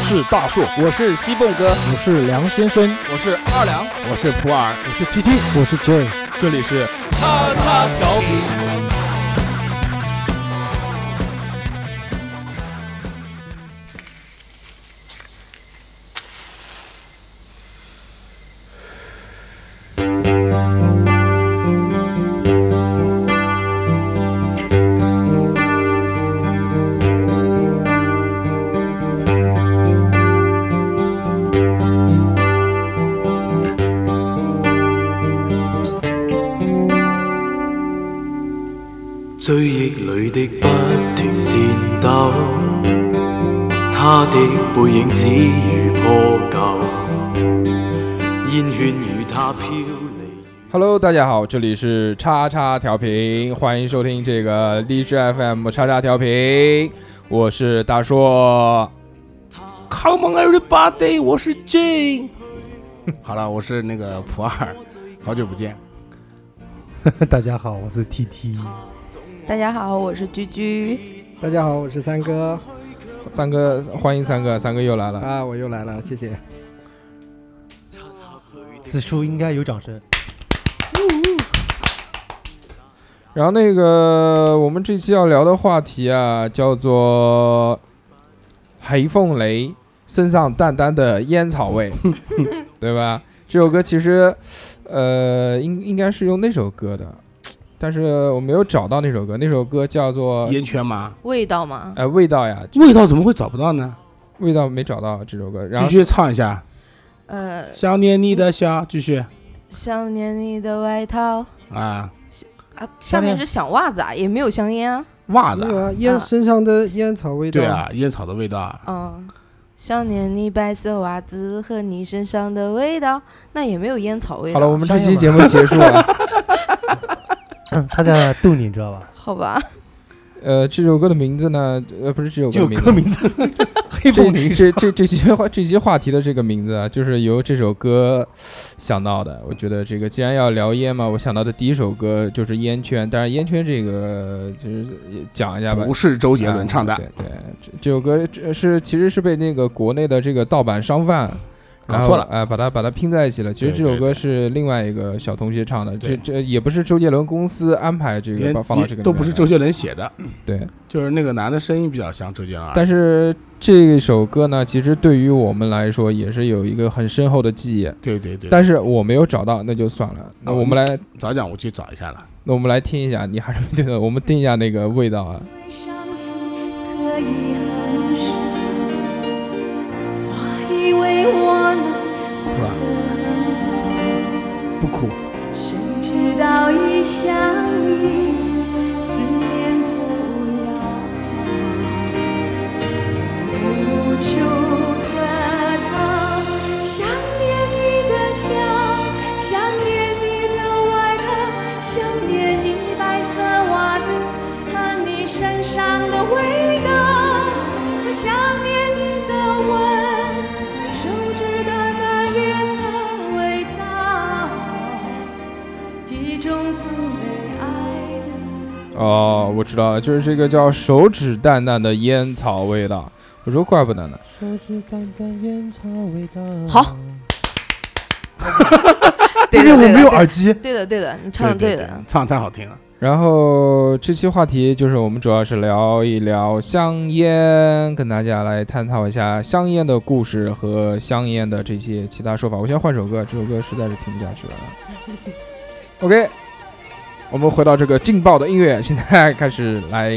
是大树，我是西蹦哥，我是梁先生，我是二两，我是普洱，我是 T T，我是 J，这里是叉叉调频。追憶裏的不停戰鬥，他的背影只如破舊，煙圈與他飄離。 Hello，大家好，这里是叉叉调频，欢迎收听这个荔枝 FM 叉叉调频，我是大硕。 Come on everybody，我是 J。 好了，我是那个普洱，好久不见。大家好，我是 TT。大家好，我是居居。大家好，我是三哥。三哥，欢迎三哥，三哥又来了啊！我又来了，谢谢。此处应该有掌声。然后那个，我们这期要聊的话题啊，叫做黑凤雷身上淡淡的烟草味，对吧？这首歌其实，呃，应应该是用那首歌的。但是我没有找到那首歌，那首歌叫做《烟圈吗？味道吗？哎、呃，呃味道呀，味道怎么会找不到呢？味道没找到这首歌，然后继续唱一下。呃，想念你的笑，继续。想念你的外套啊啊！下面是想袜子啊，也没有香烟啊。袜子啊，烟身上的烟草嗯味道。对啊，烟草的味道啊。嗯，想念你白色袜子和你身上的味道，那也没有烟草味道。好了，我们这期节目结束了。 他在逗你，你知道 吧？好吧。呃，这首歌的名字呢？呃，不是这首歌名字，名字 黑风铃。这这这些话，这些话题的这个名字啊，就是由这首歌想到的。我觉得这个既然要聊烟嘛，我想到的第一首歌就是《烟圈》，但是《烟圈》这个就是讲一下吧，不是周杰伦唱的。啊、对对，这首歌呃是其实是被那个国内的这个盗版商贩。搞错了，哎、呃，把它把它拼在一起了。其实这首歌是另外一个小同学唱的，这这也不是周杰伦公司安排这个放到这个，都不是周杰伦写的，对，就是那个男的声音比较像周杰伦。啊但是这首歌呢，其实对于我们来说也是有一个很深厚的记忆。对对哦对。但是我没有找到，那就算了。那我们来早讲，我去找一下了。那我们来听一下，你还是 对的，我们听一下那个味道啊。不苦。谁知道一想你，思念苦药，无处可逃。想念你的笑，想念你的外套，想念你白色袜子和你身上的味道，想念你的吻。哦，我知道了，就是这个叫手指淡淡的烟草味道。我说怪不得呢。手指淡淡烟草味道。好。对哎的，我没有耳机。对的，对的，你唱的对的，唱的太好听了。然后这期话题就是我们主要是聊一聊香烟，跟大家来探讨一下香烟的故事和香烟的这些其他说法。我先换首歌，这首歌实在是听不下去了。OK。我们回到这个劲爆的音乐，现在开始来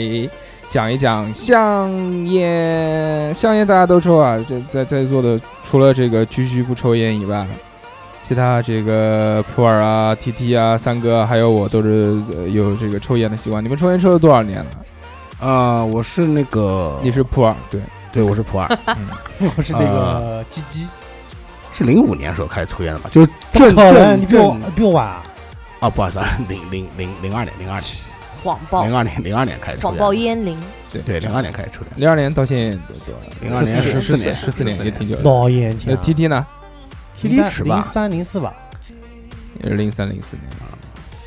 讲一讲香烟。香烟大家都抽啊，这在在座的除了这个居居不抽烟以外，其他这个普洱啊、T T 啊、三哥还有我都是呃有这个抽烟的习惯。你们抽烟抽了多少年了？啊、呃，我是那个，你是普洱，对对，我是普洱， 嗯、我是那个鸡鸡、呃，是零五年时候开始抽烟的吧？就是正正你比我比我晚啊。啊，不好意思， 零零零零二年，零二年，谎报，零二年，零二年开始，谎报烟龄，对对，零二年开始抽的，零二年到现在多久了？零二年十四年，十四年也啊挺久。老烟那 T T 呢？T T 零三零四吧，也是零 三零四年啊。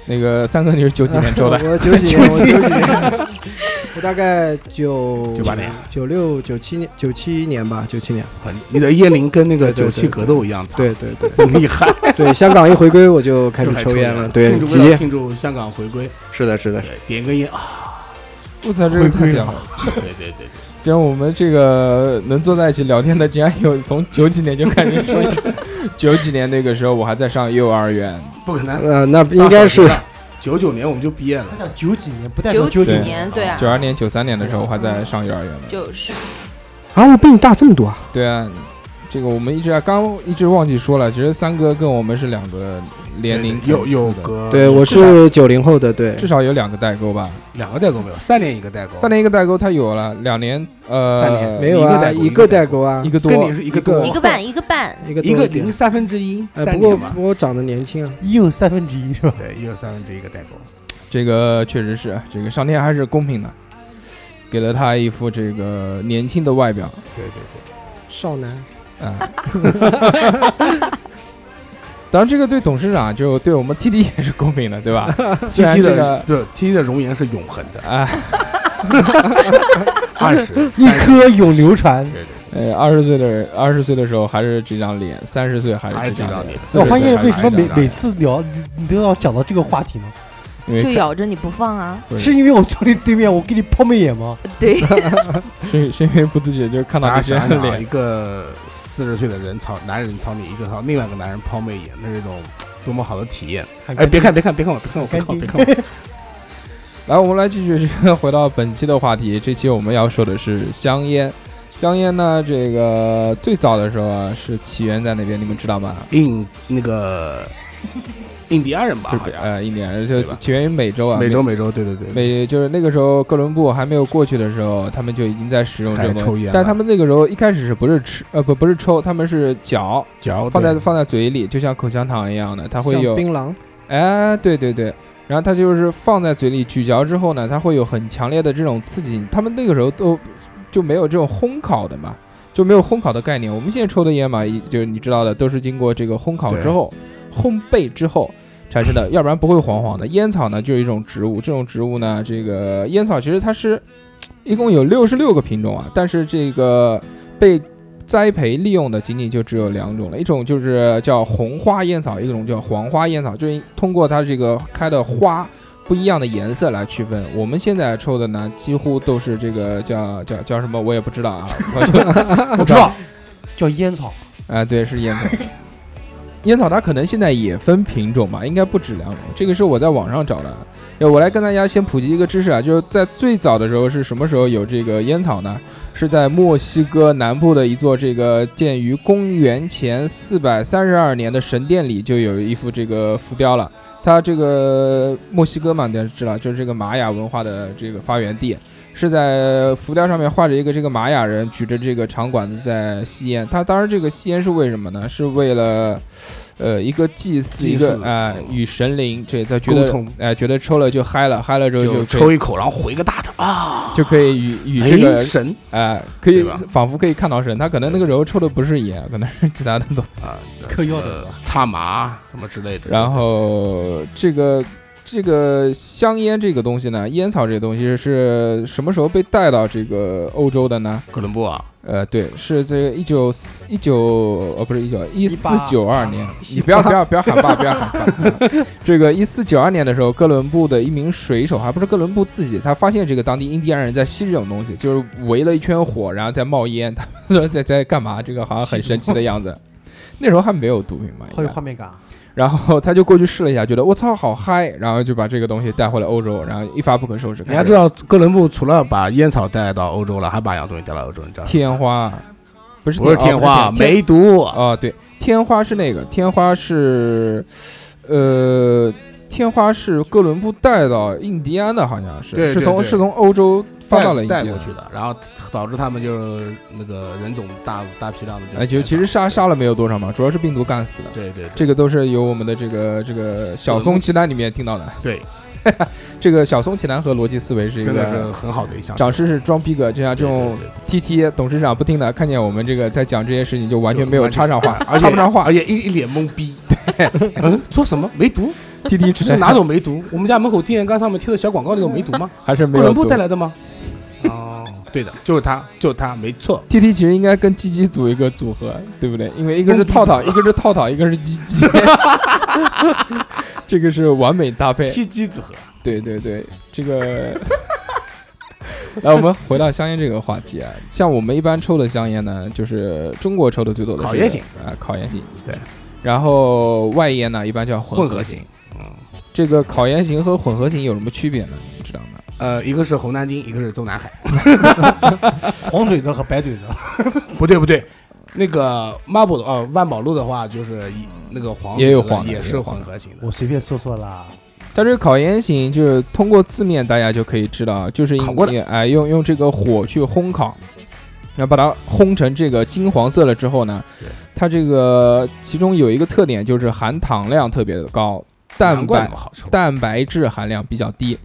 那个三哥，你是九几年抽的？我九几年，我九几年。我大概九98年、九六、九七年、九七年吧，九七年。很你的烟龄跟那个九对对七格斗一样， 对对对 操，厉害，对，香港一回归我就开始就还抽 烟了，对庆，祝为急了，庆祝香港回归，是的，是的，对点根烟啊， 我操，这个太屌了！对对对，对竟然我们这个能坐在一起聊天的，竟然有从九几年就开始抽 烟。九几年那个时候我还在上幼儿园，不可能，呃，那应该是九九年我们就毕业了他，讲九几年，不代九表几几对年。年对啊，九二年、九三年的时候我还在上幼儿园呢。就是啊，我比你大这么多啊，对啊，这个我们一直啊，刚一直忘记说了，其实三哥跟我们是两个年龄层有有次的个对我是啊九零后的，对，至少有两个代沟吧。两个代沟没有，三年一个代沟，三年一个代沟他有了，两年呃哦三年没有啊，一一个个代代沟沟啊一，个多跟你是一个多一一个半一个半，一个一呃个多点零三分之一，哎，三不年过嘛不，过我长得年轻啊，一有三分之一是吧？对，一个三分之一个代沟， 这个确实是，这个上天还是公平的，给了他一副这个年轻的外表对对对，少男，啊。 当然，这个对董事长就对我们 TT 也是公平的，对吧？虽然 T 的这个对 T 的容颜是永恒 的，啊，二十，一三十颗永流传。对对呃，二十岁的人，二十岁的时候还是这张脸，三十岁还还是是这这张张脸脸。 40我发岁现还是为什这么张每脸每次聊你你都要讲到这个话题呢？因为就咬着你不放啊，对是因为我坐你对面，我给你抛媚眼吗？ 对，是是因为不自觉就看到大家别人想的想啊，脸 一，个四十岁的人朝男人朝你一个朝另外一个男人抛媚眼，那是一种多么好的体验！哎，别看别看别看我，别看我，别看我，别看我！来，我们来继续 回到本期的话题。这期我们要说的是香烟。香烟呢，这个最早的时候啊，是起源在哪边？你们知道吗？ 印那个 印第安人吧，好像呃，印第安人就啊对吧起源于美洲啊。美洲美洲，对对对，美就是那个时候哥伦布还没有过去的时候，他们就已经在使用这个开始抽东西烟。了但他们那个时候一开始是不是吃呃不不是抽，他们是嚼，嚼放在对放在嘴里，就像口香糖一样的，它会像有槟榔，哎，对对对，然后它就是放在嘴里咀嚼之后呢，它会有很强烈的这种刺激。他们那个时候都就没有这种烘烤的嘛，就没有烘烤的概念。我们现在抽的烟嘛，一就是你知道的，都是经过这个烘烤之对后、烘焙之后产生的，要不然不会黄黄的。烟草呢，就是一种植物，这种植物呢，这个烟草其实它是一共有六十六个品种啊，但是这个被栽培利用的仅仅就只有两种了，一种就是叫红花烟草，一种叫黄花烟草，就是通过它这个开的花不一样的颜色来区分。我们现在抽的呢，几乎都是这个叫 叫叫什么，我也不知道啊，我就 我知道，叫烟草。啊，对，是烟草。烟草它可能现在也分品种吧，应该不止两种。这个是我在网上找的。要我来跟大家先普及一个知识啊，就是在最早的时候是什么时候有这个烟草呢？是在墨西哥南部的一座这个建于公元前四百三十二年的神殿里就有一幅这个浮雕了。它这个墨西哥嘛，大家知道，就是这个玛雅文化的这个发源地。是在浮雕上面画着一个这个玛雅人举着这个长管子在吸烟。他当时这个吸烟是为什么呢？是为了，呃，一个祭祀，祭一祀个啊、与神灵，这他觉得沟通哎、觉得抽了就嗨了，嗨了之后就可抽以一口，然后回个大的啊，就可以与与哎这个神哎、可以对吧仿佛可以看到神。他可能那个时候抽的不是烟，可能是其他的东西。啊，嗑药的呃插麻什么之类的，然后这个这个香烟这个东西呢，烟草这个东西是什么时候被带到这个欧洲的呢？哥伦布啊，呃，对，是这个一九四一九呃，不是一九一四九二年， 18你不要不要不要喊爸，不要喊爸。这个一四九二年的时候，哥伦布的一名水手，还不是哥伦布自己，他发现这个当地印第安人在吸这种东西，就是围了一圈火，然后在冒烟，他们说在 在干嘛？这个好像很神奇 的样子。那时候还没有毒品嘛，应好有该画面感啊。然后他就过去试了一下，觉得我操好嗨，然后就把这个东西带回了欧洲，然后一发不可收拾。你要知道，哥伦布除了把烟草带到欧洲了，还把洋东西带到欧洲，你知道吗？天花，不是不是天天哦花，不是天梅毒，哦，对，天花是那个，天花是，呃，天花是哥伦布带到印第安的，好像是，对对是从对是从欧洲发到了印第带安过去的，然后导致他们就是那个人种大大批量的哎，就其实杀杀了没有多少嘛，主要是病毒干死的。对对对这个都是由我们的这个这个小松奇男里面听到的。对，这个小松奇男和逻辑思维是一真的是个很好的一项长知识装逼哥，就像这种 TT 董事长不听的，看见我们这个在讲这些事情就完全没有插 上话，而且插不上 话而。且一一脸懵 逼，嗯，说什么梅毒？ TT 只是哪种梅毒？我们家门口电线杆上面贴的小广告那种梅毒吗？还是没哥有伦布读带来的吗？哦对的，就是他，就是他，没错。 T T 其实应该跟鸡鸡组一个组合，对不对？因为一个是套套，一个是套套，一个是鸡 鸡，这个是完美搭配。 T G 组合，对对对，这个。 来，我们回到香烟这个话题啊，像我们一般抽的香烟呢，就是中国抽的最多的是烤烟型啊，烤烟型对，然后外烟呢一般叫混混合合型。型。这个烤烟型和混合型有什么区别呢？你知道吗？呃，一个是红南京，一个是中南海。黄嘴子和白嘴子，不对不对，那个万宝呃万宝路的话，就是一那个黄也有色的黄的也也是有黄混合型的。我随便说说啦。它这个烤烟型就是通过字面大家就可以知道，就是烤过你哎用用这个火去烘烤，然后把它烘成这个金黄色了之后呢，它这个其中有一个特点就是含糖量特别的高，蛋难怪白那么好抽。蛋白质含量比较低，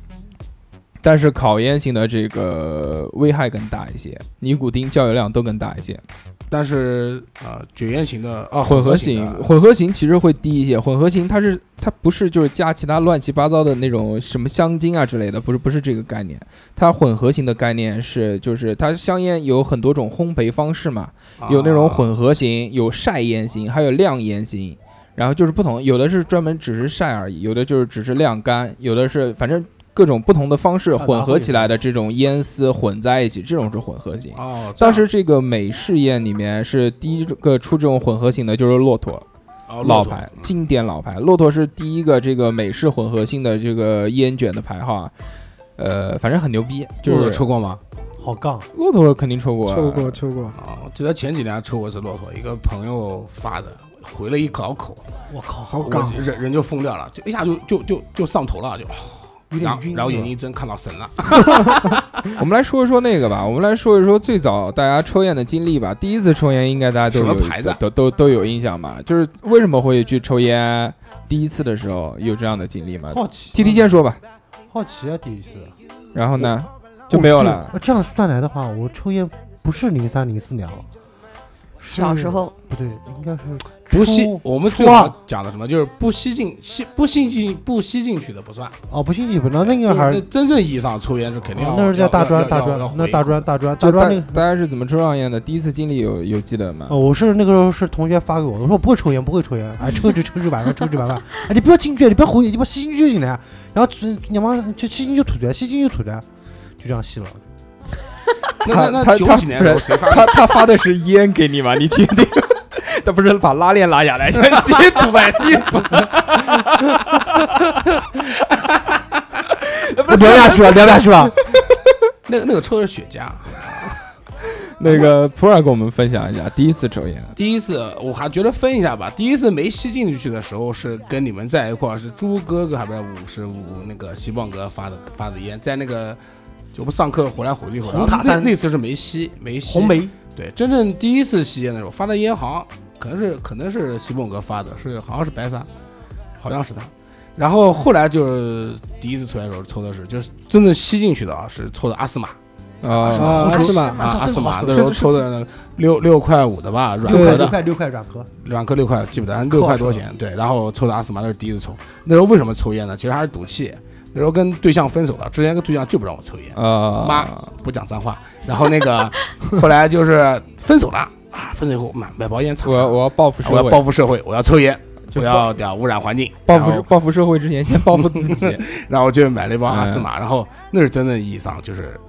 但是烤烟型的这个危害更大一些，尼古丁、焦油量都更大一些。但是呃，卷烟型的啊，混合型型的，混合型其实会低一些，混合型它是它不是就是加其他乱七八糟的那种什么香精啊之类的，不是不是这个概念。它混合型的概念是就是它香烟有很多种烘焙方式嘛，啊有那种混合型，有晒烟型，还有晾烟型。然后就是不同，有的是专门只是晒而已，有的就是只是晾干，有的是反正各种不同的方式啊混然后合有起来的这种烟丝混在一起，这种是混合型。哦，这当样时这个美式烟里面是第一个出这种混合型的，就是骆驼哦骆老驼牌，经典老牌，骆驼是第一个这个美式混合型的这个烟卷的牌号啊。呃，反正很牛逼，就骆驼是抽过吗？好杠，骆驼肯定抽过啊，抽过抽过，啊，我记得前几年抽过一次骆驼，一个朋友发的，回了一口口，我靠，好我杠，人人就疯掉了，就一下就就就就上头了，就有然点后晕。然后眼睛一睁看到神了，我们来说一说那个吧，我们来说一说最早大家抽烟的经历吧。第一次抽烟应该大家都有什么牌子啊都都都有印象吧？就是为什么会去抽烟？第一次的时候有这样的经历吗好奇？T T 先说吧，好奇啊，第一次哦呃然后呢就没有了。。我这样算来的话，我抽烟不是零三零四年了，是 小时候不对，应该是不吸初，我们初最早二讲的什么就是不吸进吸不吸进不吸进去的不算，哦，不信你不能那个就是还那是真正意义上抽烟是肯定要哦那是叫要大专要大要专要，那回大专大专就大专大那个。大家是怎么抽上烟的？第一次经历有有记得吗？哦，我是那个时候是同学发给我的，我说我不会抽烟，不会抽烟，哎，抽一支抽一支晚上抽一支晚上，哎，你不要进去，你不要回，你不要吸进去就行了呀，然后嗯你妈就吸进去就吐出来，吸进去就吐出来，就这样吸了。那那他那九他几年的时候谁发他他发的是烟给你吗？你确定？ 他不是把拉链拉下来，先吸吐在吸吐。聊下去了，聊下去了。那个那个抽的是雪茄，啊那个普洱给我们分享一下第一次抽烟。第一次我还觉得分一下吧，第一次没吸进去的时候是跟你们在一块儿，是猪哥哥还不是五十五那个西棒哥发的发的烟，在那个就我们上课回来回去回来，红塔那山那次是没吸没吸红梅，对，真正第一次吸烟的时候发的烟好像可能是可能是西蹦哥发的，是好像是白沙，好像是他。然后后来就是第一次抽烟的时候抽的是，就是真正吸进去的啊，是抽的阿斯玛啊，阿斯玛阿斯玛啊，阿斯玛是那时候抽的那个六六块五的吧，软六壳块六的，块六块软壳，软壳六块，记不得，六块多钱。对，然后抽的阿斯玛那是第一次抽，那时候为什么抽烟呢？其实还是赌气，那时候跟对象分手了，之前跟对象就不让我抽烟，啊，妈不讲脏话。然后那个后来就是分手了啊，分手以后买买包烟擦，我要我要报复社我要会，报复社会，我要抽烟，就我要对啊污染环境，报然复后社报复社会之前，先报复自己。然后就买了一嗯包阿斯玛，然后那是真正意义上就是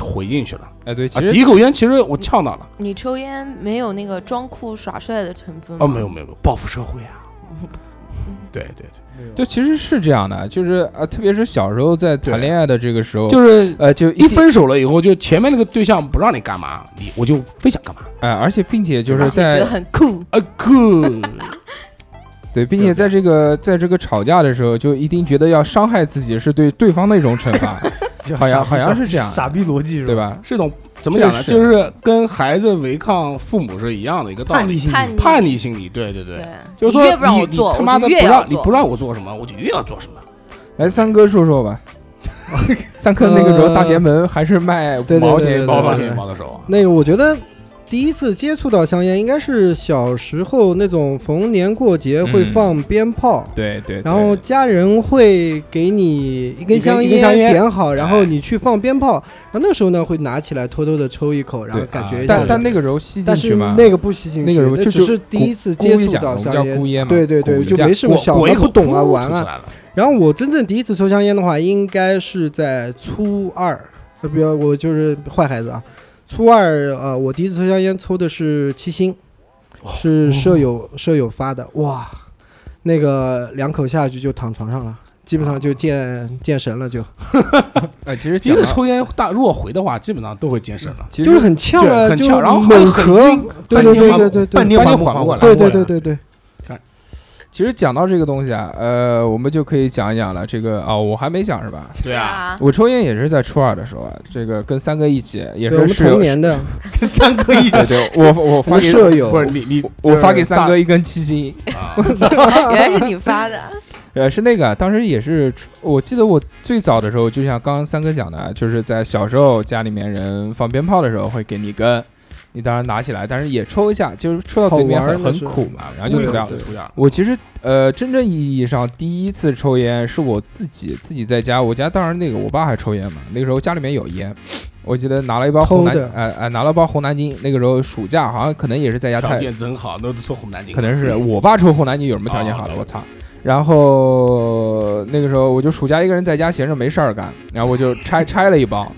回进去了哎，对，其啊。实第一口烟其实我呛到了， 你抽烟没有那个装酷耍帅的成分哦，嗯吗没有，没有，没有报复社会 啊，对对对，就其实是这样的，就是啊，特别是小时候在谈对恋爱的这个时候，就是呃，就一定分手了以后，就前面那个对象不让你干嘛，你我就非想干嘛，哎、而且并且就是你觉在得很酷，啊酷，对，并且在这个在这个吵架的时候，就一定觉得要伤害自己是对对方的一种惩 罚， 好像好像是这样的傻逼逻辑是对吧？吧？是一种 怎么讲呢？确实就是跟孩子违抗父母是一样的一个道叛逆理，心理，叛逆，叛逆心理，对嗯对对对。，啊就是说你越不让我你做，你他妈我的就不越要让你做不让我做什么，我就越要做什么。来，三哥说 说吧。三哥那个时候大前门还是卖五对对毛对钱一对包呃对吧八对千对一包的时候啊，那个我觉得第一次接触到香烟，应该是小时候那种逢年过节会嗯放鞭炮，对对，然后家人会给你一根香一根香烟点好，然哎后你去放鞭炮。然后那个时候呢，会拿起来偷偷的抽一口，然后对感觉一下但子。但那个时候吸进但去是嘛，那个不吸进去，那个时候那就只是是第一次接咕一触下到我们香叫烟，咕烟嘛对对咕对，一就下没什么裹小裹一嘛，口不懂啊，噗玩吐出啊。来了然后我真正第一次抽香烟的话，应该是在初二，呃，不要我就是坏孩子啊。初二，呃，我第一次抽香烟抽的是七星，是舍友舍友发的，哇，那个两口下去就躺床上了，基本上就见见神了，就哎，其实第一讲次到抽烟大，如果回的话，基本上都会健身了。其实就是很呛对了，很就呛然后猛很咳晕，对对对对对对半天半缓天缓不过来对对对对对，其实讲到这个东西啊，呃，我们就可以讲一讲了。这个哦，我还没讲是吧？对， 啊，我抽烟也是在初二的时候啊，这个跟三哥一起，也对是我们室同友。年的跟三哥一对对，我 我我发们给舍友不是你你，呃我发给就是三哥一根七星，啊 原来是你发的，呃，是那个，当时也是，我记得我最早的时候，就像刚刚三哥讲的，啊就是在小时候家里面人放鞭炮的时候会给你一根，你当然拿起来，但是也抽一下，就是抽到嘴里面好玩很儿那很是苦嘛，然大后就对吐掉对了。出掉了。我其实呃，真正意义上第一次抽烟是我自己自己在家，我家当然那个我爸还抽烟嘛，那个时候家里面有烟，我记得拿了一包红南偷的，呃呃，拿了包红南京，那个时候暑假好像可能也是在家条太，件真好，那都说红南京，可能是我爸抽红南京有什么条件好的，哦我操。然后那个时候我就暑假一个人在家闲着没事儿干，然后我就拆拆了一包，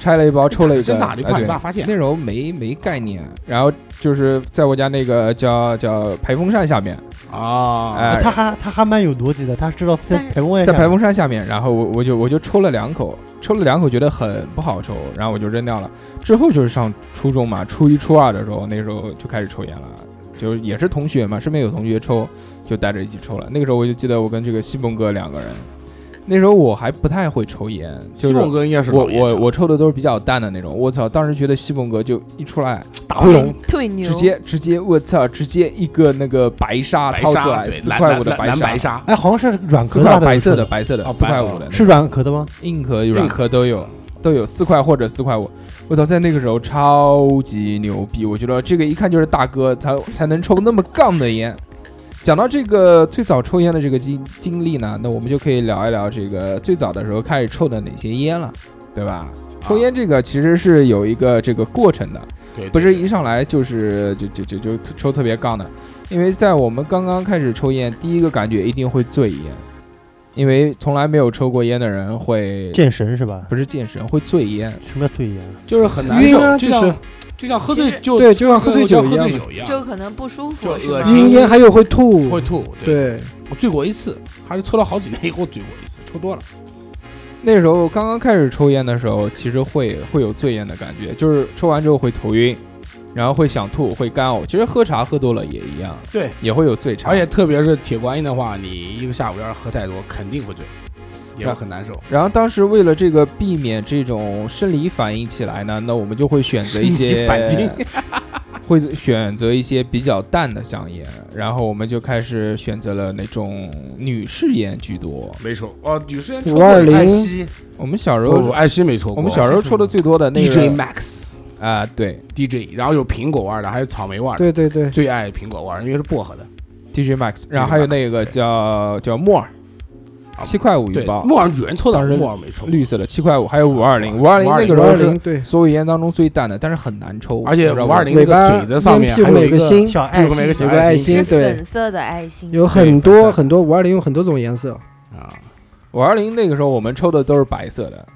拆了一包抽了一个，真打你哎怕你对爸发现。那时候没没概念，然后就是在我家那个叫叫排风扇下面，啊，哎、他还他还蛮有逻辑的，他知道在但是排风在排风扇下面，然后我我就我就抽了两口，抽了两口觉得很不好抽，然后我就扔掉了。之后就是上初中嘛，初一初二的时候，那时候就开始抽烟了，就是也是同学嘛，身边有同学抽，就带着一起抽了。那个时候我就记得我跟这个西蒙哥两个人，那时候我还不太会抽烟，西就是蒙哥应该是我老烟我枪我抽的都是比较淡的那种。我操，当时觉得西蒙哥就一出来大灰龙，退牛，直接直接我操，直接一个那个白沙白掏出沙来对四蓝块蓝五的蓝蓝白白沙，沙，哎，好像是软四壳块吧白色的的，白色的哦四块白五的那个是软壳的吗？硬壳、硬软哦壳都有，都有四块或者四块五。我操，在那个时候超级牛逼，我觉得这个一看就是大哥才才能抽那么杠的烟。讲到这个最早抽烟的这个经经历呢，那我们就可以聊一聊这个最早的时候开始抽的哪些烟了，对吧？啊抽烟这个其实是有一个这个过程的，对，对不对是一上来就是就就就就抽特别杠的，因为在我们刚刚开始抽烟，第一个感觉一定会醉烟，因为从来没有抽过烟的人会剑神是吧？不是健身，会醉烟。什么叫醉眼？就是很难晕受，啊就就是像就像喝其醉实就对，就像像喝醉醉酒一喝样醉嘛，酒一样，就可能不舒服，就是恶吧心晕烟还有会吐，会吐。，对，我醉过一次，还是抽了好几年以后醉过一次，抽多了。那时候刚刚开始抽烟的时候，其实会会有醉烟的感觉，就是抽完之后会头晕，然后会想吐，会干呕。其实喝茶喝多了也一样，对，也会有醉茶。而且特别是铁观音的话，你一个下午要是喝太多，肯定会醉，也会很难受。然后当时为了这个避免这种生理反应起来呢，那我们就会选择一 生些理反应 会选择一些比较淡的香烟，然后我们就开始选择了那种女士烟居多。没抽哦，女生五二零，我们小时我候，艾希没抽过。我们小时候抽的最多的那 DJ 个 Max 啊、对 DJ，然后有苹果味儿的，还有草莓味儿的。对对对，最爱苹果味儿，因为是薄荷的。 DJ Max，然后还有那个 Max，对叫叫木耳，啊七块五一对，包，木耳女人抽的当时，木耳没抽。绿色的七块五，还有五二零，五二零那520个时五候二是零对，所有烟当中最淡的，但是很难抽，而且不知道五二为什零尾那巴个嘴子上面屁股还有每一个星小屁股爱每个心小有个爱爱心是对粉色的爱心，有很多很多五二零有很多种颜色，啊，么五二零那个时候我们抽的都是白色的，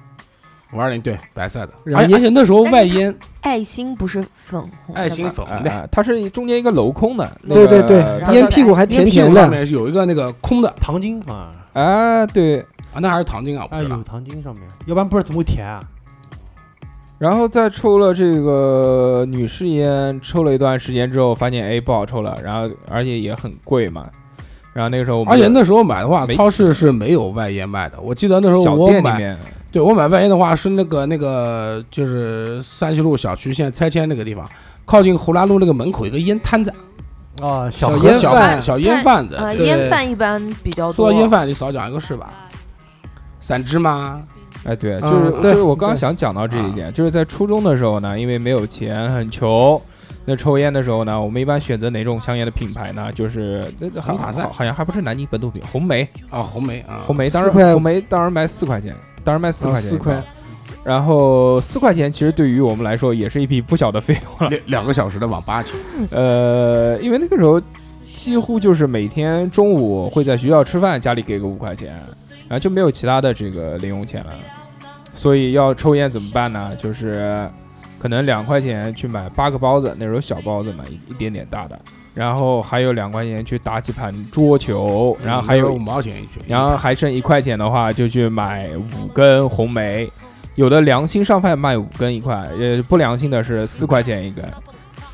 五二零对白色的，而然后且也而且那时候外烟爱心不是粉红的吗，爱心粉啊红的，啊它是中间一个镂空的，那对对个对然，后烟屁股还烟甜屁甜股上的，面是有一个那个空的糖精啊啊对，啊，那还是糖精啊，我啊，不知道有糖精上面，要不然不知道怎么会甜啊。然后再抽了这个女士烟，抽了一段时间之后，发现哎不好抽了，然后而且也很贵嘛，然后那个时候我们而且那时候买的话，没超市是没有外烟卖的。我记得那时候小我店里买，面对我买外烟的话是那个那个就是山西路小区现在拆迁那个地方，靠近胡兰路那个门口一个烟摊子，啊，小盒烟子哦小贩贩小烟贩子。呃，对烟饭一般比较说多，到烟贩，你少讲一个是吧？散芝麻，哎，对，就嗯是、对就是我刚刚想讲到这一点，就是在初中的时候呢，因为没有钱，很穷，那抽烟的时候呢，我们一般选择哪种香烟的品牌呢？就是那个好红塔山好好像还不是南京本土品，红莓，啊，红梅啊，红莓当时四块啊红莓当时卖四块钱，当时卖四块钱，四块。然后四块钱其实对于我们来说也是一笔不小的费用了，两两个小时的网吧去，呃，因为那个时候几乎就是每天中午会在学校吃饭，家里给个五块钱，然后就没有其他的这个零用钱了，所以要抽烟怎么办呢？就是可能两块钱去买八个包子，那时候小包子嘛，一一点点大的，然后还有两块钱去打几盘桌球，然后还有五毛钱一卷，然后还剩一块钱的话，就去买五根红梅。有的良心商贩卖五根一块，呃，不良心的是四块钱一根，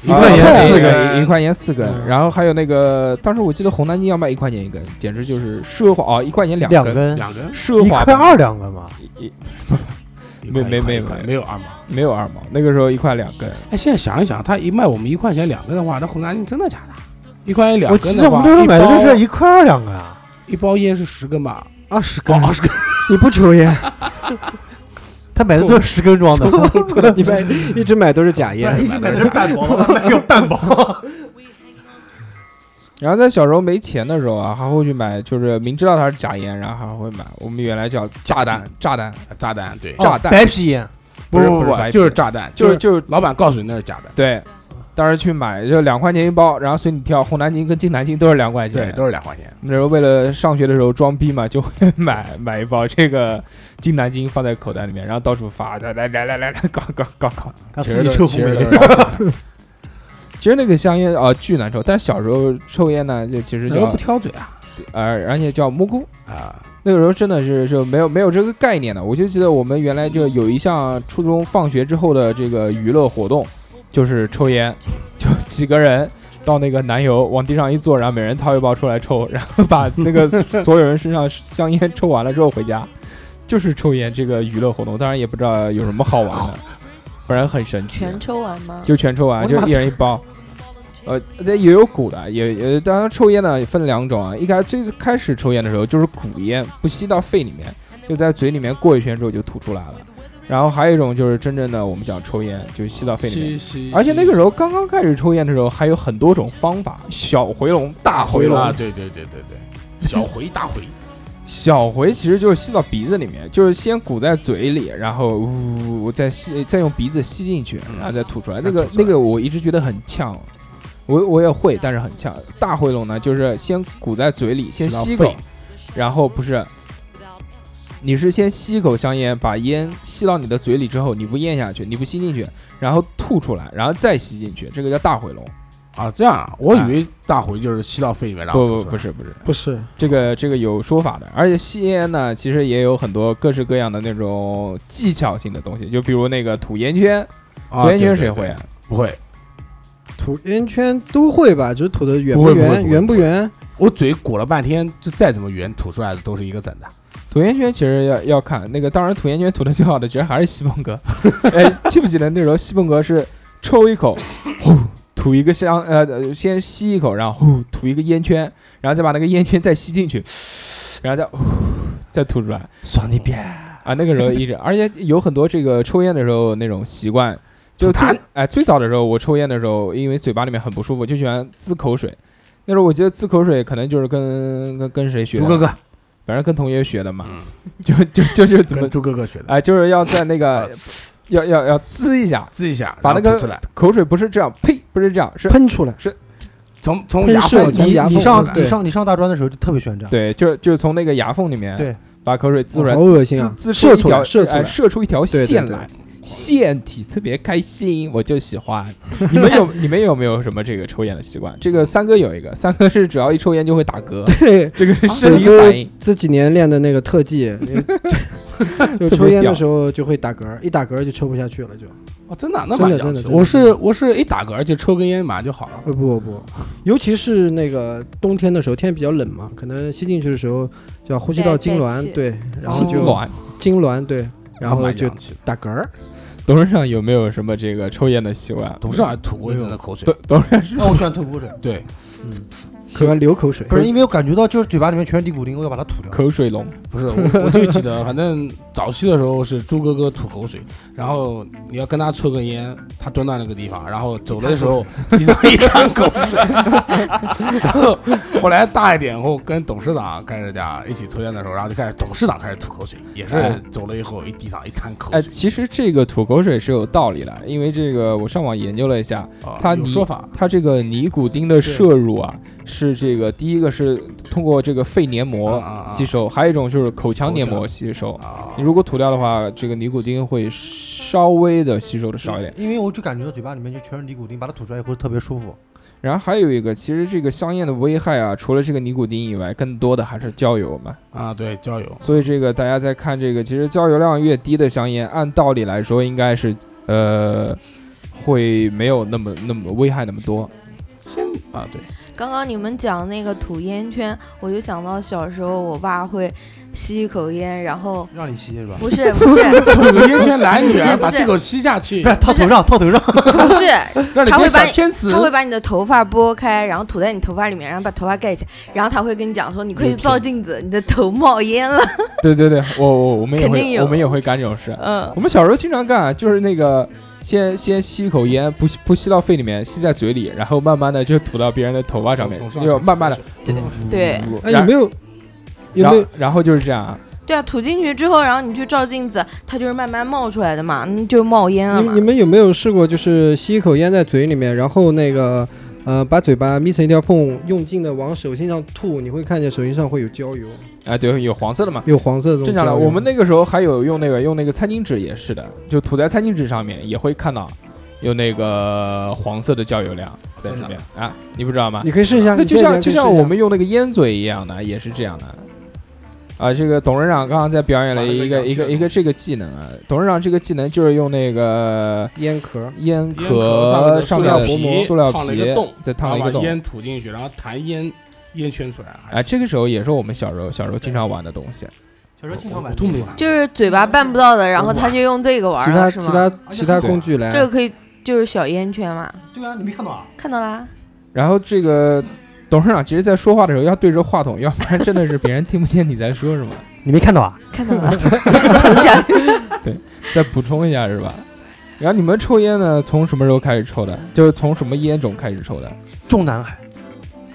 一块钱四四根，根一块钱四根。然后还有那个，当时我记得红南京要卖一块钱一根，简直就是奢华哦，一块钱两两根，根，两根，奢一华块二两根嘛，一，一一没块没一块没一块没没有二毛。没有二毛，那个时候一块两根，哎，现在想一想，他一卖我们一块钱两根的话，那红南京真的假的？一块钱两我记根得的我话，们那时候买的就一包是一块二两根啊，一包烟是十根吧？二十哦根，，二十根， 你不抽烟，他买的都是十根装的，你 买一直买都是假烟，一直哎买的 是半包，买个半包，然后在小时候没钱的时候啊，还会去买，就是明知道它是假烟，然后还会买。我们原来叫炸弹，炸弹，炸弹，对，炸弹，白皮烟，不不是不不是白不，就是皮炸弹，就就是是就是老板告诉你那是假的，对，当时去买就两块钱一包，然后随你挑，红南京跟金南京都是两块钱。对，都是两块钱。那时候为了上学的时候装逼嘛，就会买买一包这个金南京放在口袋里面，然后到处发，来来来来来来，搞搞搞搞。其自实己都抽其红实梅都 是假的其实那个香烟啊、巨难抽，但是小时候抽烟呢，就其实那时候叫不挑嘴啊呃，而且叫蘑菇。啊，那个时候真的是是没有没有这个概念的。我就记得我们原来就有一项初中放学之后的这个娱乐活动，就是抽烟， 就几个人到那个南油往地上一坐，然后每人掏一包出来抽，然后把那个所有人身上香烟抽完了之后回家，就是抽烟这个娱乐活动。当然也不知道有什么好玩的，反正很神奇。啊全抽完吗？就全抽完，啊我就的妈一人一 包。呃，这也有鼓的，也也当然抽烟呢也分两种啊。一开最开始抽烟的时候就是鼓烟，不吸到肺里面，就在嘴里面过一圈之后就吐出来了。然后还有一种就是真正的我们讲抽烟，就吸到肺里面。吸而且那个时候刚刚开始抽烟的时候，还有很多种方法，小回笼、大回笼啊，对对对对对，小回大回，小回其实就是吸到鼻子里面，就是先鼓在嘴里，然后呜再吸，再用鼻子吸进去，然后再嗯吐出来。那个那个我一直觉得很呛，我我也会，但是很呛。大回笼呢，就是先鼓在嘴里，先吸一口肺，然后不是，你是先吸一口香烟，把烟吸到你的嘴里之后，你不咽下去，你不吸进去，然后吐出来，然后再吸进去，这个叫大回笼。啊，这样啊我以为大回就是吸到肺里面，然后不吐出来不不是不是，不是这个这个有说法的，而且吸烟呢，其实也有很多各式各样的那种技巧性的东西，就比如那个吐烟圈，啊吐烟对对圈谁对会啊？不会，吐烟圈都会吧，只是吐的圆不会不会不圆，会圆不圆。我嘴裹了半天，这再怎么圆，吐出来的都是一个整的。吐烟圈其实要要看那个，当然吐烟圈吐的最好的其实还是西 蒙哥，哎，记不记得那时候西蒙哥是抽 一口，呼吐一个香，呃，呃先吸一口，然后呼吐一个烟圈，然后再把那个烟圈再吸进去，然后再呼再吐出来，爽你别，啊，那个时候一直，而且有很多这个抽烟的时候那种习惯，就吐痰最哎最早的时候我抽烟的时候，因为嘴巴里面很不舒服，就喜欢滋口水。那时候我记得滋口水可能就是跟跟跟谁学猪的，哥哥，反正跟同学学的嘛，嗯，就就就是怎么跟猪哥哥学的，哎，就是要在那个啊要要要滋一下，滋一下，把然后那个吐出来，口水不是这样，呸，不是这样，是喷出来，从从喷牙射缝从你牙你缝上出来你上你上大专的时候就特别喜欢这样，对，就是就是从那个牙缝里面对把口水滋出来好，恶心滋啊！滋出射一出条来，射出哎来，射出一条对对线对来，腺体特别开心，我就喜 欢。你们有你们有没有什么这个抽烟的习惯？这个三哥有一个，三哥是只要一抽烟就会打嗝，对，啊这个是生对，理就反是应。这几年练的那个 特技，就抽烟的时候就会打嗝，一打嗝就抽不下去了，就哦，真的啊那真蛮的洋真的气的。真的我是我是一打嗝就抽根烟马上就好了。呃不不不，尤其是那个冬天的时候，天比较冷嘛，可能吸进去的时候叫呼吸道痉带带挛，气对，然后痉啊就挛。痉挛，对，然后蛮就洋气的打嗝儿。董事长有没有什么这个抽烟的习惯？董事长还吐过一顿的口水董，董事长是那我喜欢吐口水，对，喜欢流口水。不是因为我感觉到就是嘴巴里面全是尼古丁，我要把它吐掉。口水龙，不是，我我就记得，反正早期的时候是猪哥哥吐口水，然后你要跟他抽根烟，他蹲到那个地方，然后走的时候地上一滩口水。 然后后来大一点后，跟董事长开始讲一起抽烟的时候，然后就开始董事长开始吐口水，也哎是走了以后一地上一滩口哎，水。其实这个吐口水是有道理的，因为这个我上网研究了一下，啊他有尼说法，它这个尼古丁的摄入啊，是这个第一个是通过这个肺黏膜啊啊啊吸收，还有一种就是口腔黏膜口吸收。啊你如果吐掉的话，这个尼古丁会稍微的吸收的少一点。因为我就感觉到嘴巴里面就全是尼古丁，把它吐出来以后特别舒服。然后还有一个，其实这个香烟的危害啊，除了这个尼古丁以外，更多的还是焦油嘛。啊，对，交友所以这个大家在看这个，其实焦油量越低的香烟，按道理来说应该是呃会没有那么那么危害那么多。啊，对，刚刚你们讲那个吐烟圈，我就想到小时候我爸会吸一口烟，然后让你吸是吧？不是不是吐个烟圈来女 儿不是把这口吸下去不，是套头上，套头上。不是，让你他会变把小你天使他。会把你的头发拨开，然后吐在你头发里面，然后把头发盖起来，然后他会跟你讲说，你快去照镜子，你的头冒烟了。对对对，我我我们也肯定会有我们也会干这种事。嗯，我们小时候经常干，啊就是那个先先吸一口烟，不吸不吸到肺里面，吸在嘴里，然后慢慢的就吐到别人的头发上面董事，长就慢慢的想，对哎，有没有有然没后有然后就是这样啊，对啊，吐进去之后，然后你去照镜子，它就是慢慢冒出来的嘛，那就冒烟了你你嘛。们有没有试过，就是吸一口烟在嘴里面，然后那个呃把嘴巴眯成一条缝，用劲的往手心上吐，你会看见手心上会有焦油，哎对，有黄色的嘛。有黄色的这种正焦常油。的，我们那个时候还有用那个用那个餐巾纸也是的，就涂在餐巾纸上面也会看到有那个黄色的焦油量在真这的边啊，你不知道吗？你可以试一下，那你就这像边就可以试像一下我们用那个烟嘴一样的，也是这样的。啊，这个董事长刚刚在表演了一把那个个一氧气个的一个这个技能啊，董事长这个技能就是用那个烟壳，烟壳壳上上面面的的塑塑料料皮烫了皮一个洞再然烫后了一个把洞。烟吐进去，然后弹烟烟圈出来。哎，这个时候也是我们小时候小时候经常玩的东西。小时候经常我玩都没玩过。就是嘴巴办不到的，然后他就用这个玩其了，他是其吗？啊他其他对工具来。这个可以就是小烟圈嘛，对啊，你没看到啊？看到啦。然后这个董事长其实在说话的时候要对着话筒，要不然真的是别人听不见你在说什么。你没看到啊？看到了，从讲再补充一下是吧？然后你们抽烟呢，从什么时候开始抽的？就是从什么烟种开始抽的？中南海，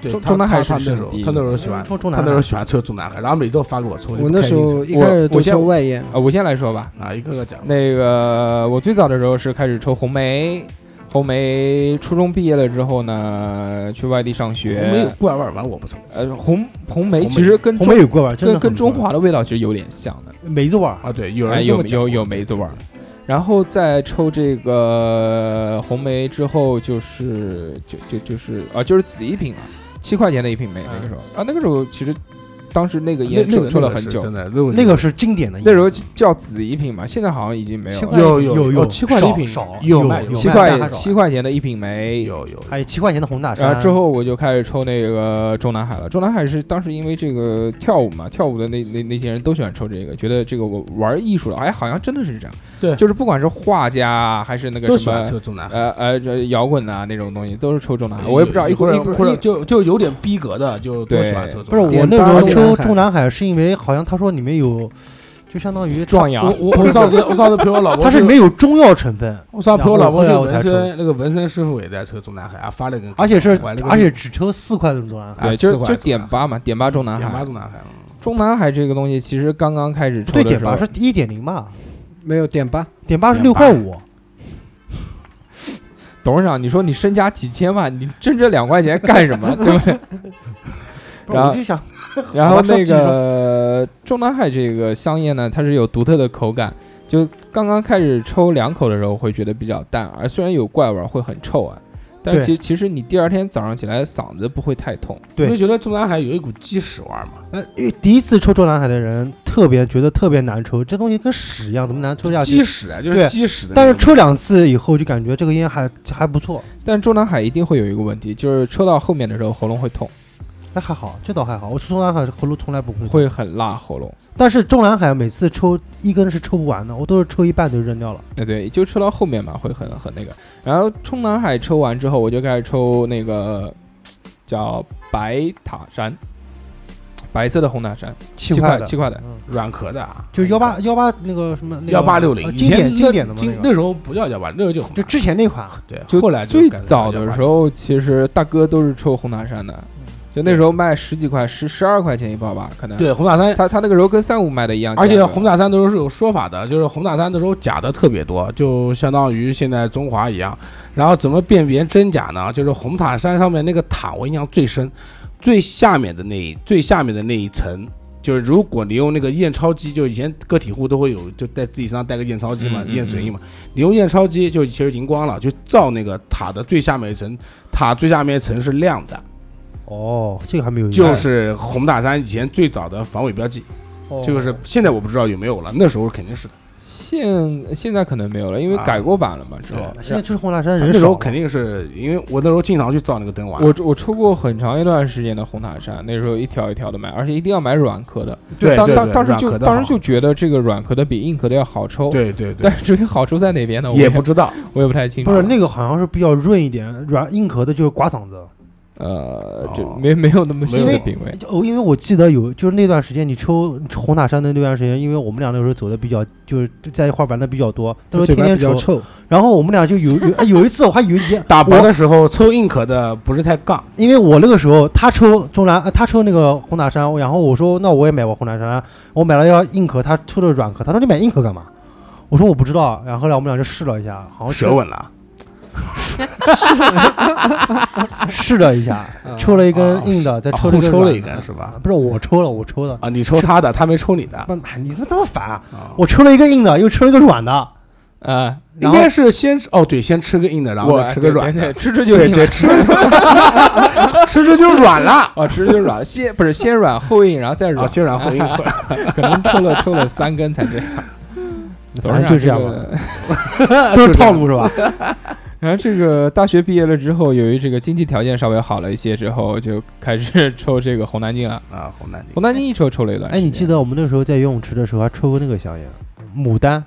对，中他中南他海是他那时圣候，地他那时候喜欢，抽中他那南时海候。喜欢抽中南海，然后每周发给我抽。就我不那开时心候抽一开始都我先抽外烟，啊，我先来说吧。啊，一个个讲。那个我最早的时候是开始抽红梅，红梅初中毕业了之后呢，去外地上没有学。怪味儿，反正我不抽呃，红红梅红其实跟红中梅有过味儿，真跟的很跟中过味华的味道其实有点像的。儿梅子味儿，啊。对，有哎，人这有么讲有有梅子味儿。然后再抽这个红梅之后、就是，就就就是啊，就是紫一品了，七块钱的一品梅那个时候啊，那个时候其实当时那个嗯那烟那抽个抽了那个很是久，真的那个那个是经典的烟。那时候叫紫一品嘛，现在好像已经没有 七了块。有有有有七块礼少品少有有卖有七卖但块还少七块钱的一品梅，有有还有七块钱的红大然山。后之后我就开始抽那个中南海了。中南海是当时因为这个跳舞嘛，跳舞的那那那些人都喜欢抽这个，觉得这个我玩艺术了，哎，好像真的是这样。对就是不管是画家啊还是那都个喜什欢么抽哎中南海。呃呃这摇滚啊那种东西，都是抽中南海。啊我也不知道一或会儿者一会或者儿就就有点逼格的，就都喜欢抽不是中南海。我那时候点八抽中南海中南海是因为好像他说里面有，就相当于壮阳我我我上次我上次陪我老婆它去，是没有中药成分，我上次陪我老婆去然后后来纹我才抽身，那个纹身师傅也在抽中南海，啊，发了个，而且是玩了个而且只抽四块的中南海。对，哎就是四块中就南点海八嘛，点八中南点八海。中南海嘛。中南海这个东西其实刚刚开始不抽对，的点时候八，是一点零吧？没有点八，点八是点六八块五，董事长，你说你身家几千万，你挣这两块钱干什么， 对不对？不是然后我就想然后好吧说那继续个中南海这个香烟呢，它是有独特的口感，就刚刚开始抽两口的时候会觉得比较淡，而虽然有怪味儿，会很臭啊，但对其其实你第二天早上起来嗓子不会太痛。对你会觉得中南海有一股鸡屎味儿嘛？呃，第一次抽中南海的人特别觉得特别难抽，这东西跟屎一样，怎么难抽下鸡去？屎啊，就是对鸡屎的那但种是味道。抽两次以后就感觉这个烟还还不错，但中南海一定会有一个问题，就是抽到后面的时候喉咙会痛，那哎还好，这倒还好。我抽中南海喉咙从来不会痛，会很辣喉咙。但是中南海每次抽一根是抽不完的，我都是抽一半就扔掉了。哎，对，就抽到后面嘛，会很很那个。然后中南海抽完之后，我就开始抽那个，叫白塔山，白色的红塔山，七块块的七块的，软壳的啊，就是幺八幺八那个什么那个幺八六零呃，经典经典的嘛经那个，那时候不叫幺八，那时候就很就之前那款对，就后来就嗯最改成早叫的180时候，其实大哥都是抽红塔山的，就那时候卖十几块、十十二块钱一包吧，可能。对红塔山，他他那个时候跟三五卖啊的一样价格，而且红塔山那时候是有说法的，就是红塔山那时候假的特别多，就相当于现在中华一样。然后怎么辨别真假呢？就是红塔山上面那个塔，我印象最深，最下面的那一最下面的那一层。就是如果你用那个验钞机，就以前个体户都会有，就在自己身上带个验钞机嘛嗯，嗯验水印嘛。你用验钞机就其实荧光了，就照那个塔的最下面一层，塔最下面一层是亮的，哦，这个还没有印象，就是红塔山以前最早的防伪标记。哦这个是现在我不知道有没有了，那时候肯定是的。现现在可能没有了，因为啊改过版了嘛之后。现在就是红塔山人那时少候了，肯定是因为我那时候经常去照那个灯玩，我我抽过很长一段时间的红塔山，那时候一条一条的买，而且一定要买软壳的。对当对当对当时软就壳的当时好就觉得这个软壳的比硬壳的要好抽，对对对但，是至于好抽在哪边呢，我也不知道。我也不太清楚。不是那个好像是比较润一点，软硬壳的就是刮嗓子。呃，哦这没没有那么没细有的过品味。哦，因为我记得有，就是那段时间你抽红塔山的那段时间，因为我们俩那时候走的比较，就是在一块儿玩的比较多，那时候嘴天巴天比较抽。臭，然后我们俩就有有哎有一次我还有一 天 打薄我的时候抽硬壳的不是太杠，因为我那个时候他抽中蓝，呃他抽那个红塔山，然后我说那我也买过红塔山，我买了要硬壳，他抽的软壳，他说你买硬壳干嘛？我说我不知道，然后后来我们俩就试了一下，好 像舌吻了，试了一 下，啊抽了一根硬的，再啊抽互了一根抽了一软的根是吧？不是我抽了，我抽的。啊，你抽他的，他没抽你的。妈妈，你怎么这么烦啊、啊我抽了一个硬的，又抽了一个软的，啊，应然后该是先吃哦，对，先吃个硬的，然后我再吃个软对对的，对吃吃就对硬了对，吃吃着就软了。啊，吃吃就软，先不是先软后硬，然后再然后 软，先软后硬核，啊可能抽了抽了三根才这 样。董反事长正就这样个 吧，都是套 路是吧？然后这个大学毕业了之后，由于这个经济条件稍微好了一些之后，就开始抽这个红南京了。啊，红南红南京一抽抽了一段时哎，间。你记得我们那时候在游泳池的时候还抽过那个香烟，牡丹，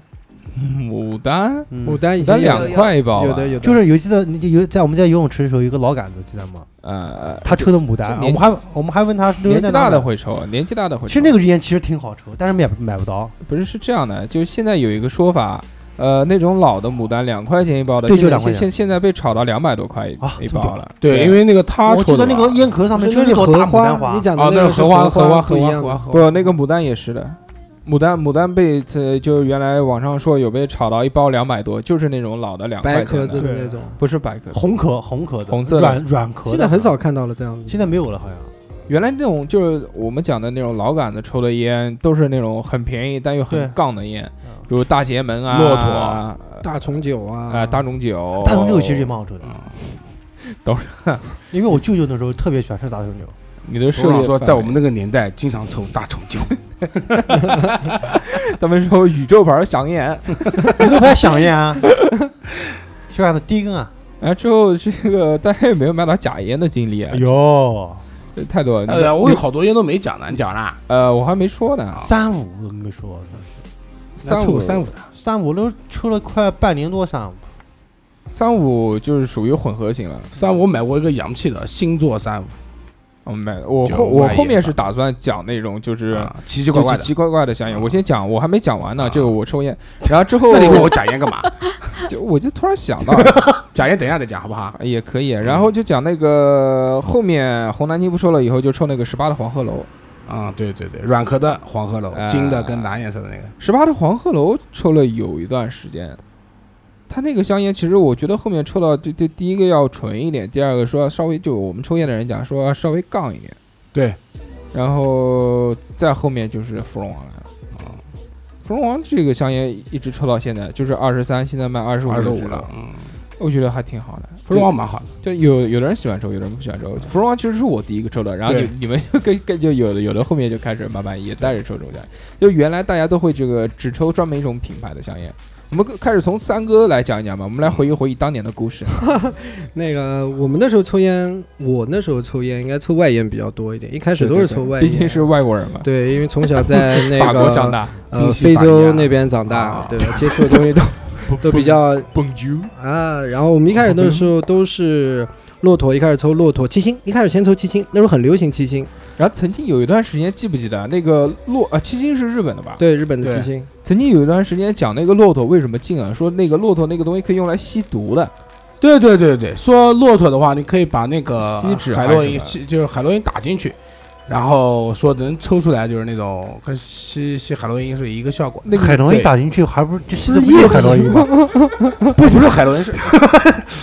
牡丹？牡嗯，丹以牡丹前有两块一包吧，有的有的就是有记得你有在我们在游泳池的时候有一个老杆子，记得吗？呃，他抽的牡丹就，我年们还我们还问他年纪大的，就是在哪买会抽，年纪大的会抽。其实那个烟其实挺好抽，但是买不买不到，不是是这样的，就是现在有一个说法，呃，那种老的牡丹两块钱一包的，对现在就2块现钱现现在被炒到两百多块一啊一这么屌包了。对，因为那个他抽我记的吧，得那个烟壳上面是就那是朵荷大牡花丹，花你，讲的哦，个是是荷花荷花不荷一花样荷花的。荷花不，那个牡丹也是的，牡丹牡丹被呃，就是原来网上说有被炒到一包两百多，就是那种老的两白块壳钱子的，的那种，不是白壳，红壳红壳的，红色的软软壳的，现在很少，看到了这样子现。在没有了好像。原来那种就是我们讲的那种老杆子抽的烟，都是那种很便宜但又对很杠的烟嗯，比如大邪门啊、骆驼嗯啊、大重酒啊，呃大众酒、大红酒其实也蛮好抽的，都是，因为我舅舅那时候特别喜欢吃大红酒，你的董设事长计说，范在围我们那个年代，经常抽大重酒， 他们说宇宙牌香烟，你都不要想烟啊，小杆子第一根啊，啊，之后这个大家有没有买到假烟的经历啊哎？呦，太多了。哎你呀，我有好多烟都没讲呢，你讲啦？呃，我还没说呢，三五我没说，那三凑五个三五的，三五都抽了快半年多三五，三五就是属于混合型了。三五我买过一个洋气的星座三五，我买哦我就后我卖后烟面嗓是打算讲那种就是啊奇奇就怪怪奇的。奇怪怪的香烟。我先讲，我还没讲完呢，啊这个我抽 烟。然后之后那你问 我假烟干嘛？就我就突然 想到哎假烟等一下再讲好不 好？也可以，然后就讲那个后面红南京不说了，以后就抽那个十八的黄鹤楼。啊，对对对，软壳的黄鹤楼哎，金的跟蓝颜色的那个，十八的黄鹤楼抽了有一段时间，他那个香烟其实我觉得后面抽到就就第一个要纯一点，第二个说要稍微就我们抽烟的人讲说要稍微杠一点，对，然后再后面就是芙蓉王了。啊，芙蓉王这个香烟一直抽到现在，就是二十三，现在卖二十五二十个五五了了，，嗯，我觉得还挺好的。芙蓉王蛮好的，就有有的人喜欢抽，有的人不喜欢抽。芙蓉王其实是我第一个抽的，然后你 对你们就跟跟就有的有的后面就开始慢慢也带着抽这种香烟。就原来大家都会这个只抽专门一种品牌的香烟。我们开始从三哥来讲一讲吧，我们来回忆回忆当年的故事。那个我们那时候抽烟，我那时候抽烟应该抽外烟比较多一点，一开始都是抽外毕烟，啊竟是外国人嘛，对，因为从小在 那个法国长大。呃宾夕非法尼洲亚那边长大啊，对吧？接触的 东西都都比较 Bonjour，啊，然后我们一开始的时候都是骆驼一开始抽骆驼七星，一开始先抽七星，那时候很流行七星，然后曾经有一段时间，记不记得那个骆啊七星是日本的吧？对日本的对七星，曾经有一段时间讲那个骆驼为什么禁啊，说那个骆驼那个东西可以用来吸毒的，对对对对，说骆驼的话，你可以把那个锡纸海还是洛什因，么吸就是海洛因打进去，然后说能抽出来，就是那种跟吸吸海洛因是一个效果。那个海洛因对打进去还不是就吸的不是海洛因吗？不不是海 洛因，是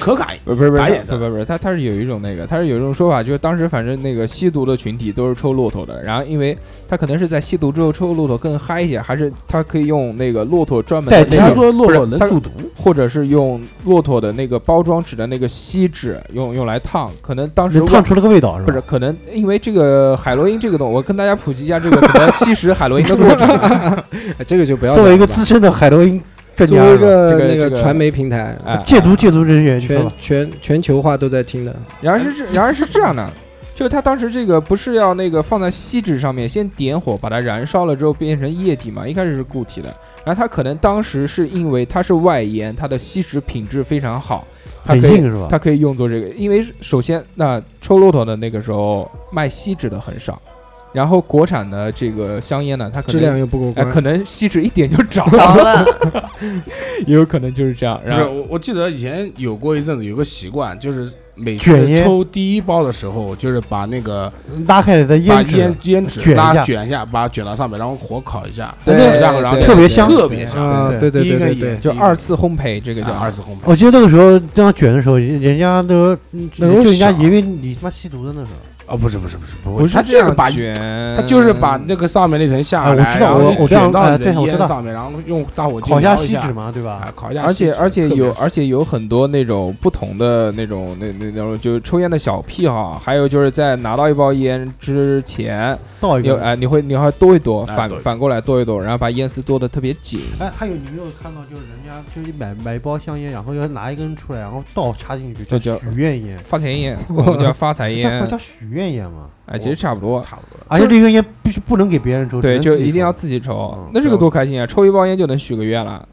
可卡因。不是不是不打是野不的是不是，他他是有一种那个，他是有一种说法，就是当时反正那个吸毒的群体都是抽骆驼的，然后因为他可能是在吸毒之后抽骆驼更嗨一些，还是他可以用那个骆驼专门代的替那人家种说骆驼不是能他中毒，或者是用骆驼的那个包装纸的那个锡纸用用来烫，可能当时能烫出那个味道是不吧？是可能因为这个海洛因这个东，我跟大家普及一下这个怎么吸食海洛因的过程。啊哎这个就不要作为一讲个了吧资深的海洛因专作家为一是这吧，个个那这个传媒平台，哎，戒毒戒毒人员，你说全吧全全球化都在听的，然而是这，然而是这样的，就是他当时这个不是要那个放在锡纸上面，先点火把它燃烧了之后变成液体嘛，一开始是固体的，然后它可能当时是因为它是外延，它的锡纸品质非常好，它很可以硬是吧？它可以用作这个，因为首先那抽骆驼的那个时候卖锡纸的很少，然后国产的这个香烟呢，它可质量能。又不过哎，可关。能锡纸一点就着着了，了， 也有可能就是这样。不然是后我我记得以前有过一阵子有个习惯，就是每卷次烟抽第一包的时候，就是把那个拉开来的把胭脂烟，烟纸卷一下拉卷一下，把它卷到上面，然后火烤一下，对烤一下然后对特别香特别香。啊，对对对第一啊对根对烟对，就啊二次烘焙，这个叫叫二次烘焙。我记得那个时候这样卷的时候，人家那时候那时候就人家少以为你他妈吸毒的那时候。哦，不是不是不是不不会，是他这就是样把卷，它就是把那个上面那层下啊我来，知道然后我你我知道卷到哎你对的我知烟道上面，然后用大火烤劲一下燎一锡纸下，嘛，对吧啊？，烤一下而锡且纸，而特且别有爽而且有很多那种不同的那种那那那种就是抽烟的小癖好，还有就是在拿到一包烟之前，倒一你个。哎你会你还剁一剁，哎反剁一剁反过来剁一剁，然后把烟丝剁得特别紧。哎，还有你没有看到，就是人家就是买买一包香烟，然后要拿一根出来，然后倒插进去，这叫叫许愿烟，发财烟，我们叫发财叫烟叫，许愿烟嘛。啊哎，其实差不多。差不多了。而且这根烟必须不能给别人抽，对，只就能自己一定要抽自己抽嗯，那这个多开心啊！抽一包烟就能许个愿了。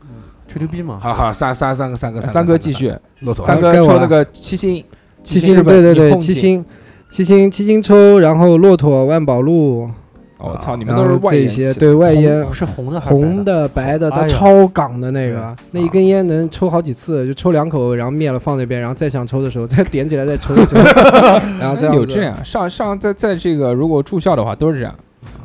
吹牛逼嘛。好好，三三三个三个三个哥继，续，骆驼三哥该我抽了那个七星，七星日星，本对对你对，碰七见星，七星，七星抽，然后骆驼、万宝路，我哦操，你嗯然们都是后外这烟些，吸对外烟红，是红的还是白红的？的、白的，哎它呀超港的那个对，那一根烟能抽好几次，就抽两口，然后灭了放那边，然后再想抽的时候再点起来再抽一抽， 然后这样哎有子这样上上在在这个如果住校的话都是这样。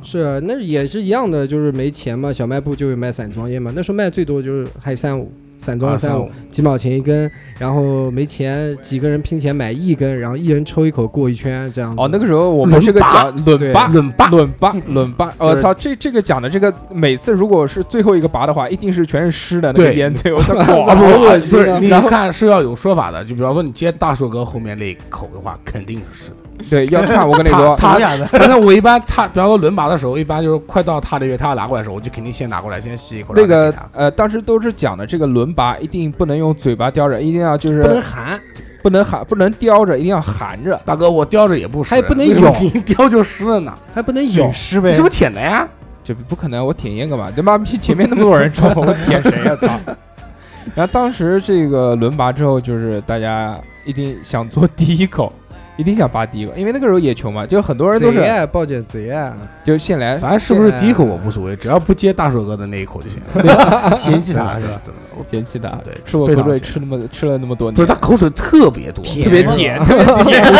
是啊那也是一样的，就是没钱嘛，小卖部就有卖散装烟嘛，那时候卖最多就是还三五。散装啊二三三五，几毛钱一根，然后没钱，几个人拼钱买一根，然后一人抽一口过一圈，嗯这样子。哦，那个时候我们这个讲轮对八，轮八轮八，轮八。我就是操，这这个讲的这个，每次如果是最后一个拔的话，一定是全是湿的那个对烟嘴， 我操，啊 好不恶不心是，啊！你然后看是要有说法的，就比方说你接大寿哥后面那一口的话，肯定是是的。 对，要看我跟你说，他红假的，反正我一般他，比方说轮拔的时候，一般就是快到他那边，他要拿过来的时候，我就肯定先拿过来，先吸一口。那然后再个给他呃，当时都是讲的这个轮拔一定不能用嘴巴叼着，一定要就是不能含，不能含，不能叼着，一定要含着。大哥，我叼着也不湿，还不能为什么咬你叼就湿了呢？还不能有饮，食呗你。是不是舔的呀？这不可能，我舔烟干嘛？他妈逼前面那么多人抽， 我舔谁呀、操！然后当时这个轮拔之后，就是大家一定想做第一口，一定想拔第一口，因为那个时候也穷嘛，就很多人都贼是嗯啊，暴卷贼啊！就先来，反正是不是第一口我无所谓，只要不接大寿哥的那一口就行了。 嫌弃真他的是真吧的？真的，我嫌弃的，对啊吃我非口常水嫌吃那么吃了那么多年，不是他口水特别多，舔特 别甜，特别甜。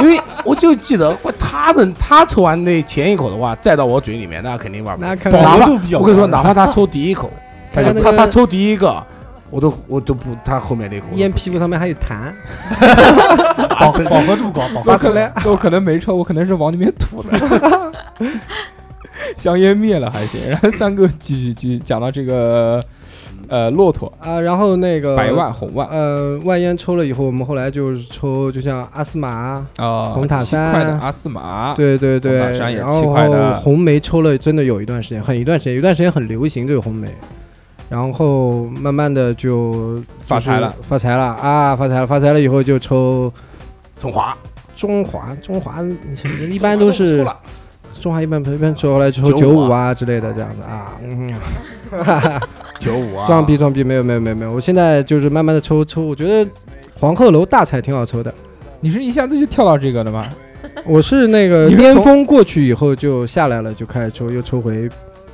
因为我就记得我他的他抽完那前一口的话，再到我嘴里面，那肯定玩不了。那看哪看怕饱和度比较高我跟你说，哪怕他抽第一口，他看看那他他个抽第一个，我都我都不他后面那口我都烟不屁股上面还有痰，饱饱和度高，饱和我度可能我可能没抽，我可能是往里面吐的。 香烟灭了还行，然后三哥继续继续讲到这个，呃，骆驼啊，然后那个百万红万呃，万烟抽了以后，我们后来就是抽，就像阿斯玛，啊，哦红塔七块的山阿斯玛，对对对，红塔山也是然七块的啊后红梅抽了，真的有一段时间，很一段时间，有一段时间很流行这个红梅，然后慢慢的就发财了，就是发财了啊，发财了，发财了以后就抽中华中华，中华一般都抽是了中华一般一般抽后来抽九九五啊五啊之类的这样子啊，嗯。九五啊，啊哦装逼装逼，没有没有没有没有，我现在就是慢慢的抽抽，我觉得黄鹤楼大彩挺好抽的。你是一下子就跳到这个的吗？我是那个你是从巅峰过去以后就下来了，就开始抽，又抽回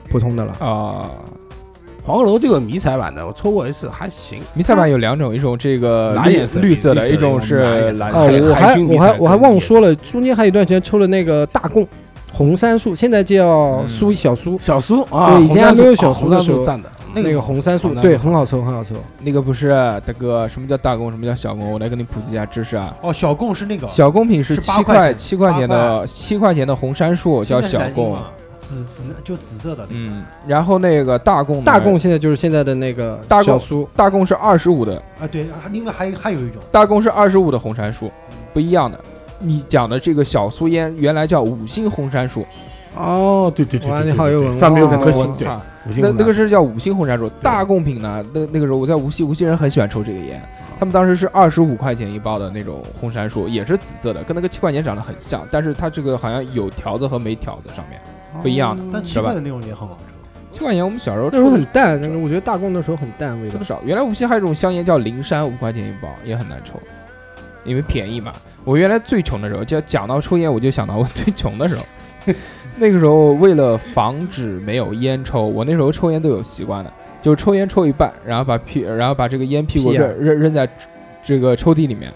普通的了。啊，黄鹤楼这个迷彩版的，我抽过一次，还行。迷彩版有两种，一种这个蓝绿颜色绿色绿的，色的一种是蓝哦，海色的。我海还军迷我彩还我还更忘厉害说了，中间还有一段时间抽了那个大贡红杉树，现在嗯叫苏小苏，小苏啊，对以前还没有小苏苏的时候站的，那个红杉树红杉对树很好抽，很好抽。嗯那个不是大哥，什么叫大工，什么叫小工？我来给你普及一下知识啊。哦，小贡是那个小贡品是是七八块块钱七块钱八的七块钱的红杉树叫小贡，，紫紫就紫色的那个。嗯，然后那个大贡呢大贡现在就是现在的那个大贡小苏，大贡是二十五的，啊，对，啊另外还有还有一种，大贡是二十五的红杉树，不一样的。你讲的这个小苏烟原来叫五星红杉树，哦，对对对哇，对你对好有文化，哦上面有两颗我星，对，操，五星那红那蓝个是叫五星红杉树。大贡品呢，那那个时候我在无锡，无锡人很喜欢抽这个啊烟，他们当时是二十五块钱一包的那种红杉树，也是紫色的，跟那个七块钱长得很像，但是它这个好像有条子和没条子上面不一样的。但七是吧块的那种也很好抽。七块钱我们小时候哦那时候抽的很淡，那个我觉得大贡那时候很淡味这道么。少。原来无锡还有一种香烟叫灵山，五块钱一包，也很难抽，因为便宜嘛。我原来最穷的时候，就讲到抽烟，我就想到我最穷的时候。 那个时候为了防止没有烟抽，我那时候抽烟都有习惯的，就是抽烟抽一半，然后把屁，然后把这个烟屁股屁眼啊扔扔扔在这个抽屉里面，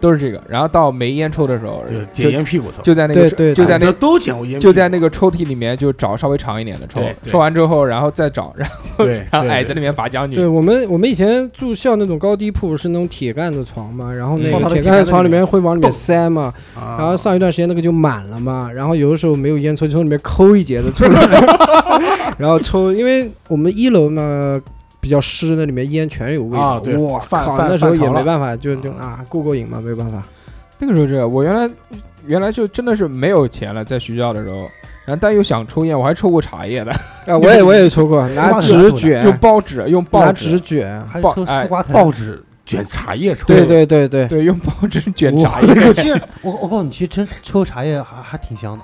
都是这个。然后到没烟抽的时候，就是就捡烟屁股抽，就在那个对对就在那哎这都捡过烟屁股，就在那个抽屉里面就找稍微长一点的抽对，对抽完之后然后再找，然后 对，然后矮矮子里面拔将军对。我们，我们以前住校那种高低铺是那种铁杆子床嘛，然后嗯那个放铁到杆那子个床里面会往里面塞嘛，然然后上一段时间那个就满了嘛，然后有的时候没有烟抽，就从里面抠一截子出来， 然后抽，因为我们一楼嘛比较湿，那里面烟全有味道，啊对哇犯靠，犯那时候犯也潮没了办法，就就啊过过瘾嘛，没办法。那个时候这样，我原来原来就真的是没有钱了，在学校的时候，然后但又想抽烟，我还抽过茶叶的，啊，我也我也抽过，拿瓜子纸抽的用卷，报纸，用报拿纸纸，卷，嗯还爆有抽哎丝瓜 藤。报纸卷茶叶抽，对对对对，对，用报纸卷哇茶叶。其实我我告诉你，其实真抽茶叶还还挺香的。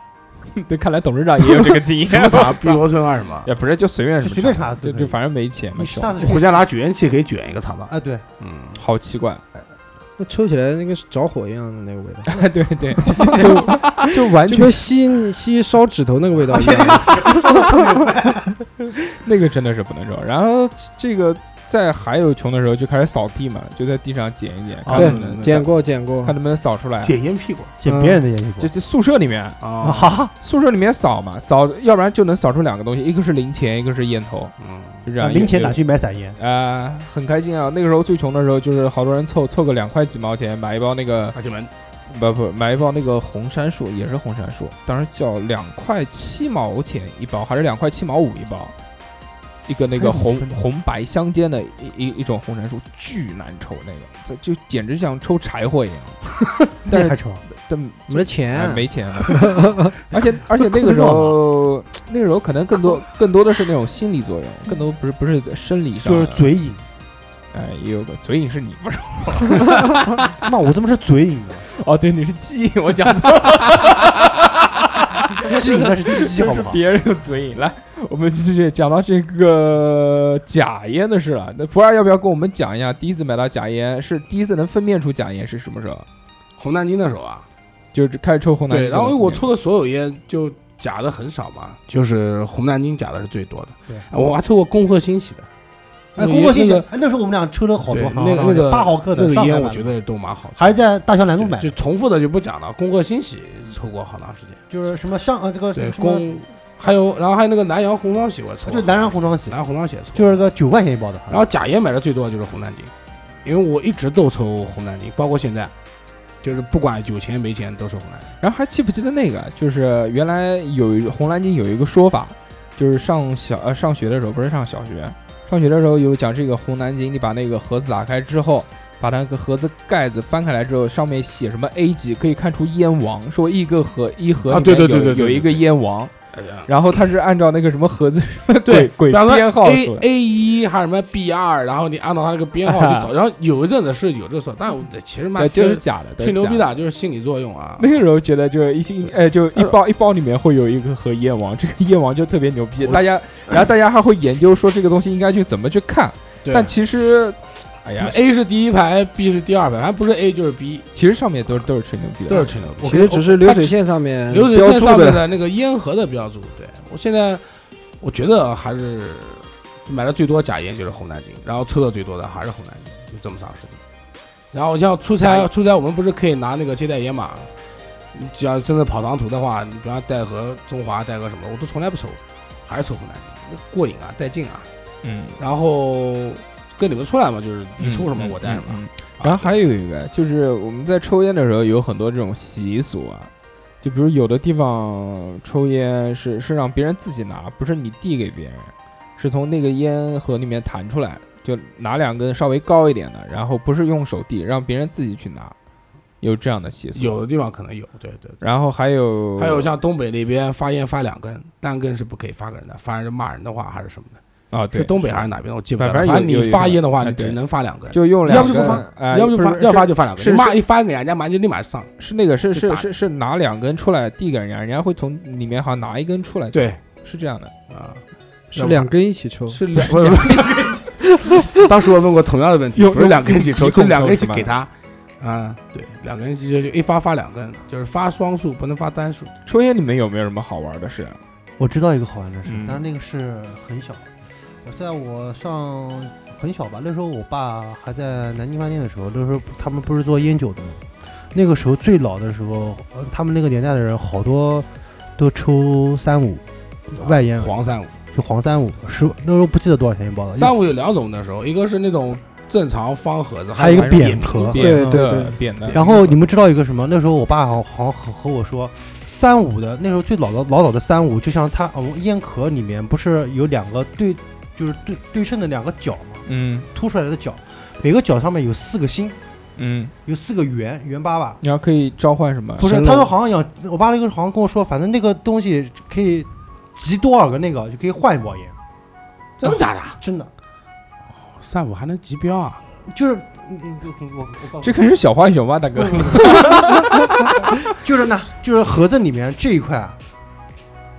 对，看来董事长也有这个经验。什么茶？碧螺春还是什么？也不是就随便什么就随便查就都可就以反正没钱嘛，你穷上次回家拿卷烟器可以卷一个肠子。啊？对，嗯，好奇怪，那抽起来那个是着火一样的那个味道，对对，就就完就全跟吸吸烧指头那个味道一样。那个真的是不能抽。然后这个在还有穷的时候就开始扫地嘛，就在地上捡一捡，看对能不嗯能捡过捡过看，能不能扫出来。啊捡烟屁股捡别人的烟屁股就。就宿舍里面， 啊，啊，宿舍里面扫嘛，扫，要不然就能扫出两个东西，一个是零钱，一个是烟头，嗯，就这样。啊零钱也拿去买散烟，啊、很开心啊！那个时候最穷的时候，就是好多人凑凑个两块几毛钱买一包那个大气门不不买一包那个红杉树，也是红杉树，当时叫两块七毛钱一包，还是两块七毛五一包，一个那个还有红分的红白相间的一一一种红杉树，巨难抽那个，这就简直像抽柴火一样。但那是还抽？但没哎钱，没钱了，而且而且那个时候，那个时候可能更多更多的是那种心理作用，更多不是不是生理上就的，是嘴 瘾。哎也有个嘴瘾是你不是？那我他妈是嘴瘾 啊！哦，对，你是记忆，我讲错了，鸡应该是鸡鸡，好不是好？别人的嘴瘾。来，我们继续讲到这个假烟的事了。那不二要不要跟我们讲一下，第一次买到假烟是第一次能分辨出假烟是什么时候？红南京那时候啊，就是开始抽红蓝对，烟。然后我抽的所有烟就假的很少嘛，就是红南京假的是最多的。对啊我还抽过恭贺新喜的，那哎，工作个信息，那个哎，那时候我们俩抽了好多对行，那个那个八毫克的那个上海烟，版我觉得都蛮好抽的，还是在大桥南路对买就的，重复的就不讲了。恭贺新喜抽过好长时间，就是什么上呃这个对什么，啊恭，还有然后还有那个南阳红双喜我抽过，就南山红双喜，南红双喜也抽过，就是个九块钱一包的。然后假烟买的最多的就是红南京，因为我一直都抽红南京，包括现在，就是不管有钱没钱都抽红南京。然后还记不记得那个？就是原来有一红蓝鲸有一个说法，就是上小呃上学的时候，不是上小学，上学的时候有讲这个红蓝鲸，你把那个盒子打开之后，把那个盒子盖子翻开来之后，上面写什么 A 级，可以看出烟王，说一个盒一盒里啊面对对有对对对有一个对烟王，哎呀，然后它是按照那个什么盒子鬼鬼比方说编号 A 出来。 A 一还是什么 B 二，然后你按照他那个编号 去找。然后有一阵子是有这说，但我其实对，蛮哎就是假的，都吹是牛逼假的，的。就是心理作用啊。 那个时候觉得就是一心，哎，就呃一包一包里面会有一个盒燕 王，这个燕王就特别牛逼，我大家，然后大家还会研究说这个东西应该去怎么去看，对但其实哎呀， A 是第一排，B 是第二排，反正不是 A 就是 B，其实上面都是都是吹牛逼，都是吹牛逼。其实只是流水线上它嗯面流水线标上注面的的那个烟盒的标注。对我现在我觉得啊还是买的最多假烟就是红南京，然后抽的最多的还是红南京，就这么长时间。然后像出差出差，我们不是可以拿那个接待烟嘛？你只要真的跑长途的话，你比方带盒中华，带个什么，我都从来不抽，还是抽红南京，过瘾啊，带劲啊。嗯，然后跟你们出来嘛，就是你嗯抽什么嗯我带什么。啊嗯嗯然后还有一个就是我们在抽烟的时候有很多这种习俗啊，就比如有的地方抽烟是是让别人自己拿，不是你递给别人，是从那个烟盒里面弹出来，就拿两根稍微高一点的，然后不是用手递，让别人自己去拿，有这样的习俗。有的地方可能有，对对然后还有还有像东北那边发烟发两根，单根是不可以发给人的，发人是骂人的话还是什么的，啊，对是，东北还是哪边的我记不得了。反正反有正有你一发个烟的话，哎你对只能发两根，就用要两不根，就不发哎要不就不是发要是发就发两根，是你骂是一发给人家，骂你就立马上。是那个是就是打是是拿两根出来递给人家，人家会从里面好像拿一根出来，，对是这样的。啊，是两根一起抽，是两不是不是当时我问过同样的问题，用不是两根一起抽，用就是两根一起用手给他。啊，对，两根就就一发发两根，就是发双数，不能发单数。抽烟你们有没有什么好玩的啊事？我知道一个好玩的事嗯，但是那个事很小，我在我上很小吧，那时候我爸还在南京饭店的时候，那时候他们不是做烟酒的吗？那个时候最老的时候，呃他们那个年代的人好多都抽三五外烟，啊黄三五，就黄三五，十那时候不记得多少钱一包了，三五有两种的时候，一个是那种正常方盒子，还有一个扁扁壳扁对扁对的对扁的，然后你们知道一个什么？那时候我爸好好和和我说，三五的那时候最老的老早的三五，就像它哦烟壳里面不是有两个对，就是对对称的两个角嘛，嗯凸出来的角，每个角上面有四个心，嗯，有四个圆圆巴巴。你要可以召唤什么？不是，神他说龙好像养，我爸那个好像跟我说，反正那个东西可以集多少个那个就可以换一包烟，真的啊假的？真的三五还能集标啊？就是你你给我给我我告诉这可是小浣熊吧，大哥？你，就是那就是盒子里面这一块啊，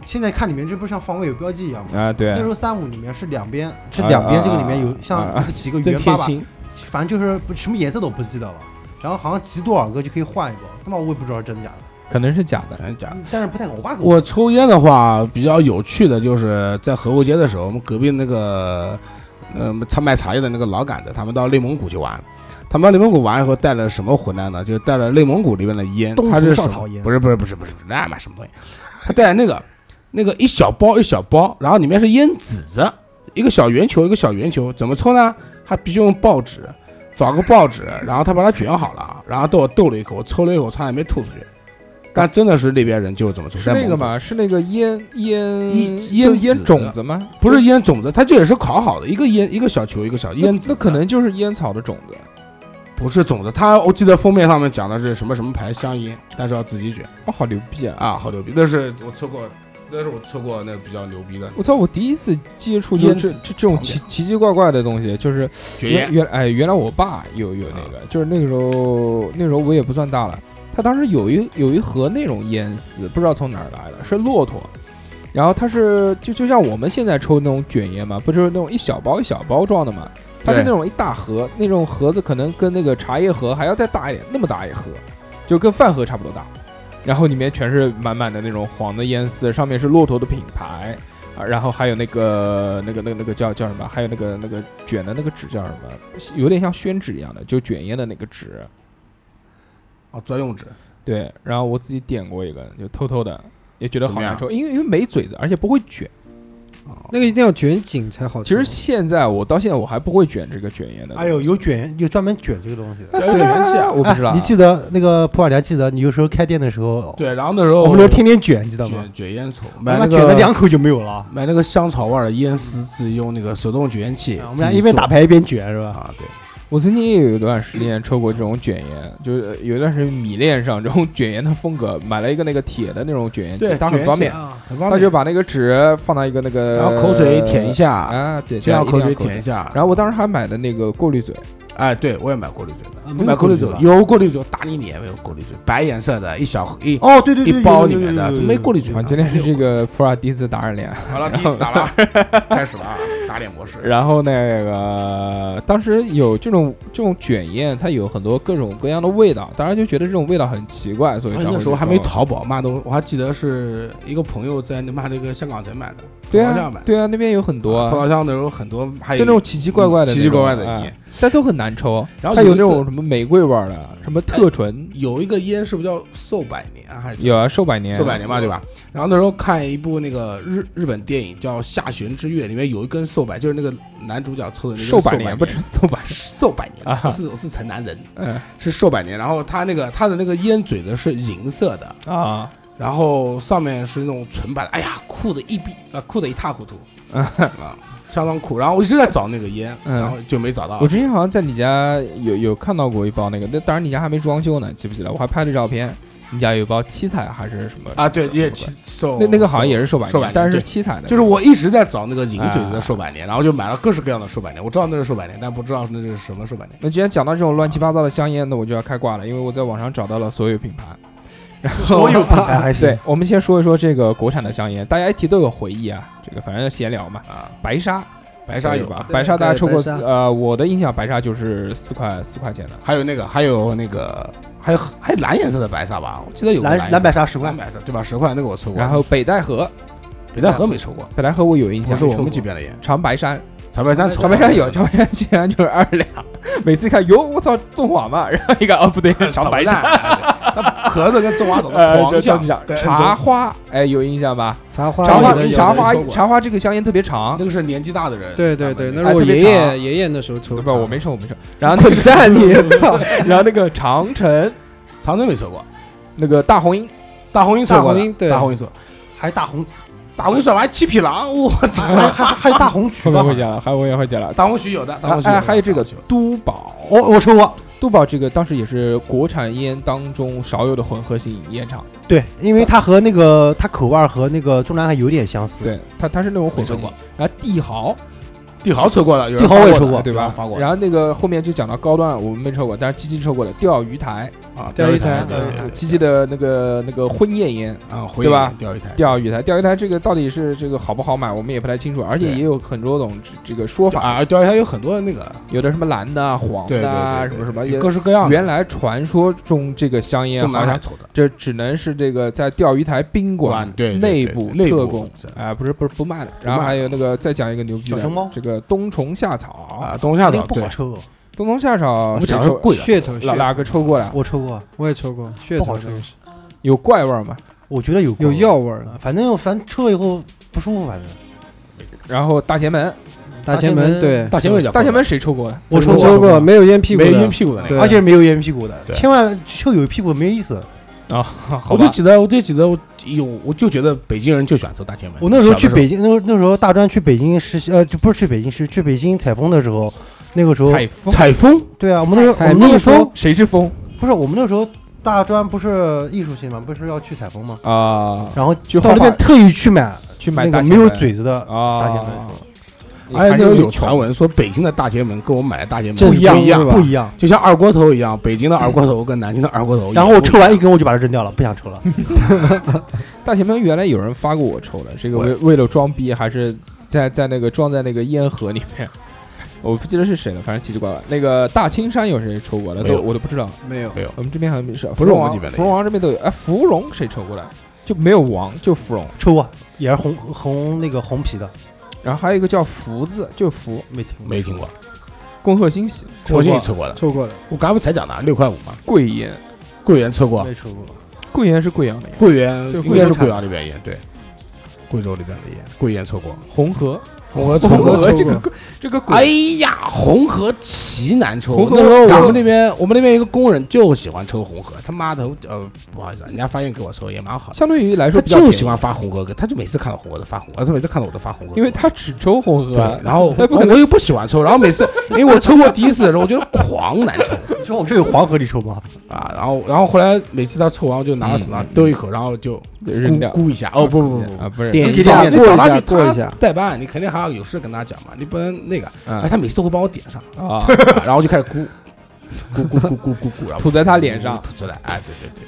现在看里面这不是像方位有标记一样吗？啊，对那，时候三五里面是两边，是两边这个里面有像啊几个真圆贴巴巴，心，反正就是不什么颜色都不记得了。然后好像集多少个就可以换一包，他妈我也不知道是真的假的，可能是假的。真假的？但是不太我爸给我我抽烟的话，比较有趣的就是在河口街的时候，我们隔壁那个，呃，他卖茶叶的那个老杆子，他们到内蒙古去玩。他们到内蒙古玩以后带了什么回来呢？就是带了内蒙古里面的烟，东它土是少什草么烟不是不是不是不是不是那买什么东西？他带了那个那个一小包一小包，然后里面是烟籽子，一个小圆球一个小圆球，怎么抽呢？他必须用报纸，找个报纸，然后他把它卷好了，然后对我逗了一口，我抽了一口，差点没吐出去。但真的是那边人就是这么抽，是在那个蒙古吗？是那个烟烟一就烟烟籽种子吗？不是烟种子，它这也是烤好的，一个烟一个小球，一个小那烟籽那的。可能就是烟草的种子。不是种子，它我记得封面上面讲的是什么什么牌香烟，但是要自己卷哦，好牛逼啊！啊，好牛逼！那是我抽过，那是我抽过那个比较牛逼的我操！我第一次接触就烟这籽这这种旁奇边奇奇怪怪的东西，就是绝原烟。原哎，原来我爸有有那个，就是那个时候，那时候我也不算大了。他当时有一有一盒那种烟丝，不知道从哪儿来的，是骆驼。然后它是就就像我们现在抽那种卷烟嘛，不就是那种一小包一小包装的嘛？它是对那种一大盒，那种盒子可能跟那个茶叶盒还要再大一点，那么大一盒，就跟饭盒差不多大。然后里面全是满满的那种黄的烟丝，上面是骆驼的品牌啊，然后还有那个那个那个那个叫叫什么，还有那个那个卷的那个纸叫什么，有点像宣纸一样的，就卷烟的那个纸。哦，专用纸，对，然后我自己点过一根，就偷偷的，也觉得怎好么难样抽，因为因为没嘴子，而且不会卷。那个一定要卷紧才好抽。嗯其实现在我到现在我还不会卷这个卷烟的东西。哎呦有卷有专门卷这个东西的。要有元气啊！我不知道，哎你记得那个普洱茶？记得你有时候开店的时候，对，然后那时候我们都天天卷，记得吗？卷卷烟抽，我买那们卷了两个口就没有了。买那个香草味儿的烟丝，自己用那个手动卷烟器，我们自己俩一边做打牌一边卷是吧？啊，对，我曾经也有一段时间抽过这种卷烟，就是有一段时间迷恋上这种 卷烟的风格，买了一个那个铁的那种卷烟器，对它很卷方烟便呃器，很方他就便。把那个纸放到一个那个，然后口水舔一下，啊，对，这样口口水舔一。下。然后我当时还买的那个过滤嘴，哎，对我也买过滤嘴的，啊我买过滤嘴没有过滤嘴吧有过滤嘴，打你脸没有过滤嘴，白颜色的一小盒一哦，对对对，一包里面的，怎么没过滤？滤嘴啊， 呢？今天是这个普洱第一次打人脸，好了，第一次打了，开始了啊，打点模式。然后那个当时有这种这种卷烟，它有很多各种各样的味道，当时就觉得这种味道很奇怪，所以而才且啊会哎那时候去还没装淘宝，妈的，我还记得是一个朋友在他妈那个香港城买的，对淘宝上买啊，对啊，那边有很多、淘啊，宝上的时候很多，还就有那种奇奇怪怪的那嗯种、奇奇怪怪的哎烟。但都很难抽。然后它有有那一种次嗯什么玫瑰味儿的，什么特醇，有一个烟是不是叫寿百年啊还是有啊，寿百年，寿百年嘛，对吧？然后那时候看一部那个日日本电影叫《下弦之月》，里面有一根寿百，就是那个男主角抽的那根寿百年不是寿百年，寿百年，啊不是我是城南人，嗯是寿百年。然后他那个他的那个烟嘴的是银色的，啊，然后上面是那种纯白的，哎呀，酷的一逼啊，酷的一塌糊涂啊，相当酷。然后我一直在找那个烟，嗯然后就没找到我。之前好像在你家有有看到过一包那个，那当然你家还没装修呢，记不记得？我还拍了照片，你家有一包七彩还是什么啊，对，也七，寿那那个好像也是寿百寿百年年，但是对七彩的，就是我一直在找那个银嘴子的寿百年，然后就买了各式各样的寿百年。我知道那是寿百年，但不知道那是什么寿百年。那既然讲到这种乱七八糟的香烟，那我就要开挂了，因为我在网上找到了所有品牌。然后所有品牌还行对，我们先说一说这个国产的香烟，大家一提都有回忆啊。这个反正闲聊嘛，啊，白沙，白沙有对吧？对白沙大家抽过白四，沙呃，我的印象白沙就是四块四块钱的，还有那个，还有那个，还有还有蓝颜色的白沙吧，我记得有个蓝蓝蓝白沙十块蓝，白沙对吧？十块那个我抽过，然后北戴河，北戴河没抽过，北戴河我有印象，我是我抽过们这边的烟，长白山，长 白山抽过，长白山有，长白山居然就是二两， 每次一看哟，我操，中华嘛，然后一看哦 不对，长白山，哎，它壳子跟中 华长得呃，这狂这像这这，跟茶花，哎，有印象吧？茶花茶有花的有的茶有的花抽过茶花这个香烟特别长，那个是年纪大的人，对对啊对，他那们是哎我特别爷长爷爷爷那时候抽不的。不，我没抽，我没抽。然后那 滚 蛋你！操！个， 然后那个长城，长征没抽过，那个大红鹰，大红鹰抽过大的红鹰，对大红鹰抽过，还有大红，大红鹰算完七匹狼，我 操，啊还还还有大红后曲吧面？会讲了，还我也会讲了。大红曲有的，大红曲有哎，的还有这个大红曲都宝，我我抽过，都宝这个当时也是国产烟当中少有的混合型烟厂，对，因为它和那个它口味儿和那个中南海有点相似。对，它它是那种混合没型错过。然后帝豪，帝豪抽过的，有人帝豪我也发抽的过对对吧？吧发？过的然后那个后面就讲到高端，我们没抽过，但是七七抽过的钓鱼台，嗯啊，钓鱼台台，对对对七七的那个那个婚宴烟，啊，回对吧钓鱼台，钓鱼台，钓鱼台这个到底是这个好不好买，我们也不太清楚，而且对也有很多种这这个说法，啊，钓鱼台有很多那个，有的什么蓝的啊、黄对对的啊，对，什对么什么，有也各式各样的。原来传说中这个香烟正好南像海抽的，这只能是这个在钓鱼台宾馆馆对对内对部内部特供是啊、不是不是不卖的。然不后卖还有那个再讲一个牛逼小的熊猫，这个冬虫夏草，啊，冬夏那草个不对好，抽，冬虫夏我草们谁讲的是抽？贵的，噱头，哪噱头，哪个抽过来？我抽过，我也抽过，噱不头好这抽个是有怪味儿嘛？我觉得有有过药味儿的。反正反正抽了以后不舒服，反正然后大前门，大前前门门对，大前门叫大前门谁抽过来？我抽我抽啊过，没有烟屁股没的，晕屁股的那个。对而且是没有烟屁股的，对千万抽有屁股没意思。啊，好我就吧，记得，我就记得，我有，我就觉得北京人就喜欢抽大前门。我那时候去小的北京，那时候那时候大专去北京实习，呃，就不是去北京，是去北京采风的时候，那个时候，采风，采风，对啊，我们那时候采我们那个时候风谁之风不是我们那时候大专不是艺术系嘛，不是要去采风吗？啊？然后去到画那画边特意去买去买那大个前没门有嘴子的啊，大前门，而且那时哎候有穷传闻说北京的大前门跟我买的大前门不不一一样样，样是吧不一样。就像二锅头一样，北京的二锅头跟南京的二锅头也不一样。然后我抽完一根我就把它扔掉了，不想抽了。大前门原来有人发过我抽的，这个为为了装逼，还是在在那个装在那个烟盒里面，我不记得是谁了，反正奇奇怪怪。那个大青山有谁抽过的，没都有我都不知道。没有没有我们这边好像没是，不是我们这边的芙蓉王这边都有。哎，芙蓉谁抽过来？就没有王，就芙蓉。抽过，也是红红那个红皮的，然后还有一个叫福字，就福，没听过。没听过，恭贺新喜，重新抽过的，抽过的，我刚不才讲的六块五嘛，桂烟，桂圆抽过，没抽过，桂烟是贵阳的烟，桂圆就应该是贵阳那边烟，对，贵州那边的烟，桂圆抽过，红河，红河抽红过河。河抽这个过鬼这个哎鬼，呀，红河奇难抽。红河那时候我我们那边，我们那边一个工人就喜欢抽红河，他妈的，呃，不好意思啊，人家发现给我抽也蛮好的。相对于来他说比较就便宜喜，欢发红歌给，他就每次看到红歌都发红歌，他每次看到我都发红歌给我，因为他只抽红对河，然后他我不可能我又不喜欢抽，然后每 次因为我抽过第一次的时候，我觉得狂难 抽你说我这有黄河你抽吗？啊，然后然后后来每次他抽完我就拿到手上丢一口，然后就扔掉。咕咕一下，哦不不不啊，不，不是点你一找下，你过找一他下，去过他一下。代办，你肯定还要有事跟他讲嘛，你不能那个，哎啊他每次都会帮我点上，啊，然后就开始咕咕咕咕咕咕咕咕，然后吐在他脸上吐出来，哎对对对。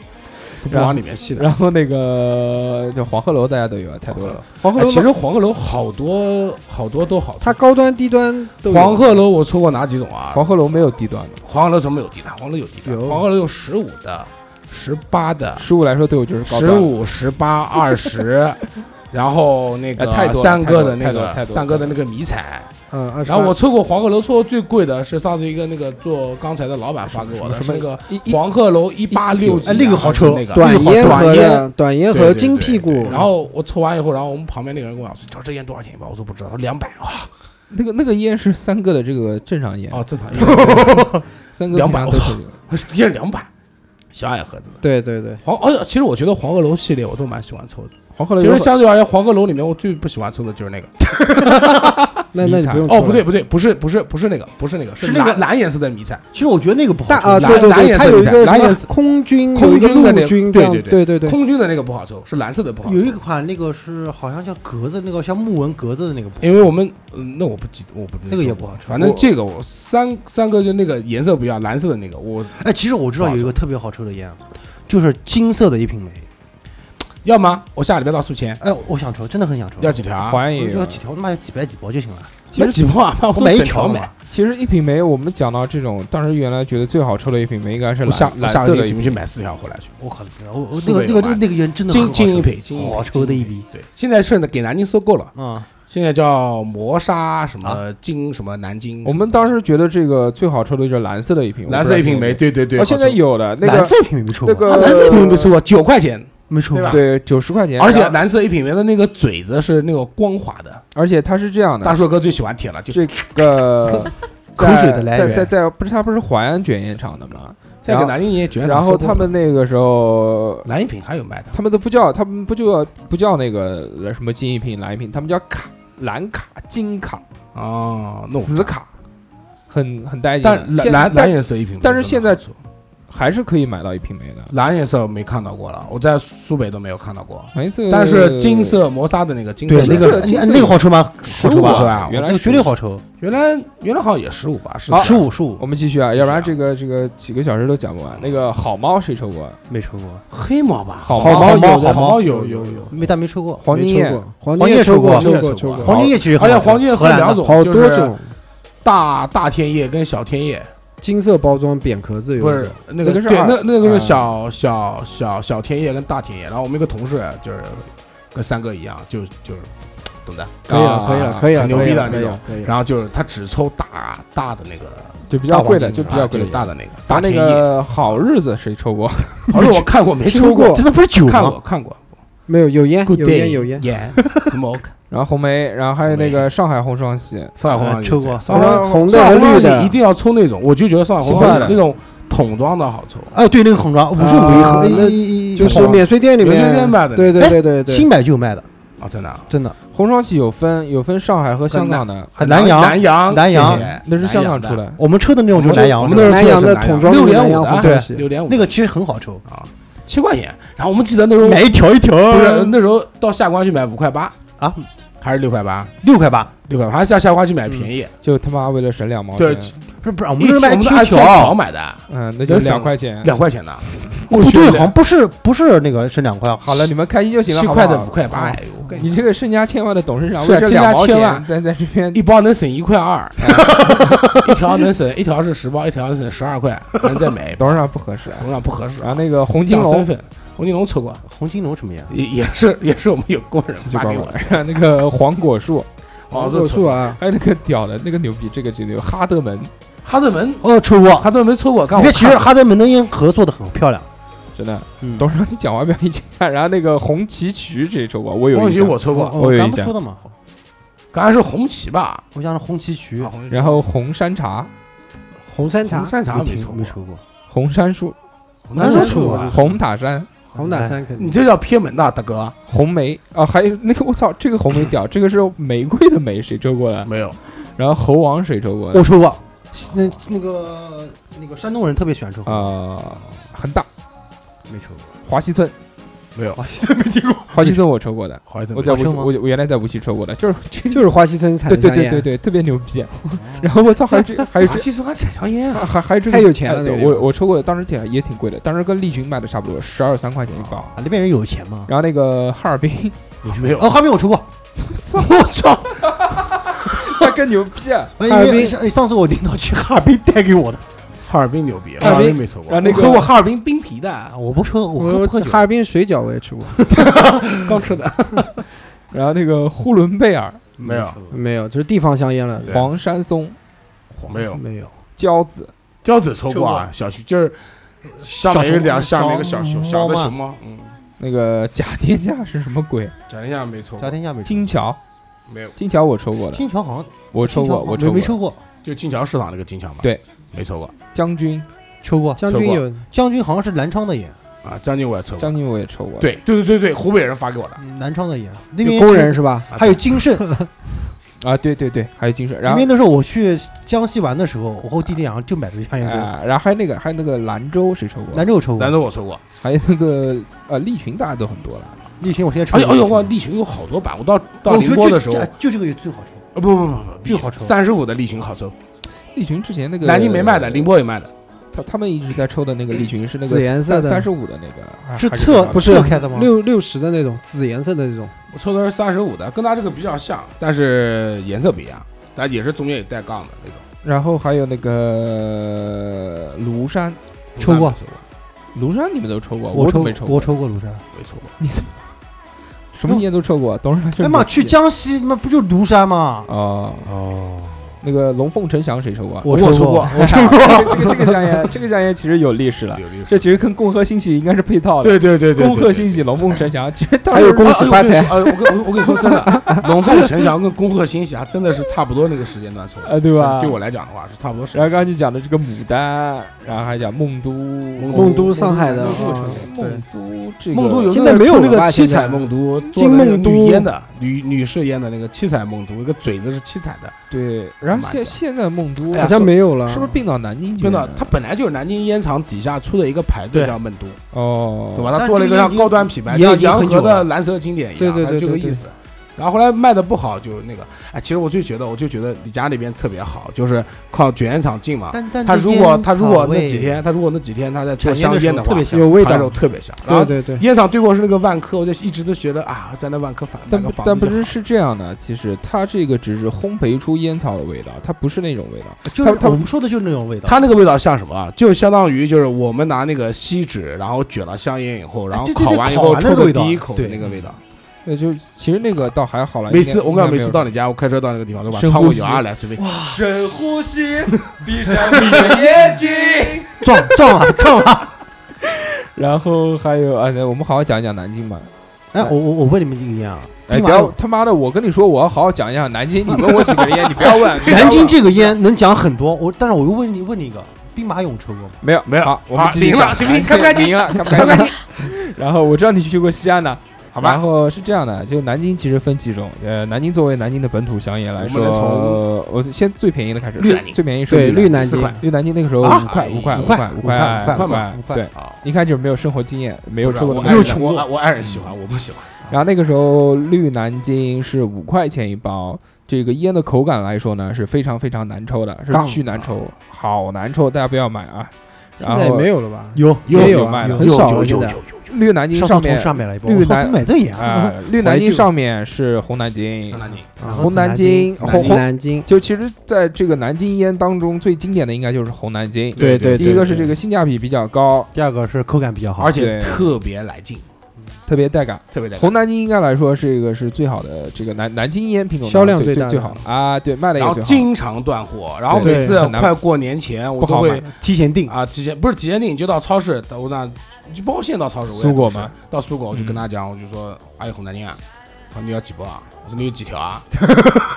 不往里面吸的。 然后那个就黄鹤楼，大家都有啊，太多了。黄鹤哎楼其实黄鹤楼好多好多都好，它高端低端都有黄鹤楼我抽过哪几种啊？黄鹤楼没有低端的，黄鹤楼怎么有地毯？黄鹤楼有地毯，有黄鹤楼有十五的、十八的、十五来说对我就是高啊十端。五、十八、二 十，然后那哎太个多了三哥的那太多了太多了个太多了三哥的那个迷彩，嗯，二十然后我抽过黄鹤楼，抽过最贵的是上次一个那个做钢材的老板发给我的，是那个一一黄鹤楼一八六几哎啊，那个好抽那个短烟短和烟的短对烟对和对金对屁对股，然后我抽完以后，然后我们旁边那个人跟我讲说：“你知道这烟多少钱吧？”我说：“不知道。”他说：“两百啊。那个那个烟是三哥的这个正常烟”，哦，正常烟，三哥200平常都是这个烟两百，小矮盒子的对对对，黄。而且其实我觉得黄鹤楼系列我都蛮喜欢抽的。黄鹤楼其有实很。相对而言，黄鹤楼里面我最不喜欢抽的就是那个。那那迷你彩不用哦，抽不了对，不对，不是不是不是那个，不是那个，是是那蓝个蓝颜色的迷彩。其实我觉得那个不但好抽啊，蓝对对蓝对，颜它色有一比赛个蓝什颜么色空军，空有一个军的那陆个军这对样，对对对对，空军的那个不好抽，是蓝色的不好抽有。一款那个是好像像格子那个像木纹格子的那个不，因为我们，嗯，那我不记，我不那个也不好抽反正这个我三三个就那个颜色不一样，蓝色的那个，我哎，其实我知道有一个特别好抽的烟，就是金色的一品梅。要吗？我下礼拜到宿迁哎，我想抽，真的很想抽。要几条啊？好像也有要几条？他妈几百几包就行了。嗯其买实几包啊？我我买一整条嘛买。其实一品梅，我们讲到这种，当时原来觉得最好抽的一品梅应该是我下蓝我蓝下色个的月一准品备去买四条回来去。我靠，我我苏那个北那有个那卖个那个烟真的金很好抽金一品，金一品好抽的一批。对，现在剩的给南京收购了，嗯啊！现在叫磨砂什么啊金什么南京什么。我们当时觉得这个最好抽的就是蓝色的一瓶，蓝色一品梅梅，。对对对，哦，现在好抽有的那蓝个色一品梅没抽那过，个啊蓝色一品梅不错，九块钱，没抽对过吧。对九十块钱，而且然后蓝色一品梅的那个嘴子是那个光滑的，而且它是这样的，大硕哥最喜欢舔了，就这个口在水的来在源在在不是他不是淮安卷烟厂的吗？在然给后南京也觉得然后他们那个时候，蓝一品还有卖的，他们都不叫，他们不就要不叫那个什么金一品、蓝一品，他们叫卡蓝卡、金卡、哦，那我紫卡，很很带劲的。但蓝现蓝但蓝颜色一品梅真但的是很现在不错，还是可以买到一瓶梅的。蓝颜色没看到过了，我在苏北都没有看到过。蓝色，但是金色磨砂呃的那个金色对，那金色个金哎色那个好抽吗？十好五抽吧是吧？吧？原那来个绝对好抽，原来原来好像也十五吧，是啊十五十五我们继续啊，要不然继这个这个几个小时都讲不完。那个好猫谁抽过？啊没抽过，黑毛吧？好猫好好有猫的好好猫猫哦有有有，没但没抽过。黄没金抽叶过，黄黄金叶叶抽过过，黄金叶过，抽抽过过，黄金叶其实而也很且好抽黄金叶荷分兰的两种，好就多是种，大大天叶跟小天叶。金色包装扁壳子有不一是种，那那个个是对，二那那个啊是小小小小天叶跟大天叶，然后我们一个同事就是跟三哥一样，就就是懂的，可以了，可以啊了，可以了，很牛可以逼的了那可以种了可以了然后就是他只抽大大的那个，就比较贵的，大黄金就比较啊贵的就。大的那个啊大那天叶。个好日子谁抽过？而且我看过没听抽过哎真的不是酒看吗？过看过。没有有烟， Good 哎有 day，烟，有烟， ，yeah，smoke，然后红梅，然后还有那个上海红双喜，上海红啊双呃喜抽过上海红红上海红的、绿双喜的一，定要抽那种，我就觉得上海红奇双喜怪那种桶装的好抽，哎，对，那个红装五十五一盒，啊那一一就是免税店里面免税店卖的对对哎对对对，新买就有卖的，啊，真的啊。真的。红双喜有分有分上海和香港的，南洋南洋，南洋谢谢那是香港南出洋来。我们抽的那种就是南洋，我们那时候南洋的抽是南桶装六的点南五洋的红对东西六点五那个其实很好抽，啊，七块钱。然后我们记得那时候买一条一条，不是那时候到下关去买五块八啊，还是六块八？六块八，六块八，还是下下关去买便宜？就他妈为了省两毛对钱，，不是不是，我我嗯们那时候卖我们一是按条啊条，买的，嗯，那就两块钱，两块钱的。不对，好像不是不是那个是两块，好了，你们开心就行了，七好不块好的五块八，哎呦，我跟你你这个身家千万的董事长，是啊为这两毛身家千钱万在在这边一包能省一块二，一条能省一条是十包，一条能省十二块，还能再买一包，董事长不合适啊。同样不合适然。后那个红金酱身龙，份，红金龙抽过，红金龙什么呀？也也是也是我们有工 人就发管给我我， 哦那个黄果树，哦黄色果抽树过。啊，哎还有那个屌的那个牛逼，这个这个哈德门，哈德门，哦，抽过。哈德门抽过，刚你我看，其实看哈德门的烟盒做的很漂亮，真的嗯，董事长你讲话不要一惊讶。然后那个红旗渠谁抽过？我有红印旗象。我抽过，我有哦刚印不象说的嘛，刚才是红旗吧？我想是红旗渠啊、红旗然后红山茶、哦红山红茶、山茶没没听抽没抽过，红杉 树、红山茶抽红过山啊。红塔山、红塔山肯定你。这叫偏门呐，大哥。红梅啊，还有那个我操，这个红梅 屌，这个是玫瑰的梅，谁抽过来？没有，然后猴王谁抽过来我？抽过。那那个啊那个山东人特别喜欢抽，啊，恒大没抽过。华西村没有，花溪村没听过，花溪村我抽过的，好一点我在无花锡，生吗我我原来在无锡抽过的，就是就就是花溪村产对的对香对烟，对对，特别牛 逼。然后我操，还有这还有华这西村还产香烟啊？ 还还还有这个太有钱了哎那个对地方我我抽过的，当时挺也挺贵的，当时跟利群卖的差不多，十二三块钱一包。啊那边人有钱嘛？然后那个哈尔滨，没有，哦，哈尔滨我抽过，我操！那更牛逼 啊！哎因哈尔为滨上上次我领导去哈尔滨带给我的哈尔滨牛逼，哈尔滨没抽过，然后那个我喝过哈尔滨冰啤的啊，，我不抽，我喝我不喝酒哈尔滨水饺我也吃过，刚吃的 然后那个呼伦贝尔、没有，没有，就是地方香烟了，对黄山松、没哦有，没有。胶子，胶嘴抽过啊，小熊就是下面有两下面一个小熊，小小个熊猫熊猫，嗯，那个甲天下是什么鬼？贾天下没抽 家过，天下没抽金桥，没有，金桥我抽过的，金桥好像我抽金桥过，好像我抽没没过。抽过，就金桥市场那个金桥嘛，对，没抽过将军，抽过将军抽过有将军好像是南昌的烟，啊，将军我也抽过，将军我也抽过。，对对对对对，湖北人发给我的，南昌的烟那有边工人是吧？还有金盛，啊，对对对，还有金水，然因啊后为那时候我去江西玩的时候，我和我弟弟两个就买了一箱烟抽。啊，然后还有那个还有那个兰州谁抽过兰？州有抽过兰，州我抽过，还有那个呃利群，大家都很多了。立群我现在抽哎过。呦哎呦哇，利群有好多版，我到到我宁觉得波就的时候，就啊就这个也最好抽，不不不不不，最好抽。三十五的利群好抽，利群之前那个南京没卖的，宁波也卖的，他他们一直在抽的那个利群是那个紫颜色的三十五的那个，啊是还是侧什么不是侧开的吗？六六十的那种紫颜色的那种，我抽的是三十五的，跟他这个比较像，但是颜色不一样，但也是中间有带杠的那种。然后还有那个庐山，抽过没抽过，庐山你们都抽过，我都抽没抽过，我抽过庐山。没抽过。什么烟都抽过，董事长就是哎妈，去江西那不就庐山吗？哦，哦，那个龙凤呈祥谁抽过？我抽抽过，我抽过，这个这个香烟，这个香烟其实有历史了，有历史这其实跟共和兴起应该是配套的。对对对对，恭贺对新喜，龙凤呈祥，其实当还有时恭喜发财。呃，我跟我我跟你说真的，龙凤呈祥跟恭贺新喜还真的是差不多那个时间段抽的，呃，对吧？对我来讲的话是差不多时然后间。刚刚就讲的这个牡丹，然后还讲梦都，梦都上海的，我啊梦都这个梦都有现在没有那了个吧七现在彩梦都，金梦都都烟的女女士烟的那个七彩梦都，那个嘴子是七彩的，对，然后现现在梦都哎呀好像没有了，是不是并到南京去了真呢？的，它本来就是南京烟厂底下出的一个牌子对叫梦都，哦，对吧？但它是做了一个这个像高端品牌，已经像已经洋很河久的了蓝色经典一对样，对它对这个对对意思。然后后来卖的不好，就那个，哎，其实我就觉得，我就觉得李家那边特别好，就是靠卷烟厂近嘛。但但他这如烟果他如果草那味几天，他如果那几天他在做产烟香的时烟候的特话别，香，有味传道手？特别香。然对后对对，烟厂对过是那个万科，我就一直都觉得啊，在那万科房那但个不房但子不就是好。是这样的，其实它这个只是烘焙出烟草的味道，它不是那种味道。就他是他我们说的就是那种味道。它那个味道像什么啊？就是相当于就是我们拿那个锡纸，然后卷了香烟以后，然哎后对对烤对完以烤后完的抽那个的味道第一口的对那个味道。那就其实那个倒还好了。每嗯应该次我感觉应该每次没有到你家，我开车到那个地方，对吧？深超呼过吸有阿啊来随便深呼吸，闭上你的眼睛。撞撞了撞了！然后还有啊，那我们好好讲一讲南京吧。哎，我我我问你们一个烟啊，哎，兵不马要俑他妈的！我跟你说，我要好好讲一讲南京。你问我几个烟，你不要问。南京这个烟能讲很多，我但是我又问你问你一个，兵马俑抽过吗？没有没有好，我们好继续零讲了行不行南开京不开心 零了，开不开心？然后我知道你去过西安呢，好吧然后是这样的，就南京其实分几种，呃，南京作为南京的本土香烟来我说，们能从呃我先最便宜的开始，绿最南京最便宜是对绿南南四京块绿南京那个时候啊五块五块五块块五五五块五块五五块，块对，啊。一开始没有生活经验，没有抽过我的爱南人京。我爱我爱嗯人喜欢，我不喜欢。然后那个时候绿南京是五块钱一包，这个烟的口感来说呢是非常非常难抽的，是杠巨难抽，好难抽，大家不要买啊。现然在也后没有了吧？有有也有啊卖的很少了有现有在。有绿南京上上次同面事还买了一包，绿我靠南怎 么买这烟啊？啊、绿南京怀旧上面是红南京，南京啊红南京，紫红南京红南京，就其实在这个南京烟当中最经典的应该就是红南京。对对，第一个是这对个性价比比较高，第二个是口感比较好而，且特别来劲，特别带感。特别来劲。红南京应该来说是一个是最好的这个南南京烟品种当中销量最最大的最好的啊，对，卖的然也后最好。经常断货，然后对每次很难快过年前我不都好会买提前订。啊提前不是提前订，就到超市，到我那就包括现在到超市，我也苏果不是吗？到苏果我就嗯跟他讲，我就说阿姨红南京啊，他说你要几包啊？我说你有几条啊？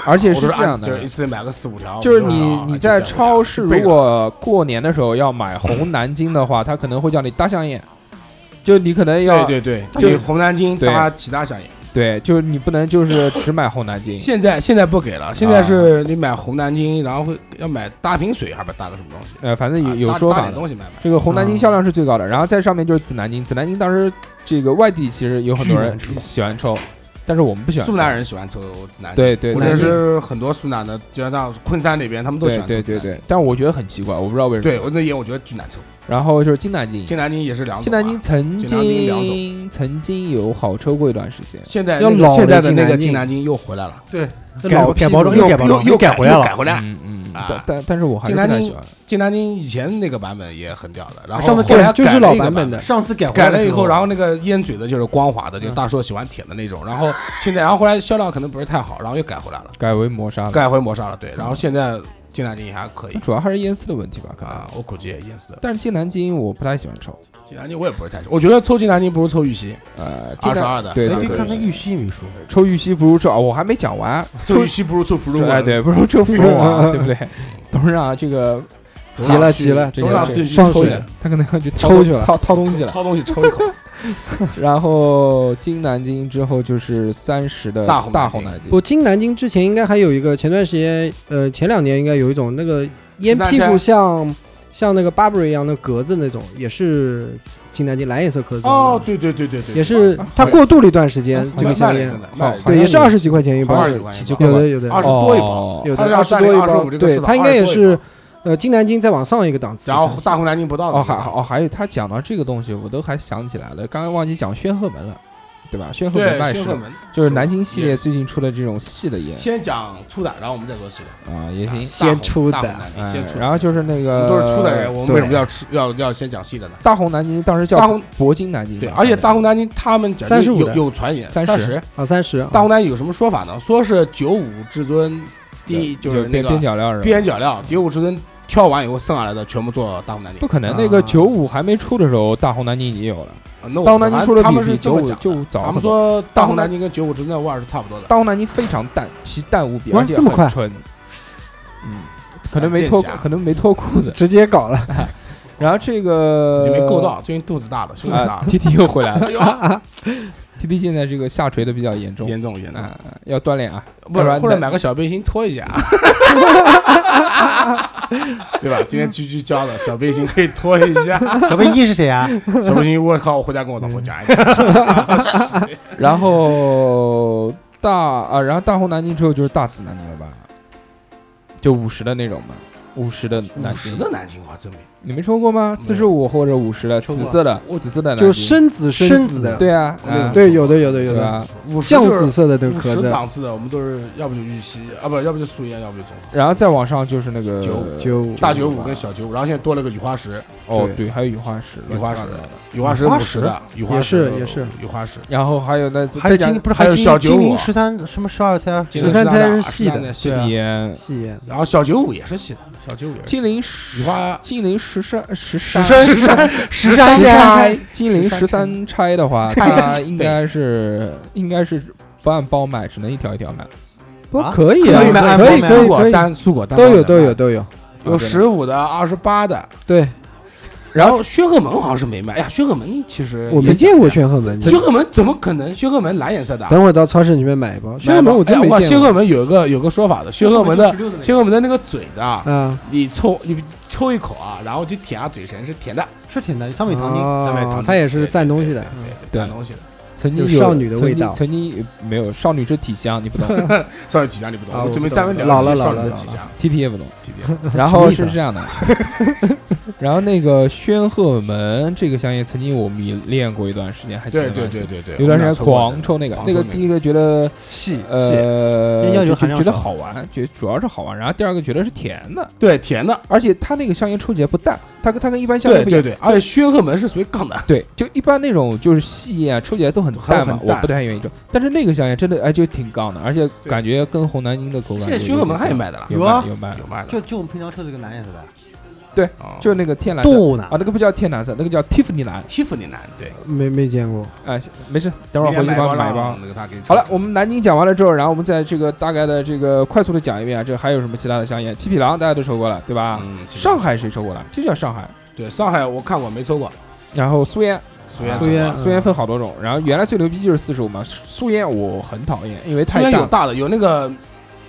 而且我是说这样啊就是的一，次买个四五条。就是五六条你啊你就在这样超市备如着果过年的时候要买红南京的话，他可能会叫你大香烟，就你可能要对对对，就就红南京对搭其他香烟，对，就是你不能就是只买红南 京，现在现在不给了，现在是你买红南京，然后会要买大瓶水，还不是大个什么东西？呃，反正啊有有搭说搭法点的。东西买买。这个红南京销量是最高的，然后在上面就是紫南京，紫南京当时这个外地其实有很多人巨难抽喜欢抽，但是我们不喜欢抽。苏南人喜欢抽紫南，，对对或对者是很多苏南的，就像到昆山那边，他们都喜对欢抽对紫南对对，但我觉得很奇怪，我不知道为什么。对，我那烟我觉得巨难抽。然后就是金南京，金南京也是两种啊，金南京曾金南京两经曾经有好抽过一段时间，现在要那个老的现在的那金南个京金南京又回来了，这改老改屁包股装了又改包装又改回来了又改回来了。嗯嗯，啊但但但是我还是金不南太京喜欢。金南京以前那个版本也很屌的，然后上次后来对就改了是老一个版本哎本的，上次改改了了以后，然后那个烟嘴的就是光滑的，就是大叔喜欢舔的那种。然后现在，然后后来销量可能不是太好，然后又改回来了，改为磨砂了，改回磨砂了。对，然后现在金南京还可以主要还是烟丝的问题吧，可能。啊，我估计也淹死了。但是金南京我不太喜欢抽，金南京我也不是太喜欢，我觉得抽金南京不如抽玉溪，呃，金二十南二的，对哎对你对看他对，玉溪没说，抽玉溪不如抽啊，我还没讲完，抽玉溪不如抽芙蓉哎丸。对，不如抽芙 蓉王，对不对？董事长这个急了急了，董事长这自己上抽市去了他可能要去抽去了掏掏东西了。掏东西 抽一口，然后金南京之后就是三十的大红大南红京南京，不，金南京之前应该还有一个，前段时间，呃，前两年应该有一种那个烟屁股像像那个 Burberry 一样的格子那种，也是金南京蓝颜色壳装哦的，，对对对对对，也是啊它过渡了一段时间啊，这个卖香了烟，真的好卖了一好阵对，也是像二十几块钱一子，包二好，十块奇奇钱一怪包，有的有的二十多一包。哦有二十的二十多一二十包五这，个对，市场它应该也二十多一是包呃金南京再往上一个档次，然后大红南京不到的哦，那个还档次哦，还有他讲到这个东西，我都还想起来了，刚刚忘记讲宣赫门了，对吧？宣赫门对，卖宣是赫门就是南京系列最近出的这种细的烟先讲粗的，然后我们再说细的。啊，也行。先出的大红南京哎先出的。然后就是那我个们都是出的人，我们为什么对要吃要要先讲细的呢？大红南京？当时大叫嗯红铂金南京嘛，对，而且大红南京他们讲35有的有传言， 30十啊三十，大红南京有什么说法呢？说是九五至尊第一就是那边边个角料是吧边角料，九五至尊挑完以后剩下来的全部做大红南不京。可能，那个啊九五还没出的时候，大红南京已经有了。啊那我大红南京出的他比们是比这九么五讲的，就早他很们多。说大红南京跟九五至尊的味儿是差不多的。大红南京非常淡，其淡无比，哇而且这么快啊很纯。嗯，可能没脱，闪电侠可能没脱 裤子。直接搞了， 然后这个你没够到，最近肚子大了，胸大啊了， ，T T 又回来 了哎呦 ，T T 现在这个下垂的比较严重严重严重。啊，要锻炼啊，不要是然，或者你买个小背心拖一下，对吧？今天居居教的小背心可以拖一下，小贝一是谁啊？小背心我靠，我回家跟我老婆讲一下。然后大啊，然后大红南京之后就是大紫南京了吧？就五十的那种嘛，五十的南五十京，的南京话真没，你没抽过吗？四十五或者五十的抽紫过色的，紫色的南京就深紫深紫紫的，对啊，我那个啊不对，有的有的有对的，吧？嗯五十酱就紫是色的那个五壳十子，档次的，我们都是要不就玉溪啊，不，要不就苏烟，要不就中华。然后再往上就是那个95九五大九五跟小九五，然后现在多了个雨花石，哦对对，还有雨花石，雨花乱七石八糟的，雨花石花五石十的，雨花也石是也是雨花石。然后还有那还再有加金不是还有金小九金五陵十三什么十二钗啊？十三钗是细的的，细烟，细烟，然后小九五也是细的，小九五也是细金陵的。雨十花金陵十三十山十山十十山钗，金陵十三钗的话，钗它应该是应该是不按包买，只能一条一条买。不啊可以啊，可以买可以买可蔬以可果以，单蔬果单都有包都的有，都有，有十五的、二十八的。对然后薛鹤门好像是没卖，哎呀，薛鹤门其实哎我没见过炫赫门，薛鹤门怎么可能？薛鹤门蓝颜色的啊，等会儿到超市里面买一包。薛买鹤吧门我真哎没哇薛见鹤过。门有一个有个说法的，薛鹤门的16的那个薛鹤门的那个嘴子啊，啊，你抽你抽一口啊，然后就舔下嘴唇是甜的，是挺难，上面有糖精。上面有哦糖，它也是对蘸东西的。嗯对对对，对蘸东西的。曾经有少女的曾味经道曾经没有少女之体香，你不懂少女体香你不懂，啊我我准备不专懂门老聊一了期少老了女的老体了香。 ，T T 也不懂。体香然什后么意思是啊这样的， 然后那个宣赫门这个香烟曾经我迷恋过一段时间，还记得对吗对对对对，有段时我间们狂俩抽过的抽那个，狂那抽个那第一个觉得细细，呃烟胶就油就含量觉得少好玩，觉主要是好玩，然后第二个觉得是甜的，对甜的，而且它那个香烟抽起来不淡，它跟它跟一般香烟对不一样对，对，而且薛鹤门是属于杠的，对，就一般那种就是细烟啊，抽起来都很很淡嘛，很我淡不太愿意抽。但是那个香烟真的哎，就挺杠的，而且感觉跟红南京的口感现有在有薛鹤门点还有像卖的了，有有啊卖有卖的，有卖的，就就我们平常抽这个蓝颜色的，哦就那个天蓝色豆呢啊，？那个不叫天蓝色，那个叫蒂芙尼蓝。蒂芙尼蓝，对，没没见过。哎，没事，等会儿回去帮我买一包让。那个他给你好了，我们南京讲完了之后，然后我们在这个大概的这个快速的讲一遍啊，这还有什么其他的香烟？七匹狼大家都抽过了，对吧？嗯，其实上海谁抽过了？这叫上海。对上海我看过没抽过，然后苏烟，苏烟苏烟烟苏烟分好多种，然后原来最牛逼就是四十五嘛，苏烟我很讨厌，因为苏太烟大有了。大的，有那个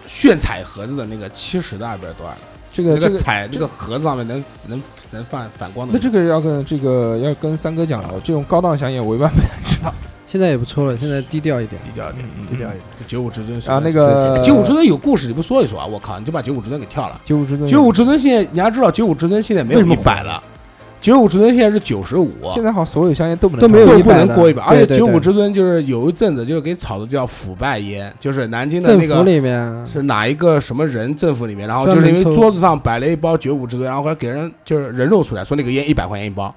炫彩盒子的那个七十的还不知道多少的，这那个这个个，彩那这个盒子上面能能能放反光的那。这个要跟这个要跟三哥讲了，这种高档香烟我一般不太吃。现在也不抽了，现在低调一点。低调一点，低调一点。这九五至尊啊，那个九五至尊有故事，你不说一说啊？我靠，你就把九五至尊给跳了。九五至尊，九五至尊现在你要知道，九五至尊现在没有为什么一百了，九五至尊现在是九十五，现在好像所有香烟都不能都没有都一不百能的过一百。而且对对九五对至尊就是有一阵子就是给炒的叫腐败烟，就是南京的政那府个。里面是哪一个什么人政府里面，然后专就是门因为抽桌子上摆了一包九五至尊，然后还给人就是人肉出来，说那个烟一百块钱一包，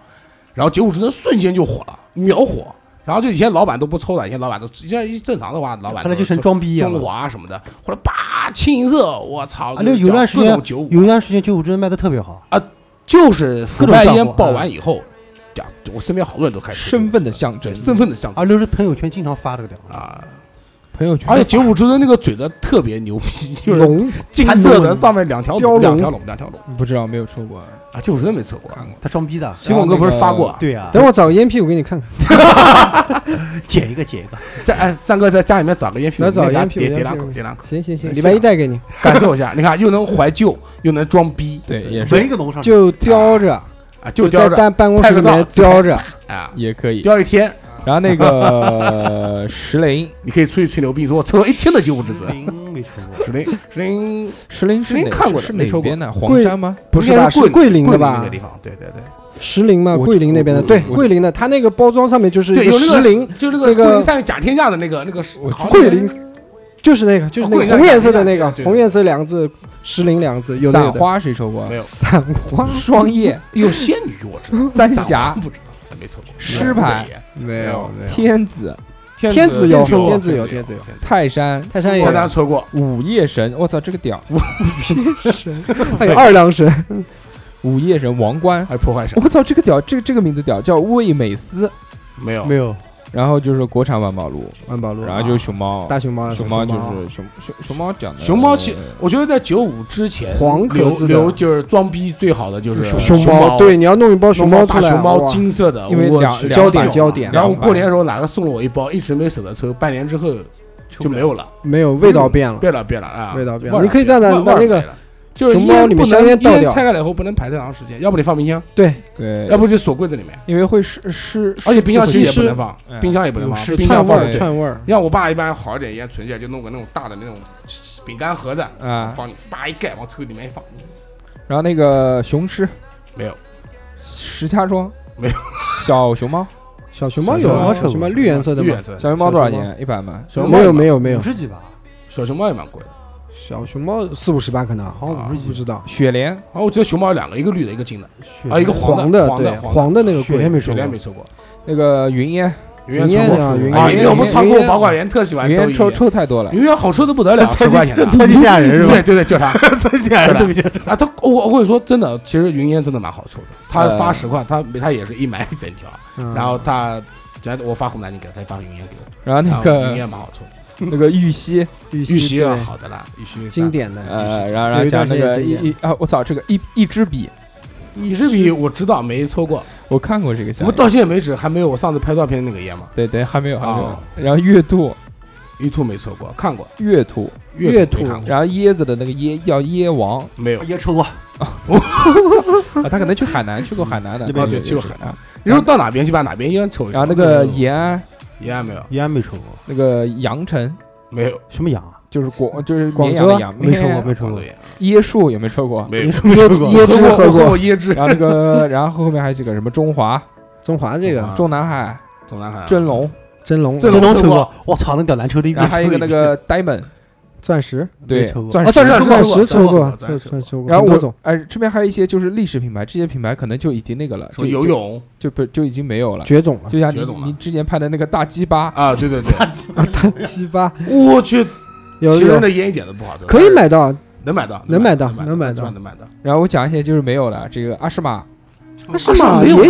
然后九五至尊瞬间就火了，秒火。然后就以前老板都不抽了，以前老板都现在一正常的话，老板后都来就成抽装逼眼中了。华什么的，或者叭清一色，我操！啊，那有段时各间种九五，有一段时间九五真的卖的特别好，就是腐败烟爆完以后，呀，我身边好多人都开始身份的象征对，身份的象征啊，六是朋友圈经常发这个屌，啊！朋友圈，而且九五之尊那个嘴子特别牛逼， 就是啊龙金色的，上面两条雕龙，龙两条龙，两条龙不知道没有抽过，啊！九五之尊没测过，看过。他装逼的。西蒙哥不是发过？对啊，等我找个烟屁股给你看看。解一个解一个，在哎，三哥在家里面找个烟屁股，来找你给他烟屁股点点烟两屁股口，点两 口，呃行行行，行礼拜一带给你，感受一下。你看，又能怀旧，又能装逼对，也是纹一个龙上去。就叼着，啊，就叼在着办办公室里拍个面照 叼着。啊，也可以。叼一天，然后那 个石林，你可以出去吹牛逼，说我抽了一天的九五之 尊。零没成功，石林，石林石林是石林哪看过的是没抽哪过边的？黄贵山吗？不是应吧？该是桂林桂林的那吧个地？方，对对对，石林吗？我桂林那边的，我对，我桂林的，它那个包装上面就是对，一有个那石个林，就是那个那个桂林上假天下的那个那个好像桂林就是那个，就是那桂林个的红颜色的对那个对对，红颜色两个字，石林两个字，有那散个的。花谁抽过啊没？有散 花 双叶、有仙女，我知道三 峡不知道，咱没错过狮牌没有没天子、天子有天天子有天天子有泰山、 泰山也我当有，时抽过，午夜神，我操，这个屌！ 还有二郎神，午夜神王冠，还破坏神我操，这个屌，这个这个名字屌，叫味美思。没有没有，然后就是国产万宝路，万宝路，啊然后就是熊猫，大熊猫，熊猫就是熊熊熊猫讲的。熊猫其我觉得在九五之前，黄壳留子的留就是装逼最好的就是熊猫，对，，你要弄一包熊猫出大来，熊猫哇金色的，因为我两去两焦点版焦点然后两版过年的时候，哪个送了我一包，一直没舍得抽，半年之后就没有了，没有味道变了，变了变了啊，味道变味了。儿你可以这样味的儿把那变个了就是熊猫里面不能香烟倒掉拆开了以后不能排太长时间，要不你放冰箱，对对，要不就锁柜子里面。因为会湿湿，而且冰箱是其实也不湿能放，冰箱也不能放，是冰串箱味放儿，不对。串味儿。像我爸一般好一点烟存起来，就弄个那种大的那种饼干盒子，啊。放你叭一盖，往抽屉里面一放，然后那个雄狮没有。石家庄没有，小熊 猫，小熊猫小熊猫有是什么有绿颜色的绿吗颜？色的小熊猫多少小熊钱？一百吗？小熊猫没有没有没有五，十几吧，小熊猫也蛮贵的。小熊猫四五十吧，可能啊好像五十几。不知道。雪莲然后哦我记得熊猫有两个，一个绿的，一个金的，雪啊一个莲黄的的黄的对黄的黄的那个雪莲贵，没雪抽过莲没，抽过，那个云烟，云云烟抽烟过啊云啊，烟云烟我们云仓库烟保管员特喜欢云抽烟抽烟，抽太多了，云烟好抽的不得了，十块钱的啊。超级吓人是吧对？对对，就它超级吓人，对不起。啊！它我我跟你说，真的，其实云烟真的蛮好抽的。它呃发十块，它它也是一买一整条，嗯然后他只要我发红蓝你给他，他就发云烟给我。然后那然啊后云个烟蛮好抽，那个玉 溪，玉玉溪啊对好的啦，玉溪经。典的呃，然后然有后一讲段那时间个经一典一啊，我操，这个一一支笔，你是比我知道没抽过，我看过这个我项目们，到现在为止还没有我上次拍照片那个烟嘛，对对，还没有还没有哦啊。然后月兔玉兔没抽过，看过月兔，月兔没兔看过，然后椰子的那个椰叫椰王没有。也抽过，啊，他可能去海南，去过海南的，对吧有对有去过有海南啊你说到哪边去把哪边烟抽一抽。然后那个延安，延安没有，延安没抽过，那个阳城，没有什么羊啊？就是广就是广绵阳的州阳，没抽绵过，阳没抽广过州。烟椰树有没有抽过？没有。椰椰汁我喝喝过，过椰汁，然后那个，然后后面还有几个什么中华、中华这中个啊华中南海、总南海啊真龙，真龙真真龙抽抽过过，我操，那屌篮球的一然后还有一个那个 Diamond，钻石对，抽过钻啊，石。钻石钻钻石抽石抽过过，钻石抽过钻钻石抽过，然后很多我种哎，这边还有一些就是历史品牌，这些品牌可能就已经那个了，什就么游泳就就不就已经没有了。绝种 了，就像你绝种了你之前拍的那个大鸡巴，啊，对对对，七八我去，有其实有那啊烟一点都不好抽，可以，买到，能买到，能买到能买能买到能买到。然后我讲一些就是没有了，这个阿 诗玛，是吗？也有没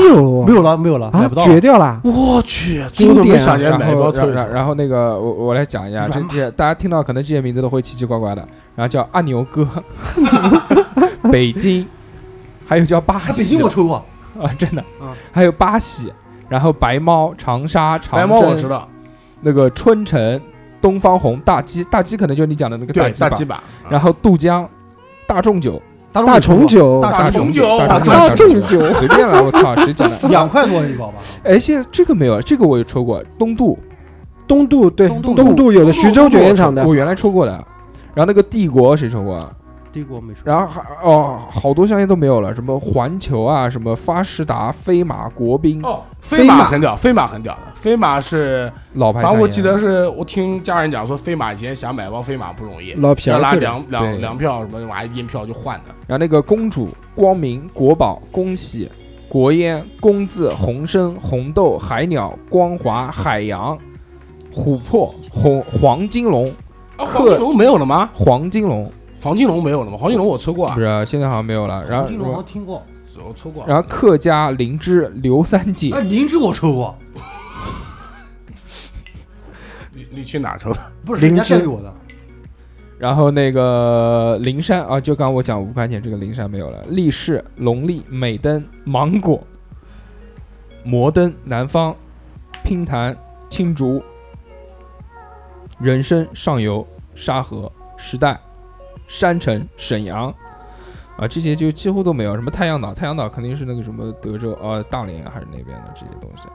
有了，没有了，买啊不，到了。绝掉了，我去，经真的没典想起来然啊买一包后抽啊然一抽然。然后那个我我来讲一下，这软这些大家听到可能这些名字都会奇奇怪怪的，然后叫阿牛 哥，北京，还有叫巴哎，北西京我抽过，啊，真的嗯啊，还有巴西，然后白猫、长沙、长白征，猫我知道，那个春城、东方红、大鸡，大鸡可能就是你讲的那个对，鸡吧。大鸡啊巴，然后杜江、大 众酒、大重酒，大大众重酒大大众众酒随便了，我操，谁讲的？ 两块多一包吧，哎，现在这个没有，这个我也抽过，东渡，东渡对东渡东渡有的徐州卷烟嗯厂的我，原来抽过的。然后那个帝国谁抽过啊？帝国没说。然后还哦，好多香烟都没有了，什么环球啊，什么发士达、飞马、国宾，哦，飞飞马马很屌，飞马很屌的，飞马是，老牌反香正烟。我记得是我听家人讲说，飞马以前想买包飞马不容易，老便要拉宜了。粮对粮粮票什么玩意儿，烟票就换的。然后那个公主、光明、国宝、恭喜、国烟、公字、红参、红豆、海鸟、光华、海洋、琥珀、红黄金龙、啊，克黄金龙没有了吗？黄金龙，黄金龙没有了吗？黄金龙我抽过啊不，是、啊、现在好像没有了。然黄金啊龙好后像听过，我抽过啊。然后客家灵芝、刘三姐哎，，灵芝我抽过，你你去哪抽的？不是人家灵芝带给我的，然后那个灵山啊，就刚刚我讲五块钱这个灵山没有了，力士、龙力、美登、芒果、摩登、南方、拼弹、青竹、人参、上游、沙河、时代、山城、沈阳。啊，这些就几乎都没有什么太阳岛，太阳岛肯定是那个什么德州啊、大连还是那边的这些东西。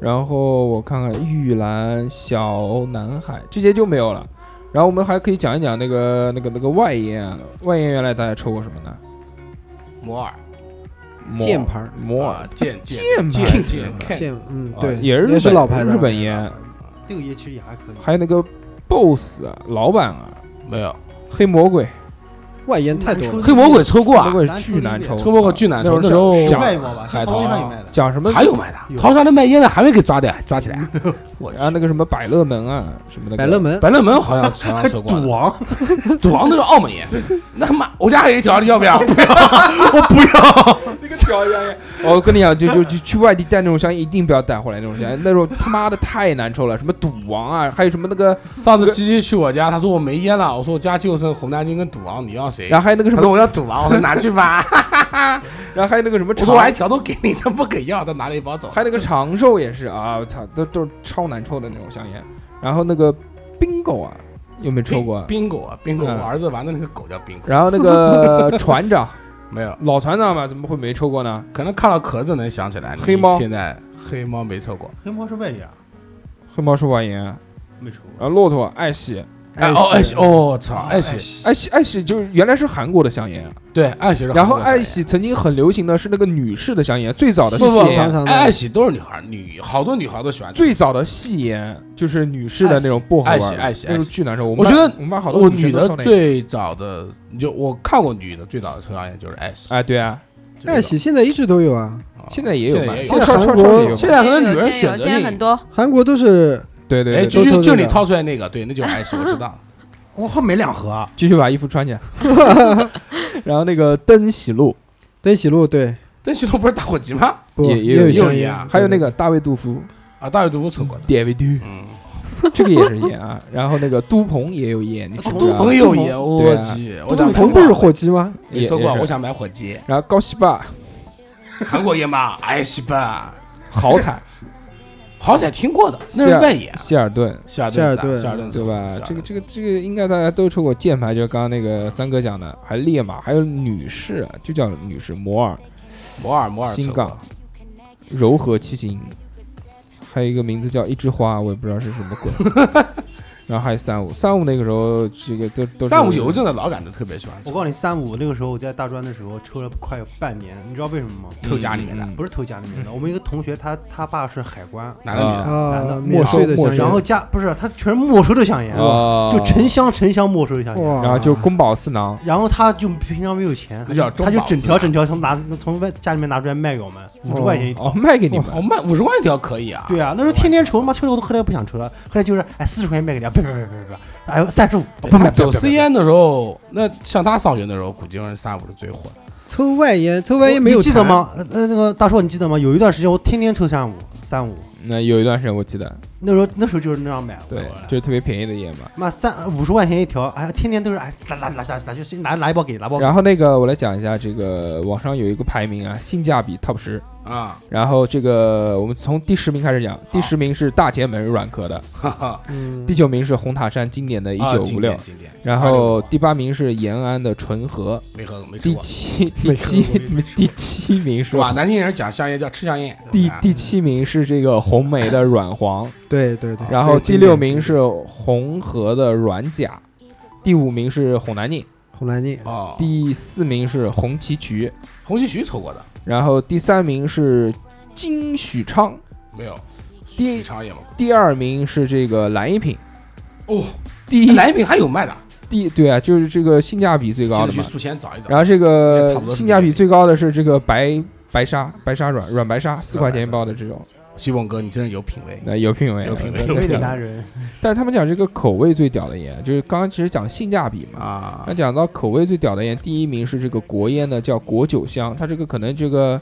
然后我看看玉兰、小南海 这些就没有了。然后我们还可以讲一讲那个那个那个外烟，啊，外烟原来大家抽过什么呢？ 摩尔摩箭牌儿摩尔啊，剑剑剑吧剑剑剑，见嗯啊对，也是也是日本老牌的日本烟，这个也其实也还可以。还有那个 BOSS 啊老板啊，没有。黑魔鬼，外烟太多难抽。了黑魔鬼抽过黑魔啊，鬼巨难抽，抽过巨难抽，那时候想卖过吧，海淘淘啊宝上也卖的。讲什么还有卖的，有唐山的卖烟的还没给抓的，抓起来。啊 我然后那个什么百乐门啊什么的，百乐门百乐门好像好像抽过赌的，王，赌王那是澳门 烟。那他妈，我家还有一条，你要不要？这个调香烟，我跟你讲，就就就去外地带那种香烟，一定不要带回来那种香烟，那种他妈的太难抽了，什么赌王啊，还有什么那个，上次鸡鸡去我家，他说我没烟了，我说我家就剩红南京跟赌王，你要谁？然后还有那个什他么说，我要赌王，我说拿去 吧。然后还有那个什么我说我还一长，条都给你，他不给要，他拿了一包走。 还有那个长寿也是啊，我操，都都是超难抽的那种香烟。然后那个 bingo 啊，有没有抽过啊？冰狗啊，冰狗，嗯我儿子玩的那个狗叫冰狗，然后那个船长，没有，老船长嘛，怎么会没抽过呢？可能看到壳子能想起来。黑猫你现在黑猫没抽过，黑猫是外烟，黑猫是外延，没抽过。然后骆驼爱喜，哎哦爱喜，哦操爱喜，喜，爱喜爱喜就是原来是韩国的香烟，对爱喜是韩然后国的爱香喜曾经很流行的是那个女士的香烟，最早的不细不烟不，哎烟，爱爱喜都是女孩，女好多女孩都喜欢抽。最早的细烟就是女士的那种薄荷味儿，爱喜爱喜那种爱喜巨难受。我我们觉班得我们班好多我生女都的抽那个，最早的，你就我看过女的最早的抽香烟就是爱喜，哎对啊，就这种爱喜，现在一直都有啊，啊现在也有嘛，现在超也有超超现在韩国超也有嘛，现在很多有女人现在选有择现在很性，多，韩国都是对对哎，对，就都抽就就这你个掏出来那个，对，那就是爱喜，我知 道。我还没两盒啊。继续把衣服穿起来。然后那个灯喜露，登喜路对，邓喜龙不是打火机吗？不也也有有烟香也有烟烟，还有那个大卫杜夫啊，大阅读我抽过的， ，David Du 嗯，这个也是烟啊。 然后那个都鹏也有烟，你知不知杜道？鹏也有烟，我对啊去，我杜想啊鹏不是火鸡吗？没抽也过，也是我想买火机，然后高希霸、韩国哎烟吧，爱喜吧， 好彩、哎好歹听过的，那是外野，啊希尔顿，希尔顿希尔顿仔，希尔顿仔对吧希尔？顿这个这个这个应该大家都抽过键盘，就是刚刚那个三哥讲的，还烈马，还有女士，啊就叫摩尔、摩尔、摩尔摩尔新抽过港、柔和骑行，还有一个名字叫一枝花，我也不知道是什么 鬼。然后还有三五，三五那个时候这个都都是三五油真的老感都特别喜欢我抽，告诉你，三五那个时候我在大专的时候抽了快有半年，你知道为什么吗？偷家里面的，嗯不是偷家里面的，我们一个同学他他爸是海关，男的女嗯的，男的啊，没免税的收没收香烟然后家不是他全是没收的香烟，哦，就成箱成箱没收的香烟。啊哇，然后就宫保四囊，然后他就平常没有钱，那叫中他就饱整私条囊整条从拿从外家里面拿出来卖给我们，五十块钱一条。哦，卖给你们。我卖五十块一条可以啊，对啊，那时候天天抽嘛，抽的我都后来不想抽了，后来就是哎四十块钱卖给你啊，别别别别别，哎呦三十五不不买不走买私烟的时候，那像他上学的时候，估计是三五是最火的。抽外烟，抽外烟没有你记得痰？吗？呃，那个大硕，你记得吗？有一段时间我天天抽三五，三五，那有一段时间我记得，那时候那时候就是那样买回对来的，。就是特别便宜的烟嘛。妈三五十块钱一条，哎呀，天天都是哎，咋咋咋咋咋就拿拿一包给拿一包给，然后那个我来讲一下，这个网上有一个排名啊，性价比 top 十。啊，然后这个我们从第十名开始讲，第十名是大前门软壳的，哈哈，嗯第，九名是红塔山经典的一啊九经五六典，经典，然后第八名是延安的纯和，没喝过， 没吃第过。七第七第七名是是吧？南京人讲香烟叫吃香烟，第啊第七名是这个红梅的软黄，对对啊对。然后第六名这是红河的软甲，第五名是红南宁，个红蓝镜，哦，第四名是红旗渠，红旗渠抽过的然后第三名是金许昌，没有？第许昌也吗？第二名是这个蓝一品，哦，第一蓝一品还有卖的，第对啊，就是这个性价比最记高得的去嘛。宿迁找一找然。后这也差个不多是性这价样比最高的是这个白白沙白沙软软白沙，四块钱一包的这种，西蒙哥，你真是有品位，那有品位，啊有品位那有没品得位男人，但是他们讲这个口味最屌的烟，就是刚刚其实讲性价比嘛。啊那，讲到口味最屌的烟，第一名是这个国烟的，叫国酒香，它这个可能这个，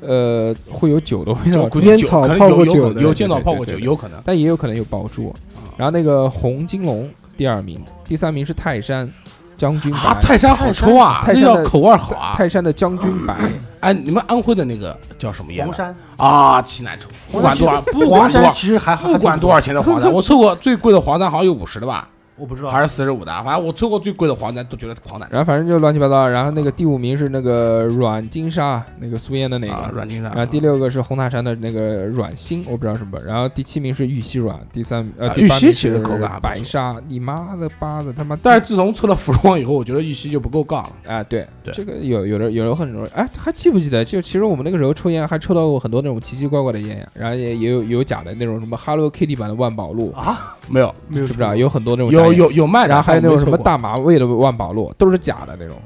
呃，会有酒的味道我，估计烟酒草可能泡有过有酒可能的有对烟对草对泡对过酒，对有可能。但也有可能有爆啊珠。然后那个红金龙第二名，第三名是泰山将军白，啊，泰山好抽啊，泰那山叫的口味儿好啊。泰山的将军 白，哎，你们安徽的那个叫什么烟来黄着？山，啊，奇难抽，不管多少，不黄管多山少，其实还不管多少，钱的黄单，我抽过最贵的黄单好像有五十的吧，我不知道，还是四十五的，啊反正我抽过最贵的黄单都觉得狂难抽然后反正就乱七八糟。啊然后那个第五名是那个软金沙，那个苏烟的那啊，个。软金山然后第六个是红塔山的那个软心，我不知道什么。然后第七名是玉溪软，第三呃啊第八玉溪名其实是口感还不错白沙，你妈的巴的他妈！但是自从抽了服装以后，我觉得玉溪就不够杠了。啊，对，对这个有有的有的很多，哎，还记不记得？就其实我们那个时候抽烟还抽到过很多那种奇奇怪怪的烟呀，然后也也有有假的那种什么 Hello Kitty 版的万宝路，啊，没有，没有知不知知道？有很多那种假有烟，有有卖的，然后还有那但种我什没么抽过。大麻味的万宝路，都是假的那种，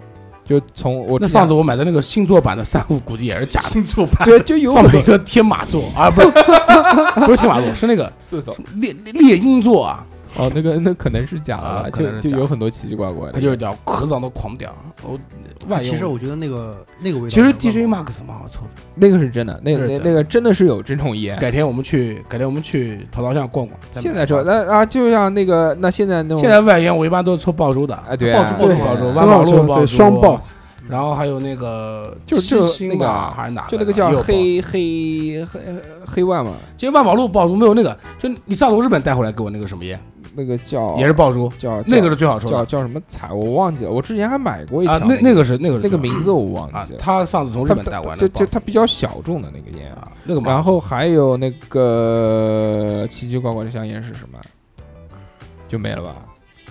就从我那之前上次我买的那个星座版的三五，估计也是假的。星座版，对就有上很面多一个天马座啊，不是 不是天马座，是那个四手猎猎鹰座啊，哦，那个那可能是假的啊吧，可能就是就假有的很多奇奇怪怪那的，就是屌，壳上都狂屌。我万一其实我觉得那个那个味道，其实 DJ Max 蛮好抽的。那个是真的，那那个是那假的那个真的是有这种烟。改天我们去，改天我们去淘淘巷逛逛。再买现在抽包那啊，就像那个那现在那种现在外烟我一般都是抽爆珠的，啊，对爆啊，竹爆对竹啊爆珠、很万好宝抽路爆珠、对双爆，然后还有那个就就七星那个吧，还是哪的？就那个叫也有爆黑黑黑黑万嘛，其实万宝路爆竹没有那个，就你上从日本带回来给我那个什么烟，那个叫也是爆竹，叫那个叫是最好抽的啊叫叫什么彩，我忘记了，我之前还买过一条啊。那那个个是那个是那个最好名字我忘啊记，了，他上次从日它本带回来就的爆就竹它比较小众的那个烟。啊，那个嘛然后还有那个奇奇怪怪的香烟是什么？就没了吧。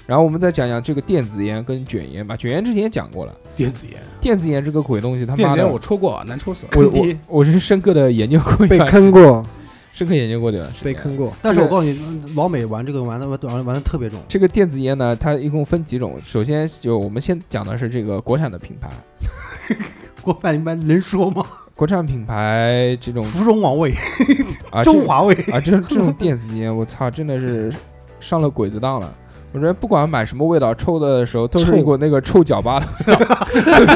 然后我们再讲讲这个电子烟跟卷烟吧。卷烟之前也讲过了，电子烟，电子烟这个鬼东西，他电妈子的，烟我我抽过，难抽死了。我我我是深刻的研究过一被段，坑过，深刻研究过这段时间被坑过。但是我告诉你，嗯老美玩这个玩的玩玩的特别重，这个电子烟呢，它一共分几种。首先就我们先讲的是这个国产的品牌，国外一般能说吗？国产品牌这种嗯芙蓉王位、啊，这中华味，啊，这种这种电子烟，我操，真的是上了鬼子当了。我觉得不管买什么味道，抽的时候都是一股那个臭脚巴的味道，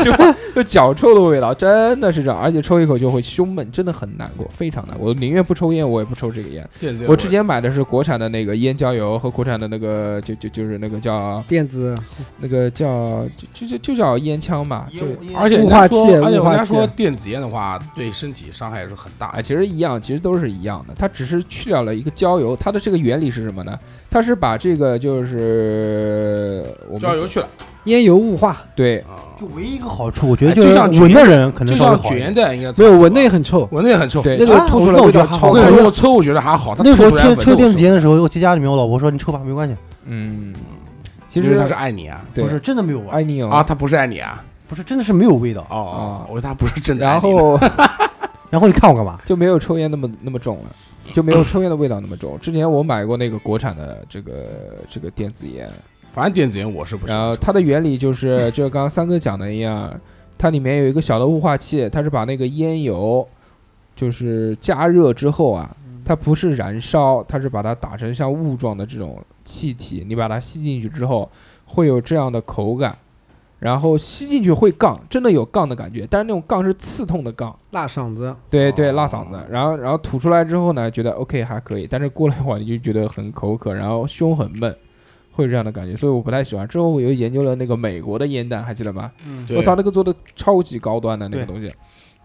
就 就脚臭的味道，真的是这样。而且抽一口就会胸闷，真的很难过，非常难过。我宁愿不抽烟，我也不抽这个烟。电子烟我之前买的是国产的那个烟焦油和国产的那个，就就就是那个叫电子那个叫就就就就叫烟枪嘛，就而且人雾家化说器而且雾化人家说器电子烟的话，对身体伤害是很大啊，的。其实一样，其实都是一样的，它只是去掉了一个焦油。它的这个原理是什么呢？它是把这个就是我们郊游去了，烟油雾化，对啊就唯一一个好处，我觉得哎是就像卷闻的人可能就稍微像好一卷烟点弹应该没有闻的也那很臭，闻的也很臭。对那个啊吐出来那我味道觉得还超我好跟臭你看。说，我抽我觉得还好，他那时抽候出来抽闻抽电子烟，烟的时候，我在家里面，我老婆说你抽吧，没关系。嗯，其其实实他是爱你啊对不是真的没有味，爱你有啊，，他不是爱你啊不是真的是没有味道。哦啊，我说他不是真的爱然你。后然后你看我干嘛？就没有抽烟那么那么重了，就没有抽烟的味道那么重。之前我买过那个国产的这个这个电子烟，反正电子烟我是不喜然后欢抽它的原理就是，就刚刚三哥讲的一样，它里面有一个小的雾化器，它是把那个烟油，就是加热之后啊，它不是燃烧，它是把它打成像雾状的这种气体，你把它吸进去之后，会有这样的口感。然后吸进去会杠，真的有杠的感觉，但是那种杠是刺痛的杠，辣嗓子，对哦对，辣嗓子。然后然后吐出来之后呢，觉得 OK 还可以，但是过了一会儿你就觉得很口渴，然后胸很闷，会有这样的感觉，所以我不太喜欢。之后我又研究了那个美国的烟弹，还记得吗？嗯，对我操，那个做的超级高端的那个对东西，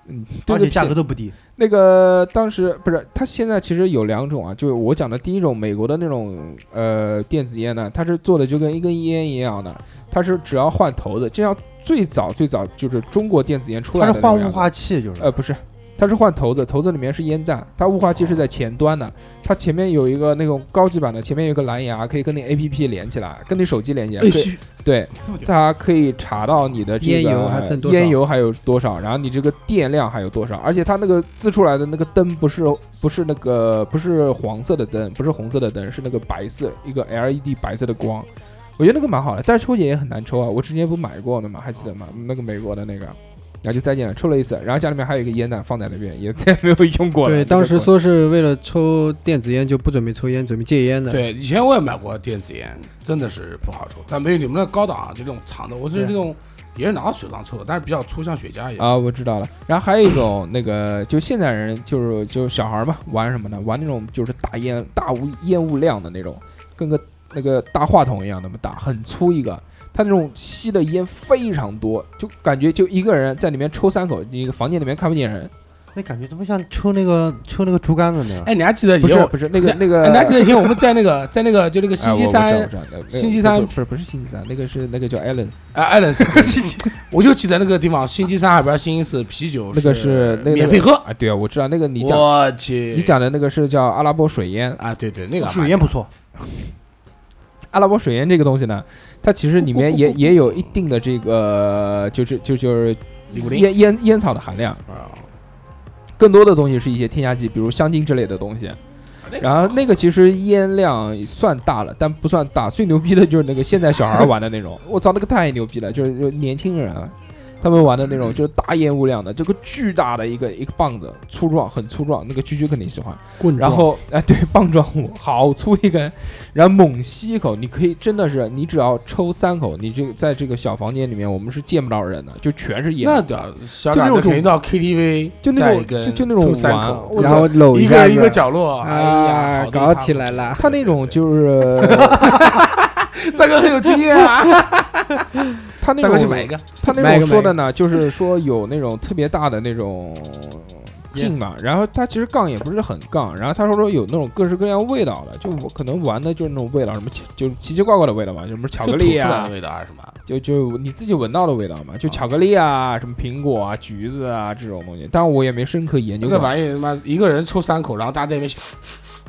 嗯，而这且个价品格都不低。那个当时不是，它现在其实有两种啊，就是我讲的第一种美国的那种呃电子烟呢，它是做的就跟一根烟一样的，它是只要换头的，就像最早最早就是中国电子烟出来它的那是种换样雾子化器，就是呃，不是，它是换头子，头子里面是烟弹，它雾化器是在前端的，它前面有一个那种高级版的，前面有一个蓝牙，可以跟你 A P P 连起来，跟你手机连起来，哎可以对，它可以查到你的这个烟油还剩多少烟油还有多少，然后你这个电量还有多少，而且它那个滋出来的那个灯不是不是那个不是黄色的灯，不是红色的灯，是那个白色一个 L E D 白色的光。我觉得那个蛮好的，但是抽起来也很难抽啊。我之前不买过的嘛，还记得吗？那个美国的那个，然后就再见了，抽了一次，然后家里面还有一个烟弹放在那边，也 再也没有用过了。对，当时说说是为了抽电子烟，就不准备抽烟，准备戒烟的。对，以前我也买过电子烟，真的是不好抽，但没有你们那高档啊，就那种长的，我是对那种也是拿到手上抽的，但是比较粗，像雪茄一样。啊，我知道了。然后还有一种那个，就现在人就是就小孩嘛，玩什么呢？玩那种就是大烟大无烟雾量的那种，跟个那个大话筒一样那么大，很粗一个。它那种吸的烟非常多，就感觉就一个人在里面抽三口，你房间里面看不见人。那感觉怎么像抽那个抽那个竹竿子那样？哎，你还记得以不前是我？不是那个 那个哎，你还记得以前我们在那个在那个就那个星期三哎我我知道我知道那个星期三不是不是不是星期三，那个是那个叫 Allen's，啊，艾伦 斯，我就记得那个地方，星期三还不是星期四，啤酒那个是那个免费喝。啊，对啊，我知道那个你讲我去，你讲的那个是叫阿拉伯水烟，啊，对对，那个水烟不错，阿拉伯水烟这个东西呢，它其实里面也也有一定的这个就是就就是李谷林烟烟烟草的含量，啊，更多的东西是一些添加剂，比如香精之类的东西。然后那个其实烟量算大了，但不算大。最牛逼的就是那个现在小孩玩的那种， 我操，那个太牛逼了！就是就是年轻人啊，他们玩的那种就是大烟雾量的，这个巨大的一个一个棒子，粗壮，很粗壮。那个蛐蛐肯定喜欢。棍然状后哎，对，棒状物，好粗一根，然后猛吸一口，你可以真的是，你只要抽三口，你这在这个小房间里面，我们是见不到人的，就全是烟。那屌，小就那感种肯定到 KTV，就那带种一根就就那种抽三玩口我然然操后搂一个下人一子个角落，哎呀啊，，搞起来了。他那种就是， 三哥很有经验啊，他那三哥去买一种，个，他那买一种个说的呢，就是说有那种特别大的那种 劲嘛，然后他其实杠也不是很杠，然后他说说有那种各式各样味道的，就我可能玩的就是那种味道，什么奇就是奇奇怪怪的味道嘛，就什么巧就克吐力出来啊的，味道还是什么？就就你自己闻到的味道嘛，就巧克力啊，什么苹果啊、橘子啊这种东西。当然我也没深刻研究这过，玩意他妈一个人抽三口，然后大家在那边笑，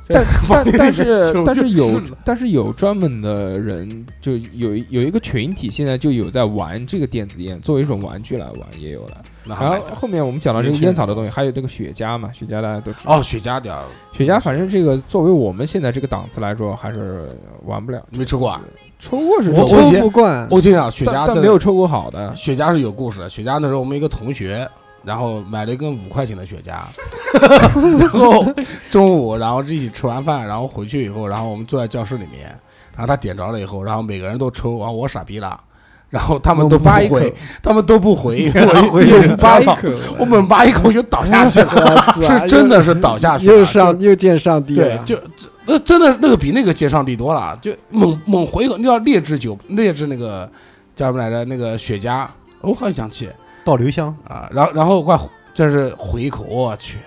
但 房但间里但面是秀但是就有是了但是有专门的人，就有有一个群体现在就有在玩这个电子烟，作为一种玩具来玩也有了。然然后后面我们讲到这个啊年轻人烟草的东西，还有这个雪茄嘛，雪茄大家都知道。哦，雪茄屌，雪茄反正这个作为我们现在这个档次来说，还是玩不了。你没抽过啊？抽过是抽我过一抽些，不惯，我跟你讲，雪但茄但真没有的，抽过好的。 雪茄是有故事的。雪茄那时候我们一个同学，然后买了一根五块钱的雪茄， 然后中午然后一起吃完饭，然后回去以后，然后我们坐在教室里面，然后他点着了以后，然后每个人都抽，然后我傻逼了。然后他们都不猛扒一回口，他们都不 回，我又扒八一口，我猛扒一口就倒下 去了，是真的是倒下去了，又就上又见上帝对了，。就这那真的那个比那个接上帝多了，就猛猛回头，你知道劣质酒劣质那个叫什么来着？那个雪茄，我好想起倒留香。啊，然后然后快这是回一口，我去，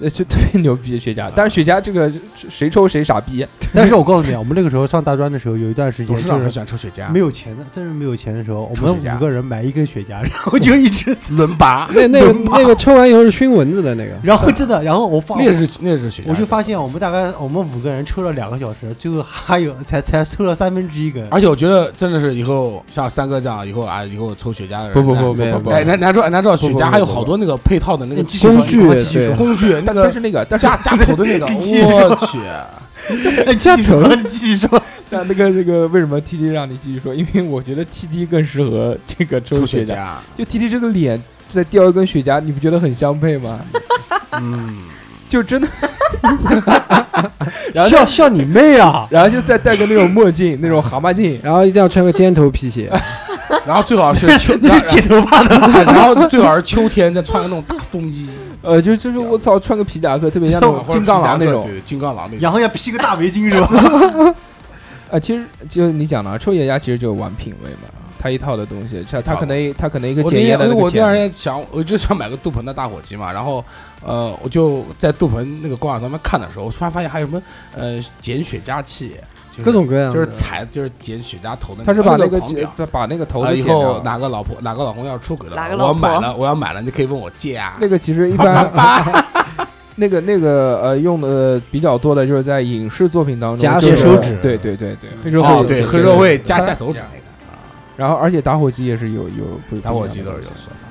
呃，就特别牛逼雪茄，但是雪茄这个谁抽谁傻逼。但是我告诉你啊，我们那个时候上大专的时候，有一段时间董事长很就是喜欢抽雪茄，没有钱的，真是没有钱的时候，我抽们雪茄五个人买一根雪茄，然后就一直，轮拔，那那个那个抽完以后是熏蚊子的那 个然后真的，然后我发，劣质劣质雪茄，我就发现我们大概我们五个人抽了两个小时，最后还有才才抽了三分之一根。而且我觉得真的是以后像三哥这样，以后啊以后抽雪茄的人，不不不不没有不不，哎，咱咱知道咱知道雪不不茄不还有不好多那个配套的那个技工术具对工具那嗯但个但是那个但是加加头的那个，我去，哎继续说，继续说，但那个那个为什么 T T 让你继续说？因为我觉得 T T 更适合这个抽抽雪雪茄。茄，就 T T 这个脸再掉一根雪茄，你不觉得很相配吗？ 嗯。就真 的，然后笑笑你妹啊！ 然后就再戴个那种墨镜，那种蛤蟆镜， 然后一定要穿个尖头皮鞋，然后最好是秋，那是剪头发 的吧？然后最好是秋天再穿个那种大风衣，呃，就就是我操，穿个皮夹克，特别像那种金刚狼那种。对，金刚狼那种。然后要披个大围巾是吧？啊，其实就你讲啊了，抽雪茄其实就玩品味嘛，他一套的东西，他他可能他可能一个我那检天验的那我个那段时检，间想，我就想买个杜鹏的打火机嘛，然后呃，我就在杜鹏那个广场上面看的时候，我突然发现还有什么呃剪雪茄器，就是各种各样就是的踩就是剪雪茄头的那个，他是把那个个狂屌他把那个头啊子以剪掉后了。哪个老婆哪个老公要出轨了，哪个我老要婆买了，我要买了，你可以问我借啊。那个其实一般，那个那个呃用的比较多的就是在影视作品当中，夹就是手指对对对对，黑社哦会，对，有黑社会加他嗯加手指那个然后而且打火机也是有有打火机都是有有。说法，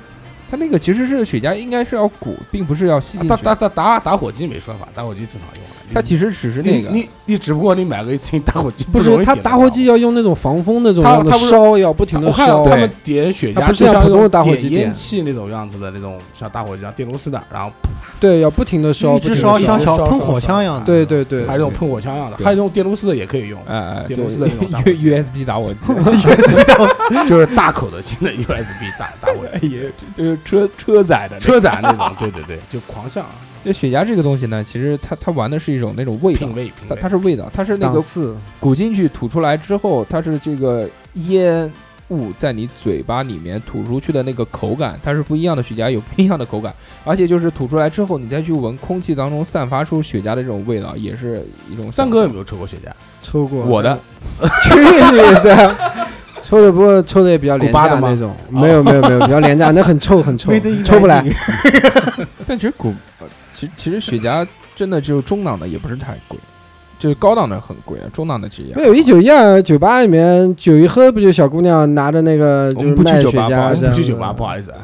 它那个其实是雪茄，应该是要鼓，并不是要吸进打去。打打打打火机没说法，打火机正常用的。它其实只是你那个，你你只不过你买个一次性打火机，不容是易他点打得火着机要用那种防风那种他样的他不是烧，要不停的我看烧到。他们点雪它茄，不是就像像普通那的种打火点机烟点器那种样子的那种，像打火机一样电螺丝的，然后对，要不停的烧，一不直停地烧像像小小喷喷火火枪枪一一样样的的。对对对还，有那种喷火枪一样的，对还有那种电螺丝的也可以用， 哎哎，电螺丝的那种打火对机 U S B 打火机，就是大口的现在 USB 大打火机，也就是车车载哎的那个。车载那种，对对对，就狂 像这雪茄这个东西呢，其实它它玩的是一种那种味道品，味品它味它。是味道，它是那档个次鼓进去吐出来之后，它是这个烟雾在你嘴巴里面吐出去的那个口感，它是不一样的。雪茄有不一样的口感，而且就是吐出来之后，你再去闻空气当中散发出雪茄的这种味道，也是一种三享哥受有没有抽过雪茄？抽过我的， 去你的！抽的不过抽的也比较廉古巴价的吗那种，没有没有没有，比较廉价，那很臭很臭没得一，抽不来干。净但其实古，呃其实其实雪茄真的只有中档的也不是太贵，就是高档的很贵啊，中档的其实也没有一九一二酒吧里面酒一喝，不就小姑娘拿着那个我就们是不去卖酒雪吧不好我们意茄这样不子去酒吧，不好意思啊，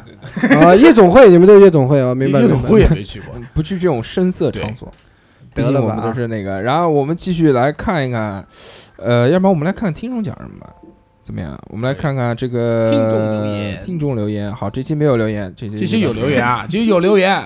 啊，夜总会你们都是夜总会啊，明白夜明白总会也没去过。不去这种深色场所。对得了吧毕竟我们都是那个。然后我们继续来看一看，呃，要不然我们来看听众讲什么吧，怎么样？我们来看看这个听众留言听众留言，好，这期没有留言，这这些有留言，啊，这些有留言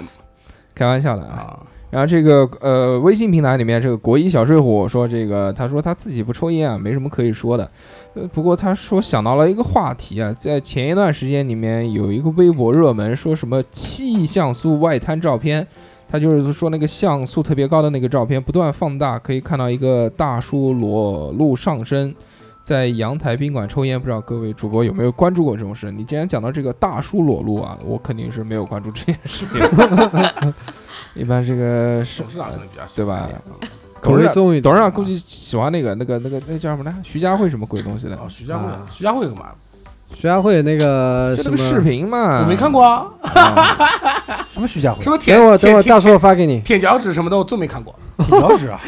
开玩笑的啊。啊，然后这个呃，微信平台里面这个国一小睡虎说，这个他说他自己不抽烟啊，没什么可以说的。呃，不过他说想到了一个话题啊，在前一段时间里面有一个微博热门，说什么气像素外滩照片，他就是说那个像素特别高的那个照片不断放大，可以看到一个大叔裸露上身。在阳台宾馆抽烟，不知道各位主播有没有关注过这种事？你既然讲到这个大叔裸露啊，我肯定是没有关注这件事情。 一般这个是董事长可能比较喜对欢吧一点啊口董事味长重一点。董事长估计喜欢那个那个那个那叫什么来？徐家汇什么鬼东西的？哦，徐家汇啊，徐家汇干嘛？徐家汇那个就什那个么视频嘛，我没看过啊， 啊。什么徐家汇什？么舔等会儿等舔会儿，舔大叔我发给你。舔脚趾什么的，我都没看过。挺标志啊？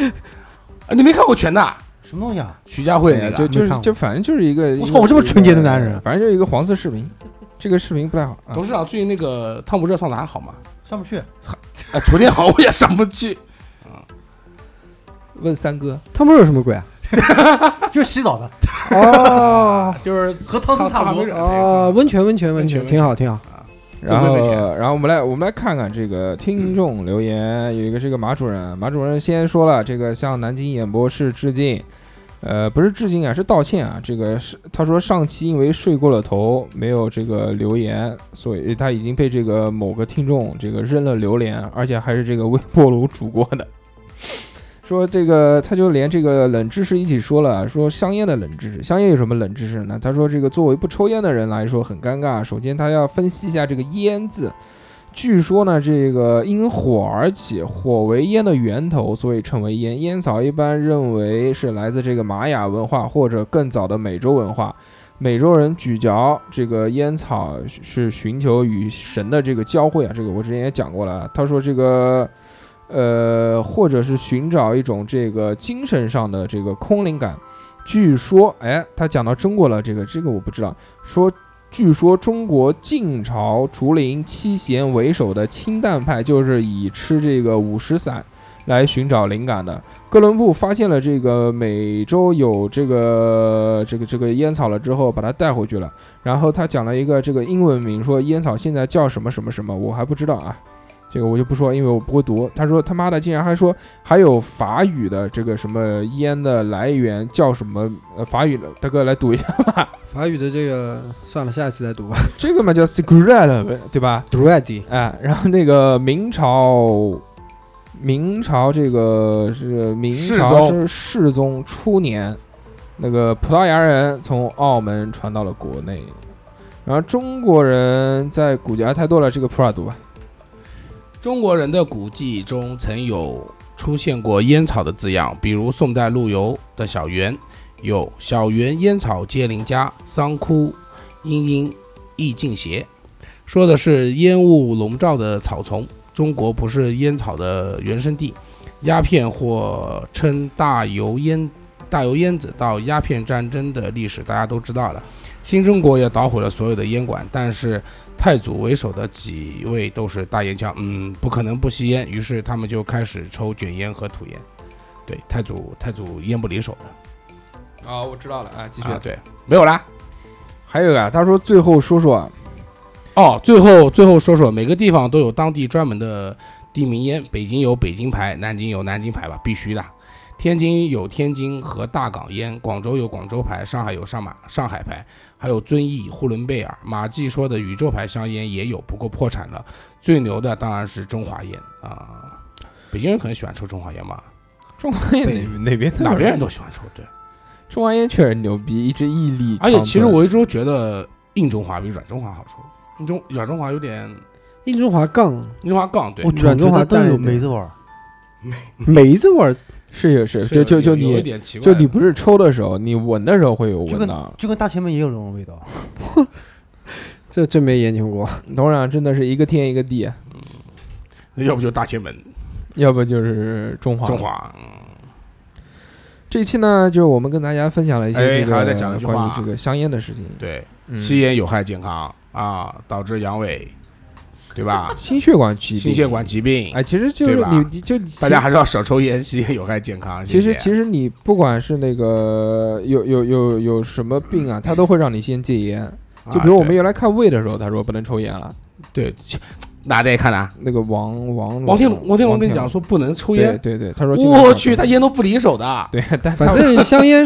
啊你没看过全的啊？什么东西啊？徐家汇哎那呀个就就没看是过就反正就是一个，我一操个我这么纯洁的男人啊一个反正就是一个黄色视频，这个视频不太好。啊董事长最近那个汤姆热上的还好吗？上不去。 哎，昨天好像我也上不去。问三哥，他们有什么鬼啊？就是洗澡的，哦就是和汤汤森差不多。哦，温泉温泉温泉，哎温泉挺好挺好。然准后备没钱啊然后我们来我们来看看这个嗯听众留言，有一个这个马主任，马主任先说了，这个向南京演播室致敬。呃，不是致敬啊，是道歉啊。这个是他说上期因为睡过了头，没有这个留言，所以他已经被这个某个听众这个扔了榴莲，而且还是这个微波炉煮过的。说这个他就连这个冷知识一起说了，说香烟的冷知识，香烟有什么冷知识呢？他说这个作为不抽烟的人来说很尴尬，首先他要分析一下这个烟字。据说呢，这个因火而起，火为烟的源头，所以称为烟。烟草一般认为是来自这个玛雅文化或者更早的美洲文化。美洲人咀嚼这个烟草是寻求与神的这个交汇啊，这个我之前也讲过了。啊他说这个，呃，或者是寻找一种这个精神上的这个空灵感。据说，哎，他讲到中国了，这个这个我不知道。说据说中国晋朝竹林七贤为首的清淡派，就是以吃这个五石散来寻找灵感的。哥伦布发现了这个美洲有这个这个这个烟草了之后，把它带回去了。然后他讲了一个这个英文名，说烟草现在叫什么什么什么，我还不知道啊。就这个我就不说，因为我不会读。他说他妈的，竟然还说还有法语的这个什么烟的来源叫什么？呃，法语的大哥来读一下 吧。法语的这个算了，下一期再 读吧。这个嘛叫 cigarette，对吧？ d r e a d y 哎，然后那个明朝，明朝这个是明世朝宗是世宗初年，那个葡萄牙人从澳门传到了国内，然后中国人在古籍啊太多了，这个普洱读吧。中国人的古迹中曾有出现过烟草的字样，比如宋代陆游的《小园》有“小园烟草皆邻家，桑枯阴阴意尽斜”，说的是烟雾笼罩的草丛。中国不是烟草的原生地，鸦片或称大油烟、大油烟子到鸦片战争的历史大家都知道了。新中国也捣毁了所有的烟馆，但是太祖为首的几位都是大烟枪，嗯，不可能不吸烟，于是他们就开始抽卷烟和土烟。对，太祖太祖烟不离手的啊，我知道了，啊，继啊，对，没有啦。还有啊，他说最后说说啊，哦，最后最后说说，每个地方都有当地专门的地名烟，北京有北京牌，南京有南京牌吧，必须的。天津有天津和大港烟，广州有广州牌，上海有上马上海牌，还有遵义、呼伦贝尔。马季说的宇宙牌香烟也有，不过破产了。最牛的当然是中华烟啊、北京人可能喜欢抽中华烟吧，中华烟北哪哪边哪边人都喜欢抽，对。中华烟确实牛逼，一直屹立长而存。且其实我一直都觉得硬中华比软中华好抽，硬中软中华有点硬中华杠硬中华杠，对我，软中华都淡一有点梅子味儿，梅子味儿，是有是是就就有有就一你点奇怪就的，你不是抽的时候，你闻的时候会有就闻跟到。就跟大前面也有那种味道。这真没研究过。董事长真的是一个天一个地啊，那要不就大前门要不就是中华。中华，嗯这一期呢，就是我们跟大家分享了一些哎这个还要再讲一句话关于这个香烟的事情。对，嗯？吸烟有害健康啊，导致阳痿，对吧心血管 疾病，心血管疾病，哎，其实就是对吧你你就大家还是要少抽烟，吸烟有害健康。其实谢谢其实你不管是那个有有有有什么病啊，他都会让你先戒烟。就比如我们啊原来看胃的时候，他说不能抽烟了。对对哪得看哪，那个王嗯王王天龙，王天龙跟你讲说说不能抽烟，对对，他说尽量少我抽去，他烟都不离手的，对， 但他，反正香烟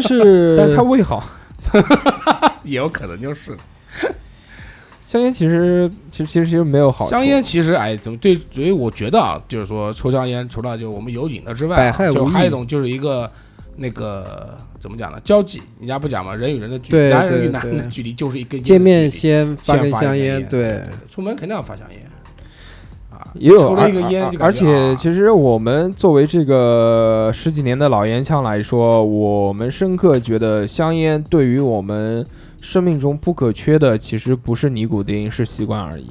是但是他胃好。也有可能就是香烟其实其实其实其实没有好处，香烟。其实哎，怎么对？所以我觉得啊，就是说抽香烟，除了就我们有瘾的之外百啊、害就无还有一益种就是一个那个怎么讲呢？交际，人家不讲嘛，人与人的距对离，男人对与男人的对距离就是一根烟的见面距离先发根先发一香根烟，烟对，出门肯定要发香烟啊，也有抽了一个而烟就而而感觉且啊其实我们作为这个十几年的老烟枪来说，我们深刻觉得香烟对于我们生命中不可缺的，其实不是尼古丁，是习惯而已。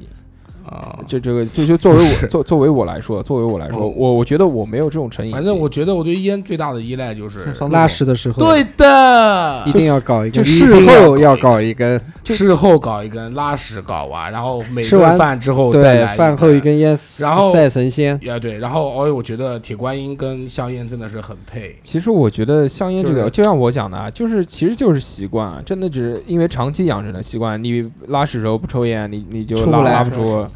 啊，这这个就就作为我是作作为我来说，作为我来说，嗯我我觉得我没有这种成瘾嗯性。反正我觉得我对烟最大的依赖就是拉屎的时候，，对的一，定要搞一啊就根，是事后要搞一根，事后搞一根，拉屎搞完，然后每吃完顿饭之后再对来，饭后一。根烟，然后赛神仙，呀，对，然后哎，我觉得铁观音跟香烟真的是很配。其实我觉得香烟这个，就是就像我讲的，啊，就是其实就是习惯啊，真的只是因为长期养成的习惯。你拉屎时候不抽烟，你你就出不拉来拉不出，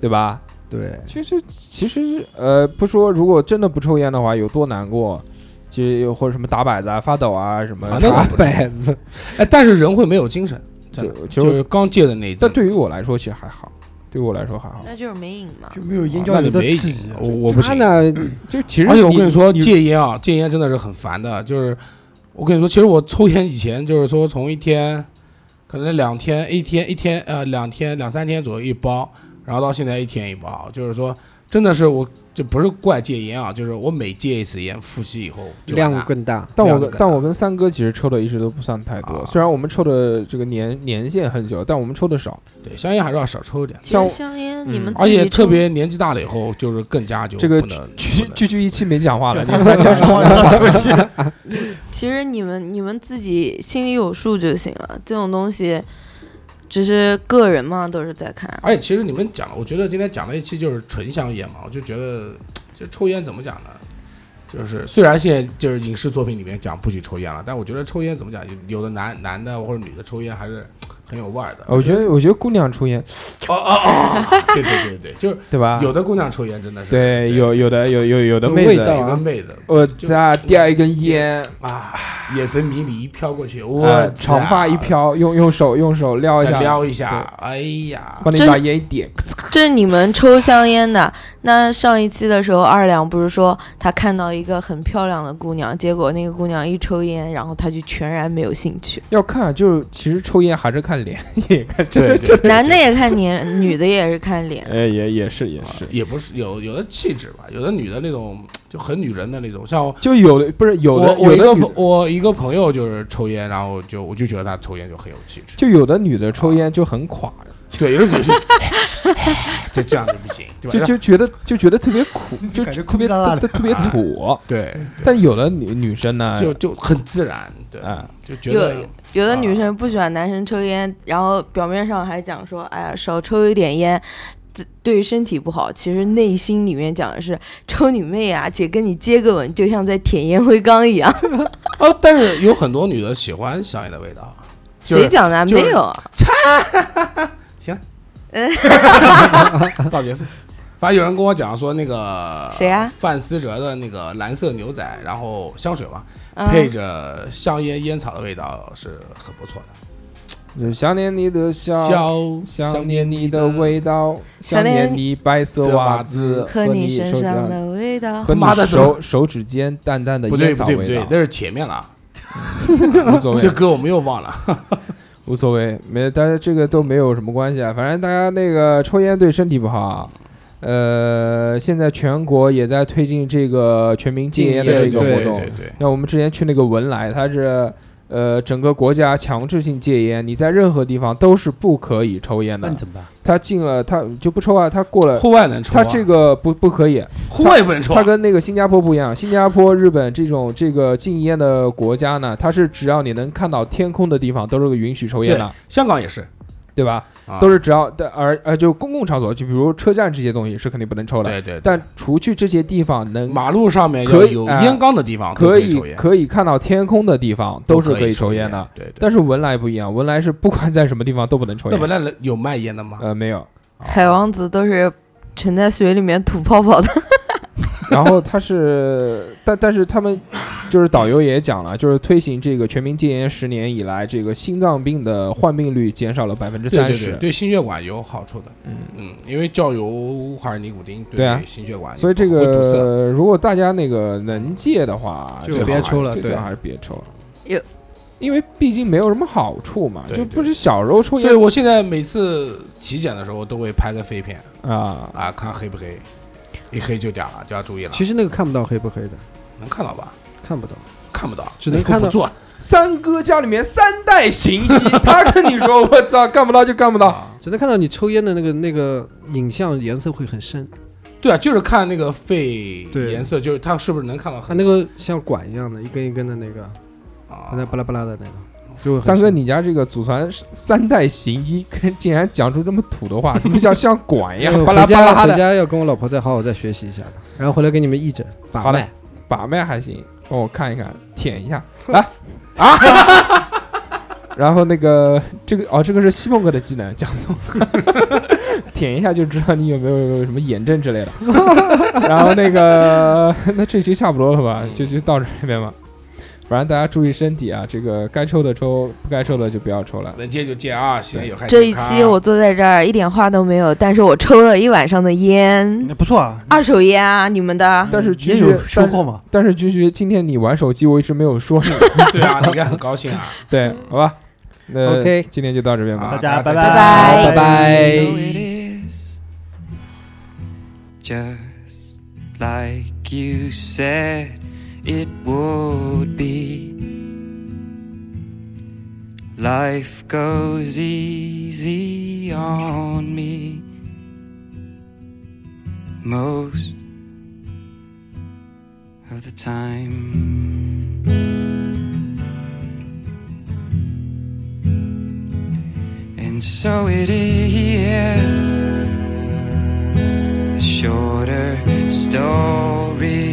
对吧？对， 其实其实呃，不说如果真的不抽烟的话有多难过，其实有或者什么打摆子啊、发抖啊什么啊，那就倒打不是摆子，哎，但是人会没有精神，真的就其就是实，刚戒的那一阵啊但子。对于我来说其实还好，对于我来说还好。那就是没瘾嘛。就没有烟啊那你没瘾刺激，我我不他行。呢，就其实而且我跟你说，你戒烟啊，戒烟真的是很烦的。就是我跟你说，其实我抽烟以前就是说，从一天，可能两天，一天一天，呃，两天两三天左右一包，然后到现在一天一包，就是说，真的是我这不是怪戒烟啊，就是我每戒一次烟，复吸以后就完量蛋更大，但我量跟更但大我跟三哥其实抽的一直都不算太多，啊虽然我们抽的这个年年限很久，但我们抽的少。对香烟还是要少抽一点，其像实香烟嗯你们自而己且特抽别年纪大了以后，就是更加就这个不能区不能区区一期没讲话了，他你们讲话 其实你们你们自己心里有数就行了，这种东西只是个人嘛，都是在看。而且其实你们讲了，我觉得今天讲了一期就是纯香烟嘛，我就觉得就抽烟怎么讲呢？就是虽然现在就是影视作品里面讲不许抽烟了，但我觉得抽烟怎么讲，有的男男的或者女的抽烟还是很有味儿的。我觉得，我觉得姑娘抽烟，哦哦哦，对对对对，就是对吧？有的姑娘抽烟真的是啊对，有有的有有有的啊有妹味子道，有的妹子我擦，叼一根烟，啊，眼神迷离飘过去，呃我长发一，飘，用用手用手撩一再下，撩一下，哎呀，帮你真把烟一点， 这你们抽香烟的。那上一期的时候，二两不是说他看到一个很漂亮的姑娘，结果那个姑娘一抽烟，然后他就全然没有兴趣。要看，啊就是其实抽烟还是看脸，也看这对个，对，男的也看脸，女的也是看脸。哎，也也是也是，也不是有有的气质吧，有的女的那种就很女人的那种，像我就有的不是有的我有一的个女朋我一个朋友就是抽烟，然后就我就觉得她抽烟就很有气 质，就有的女的抽烟就很垮，对，有的女生 就这样就不行，对吧？就就觉得就觉得特别苦，就感觉特别哭哒哒特的特特别土。对，但有的女女生呢，就就很自然，对，啊，就觉有得啊有的女生不喜欢男生抽烟，然后表面上还讲说，哎呀，少抽一点烟。自对于身体不好，其实内心里面讲的是抽你妹啊！姐跟你接个吻，就像在舔烟灰缸一样。哦，但是有很多女的喜欢香烟的味道， 就是谁讲的啊？就是没有啊，嗯 到结束。反正有人跟我讲说，那个谁啊范思哲的那个蓝色牛仔，然后香水嘛，嗯配着香烟烟草的味道是很不错的。想念你的笑，香想念你的味道，想想念念你白色色袜袜子子和你你手身指上上的味道。和你妈的怎么手手指间淡淡的不对烟不草对不味对道，，那是前面了， 无 所这谓歌我们又忘了。无所谓，没，但是这个都没有什么关系啊，反正大家那个抽烟对身体不好啊。呃，现在全国也在推进这个全民戒烟的这对个对活对动，对对，那我们之前去那个文莱，它是呃整个国家强制性戒烟，你在任何地方都是不可以抽烟那的你。怎么办？他进了，他就不抽啊，他过了。户外能抽啊，他这个不不可以，户外也不能抽啊他。跟那个新加坡不一样。新加坡、日本这种这个禁烟的国家呢，它是只要你能看到天空的地方，都是允许抽烟的，香港也是，对吧？啊都是只要但而而就公共场所，就比如车站这些东西是肯定不能抽的。对对。对但除去这些地方能马路上面要可以有哎烟缸的地方都可以抽以烟，可以看到天空的地方，都是可以抽烟的。。对对。但是文莱不一样，文莱是不管在什么地方都不能抽那烟。本来能有卖烟的吗？呃，没有。海王子都是沉在水里面吐泡泡的。然后他是，但但是他们就是导游也讲了，就是推行这个全民戒烟十年以来，这个心脏病的患病率减少了百分之对三对对，十。对心血管有好处的。嗯嗯，因为焦油还是尼古丁对啊心血管，所以这会堵塞个如果大家那个能戒的话，就最好别还是抽了最对好还是别抽了。有因为毕竟没有什么好处嘛，对就对不是小时候抽所以烟我现在每次体检的时候都会拍个肺片啊，啊，看黑不黑，一黑就点了，就要注意了。其实那个看不到黑不黑的，能看到吧？看不到。看不到，只能以后看到不做了三哥家里面三代 行医，他跟你说，我操，干不到就干不到。啊。只能看到你抽烟的那个那个影像颜色会很深，对啊，就是看那个肺对颜色，就是它是不是能看到它很啊那个像管一样的，一根一根的那个，啊它那巴拉巴拉的那个，就会很三哥，深你家这个祖传三代行医， 跟竟然讲出这么土的话，这不叫像管哎一样呃巴拉回巴家拉回的。家要跟我老婆再好好再学习一下的，然后回来给你们义诊把好嘞脉。，把脉还行，帮我看一看，舔一 下，来啊。 然后那个这个哦，这个是西梦哥的技能，讲错了， 舔一下就知道你有没有有没有什么炎症之类的。 然后那个， 那这期差不多了吧？就就到这边吧。反正大家注意身体啊，这个该抽的抽，不该抽的就不要抽了。能戒就戒啊，现在有害这健一康 期我坐在这儿一点话都没有，但是我抽了一晚上的烟，那不错啊，二手烟啊，你们的。但是也菊有菊，收但是获嘛。但是菊菊，今天你玩手机，我一直没有说你。对啊，你应该很高兴啊。对，好吧，那 OK 今天就到这边吧。啊大家大拜家拜再见拜拜 So it is just like you said it would be. Life goes easy on me most of the time. And so it is. The shorter story.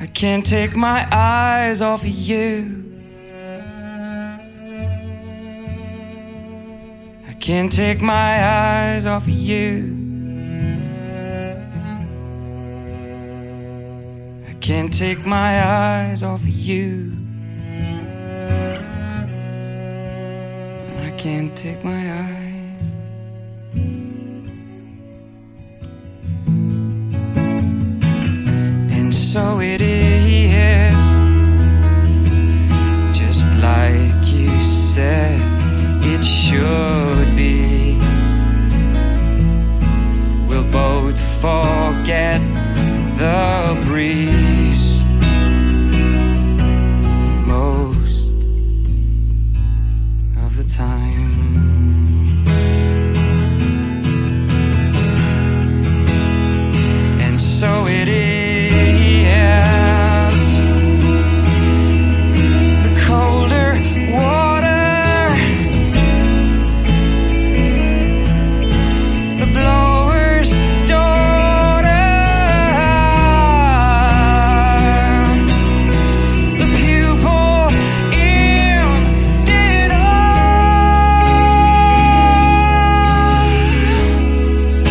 I can't take my eyes off of you. I can't take my eyes off of you. I can't take my eyes off of you. I can't take my eyes. And so it is, just like you said, it should be. We'll both forget the breeze. Most of the time. And so it is. The colder water, the blower's daughter. The pupil in dinner.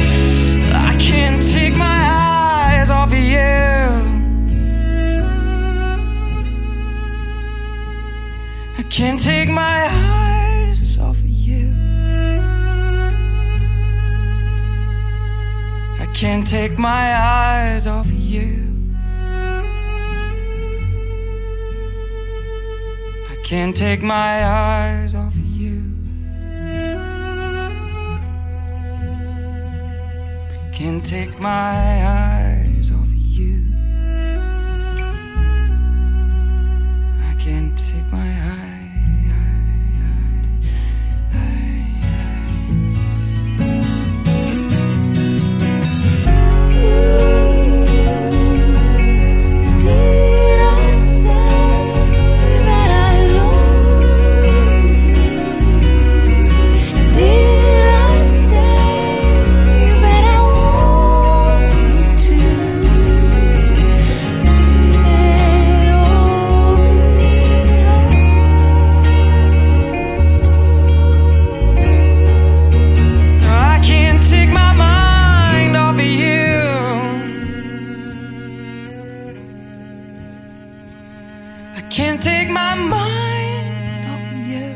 I can't take my eyes off of you. I can't take my eyes off of you. I can't take my eyes off of you. I can't take my eyes off of you. Can't take my eyes off of you. I can't take my eye. eye- Did I say that I love you? Did I say that I want to? Let all I can't take my mind off of you. I can't take my mind off of you.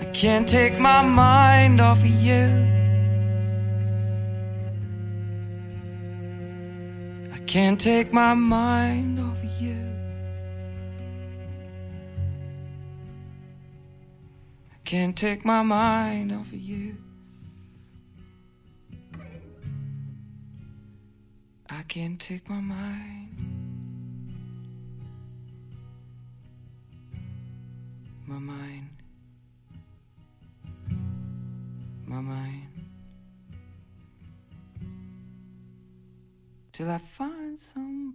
I can't take my mind off of you. I can't take my mind off of you. Can't take my mind off of you. I can't take my mind. My mind. My mind. Till I find some.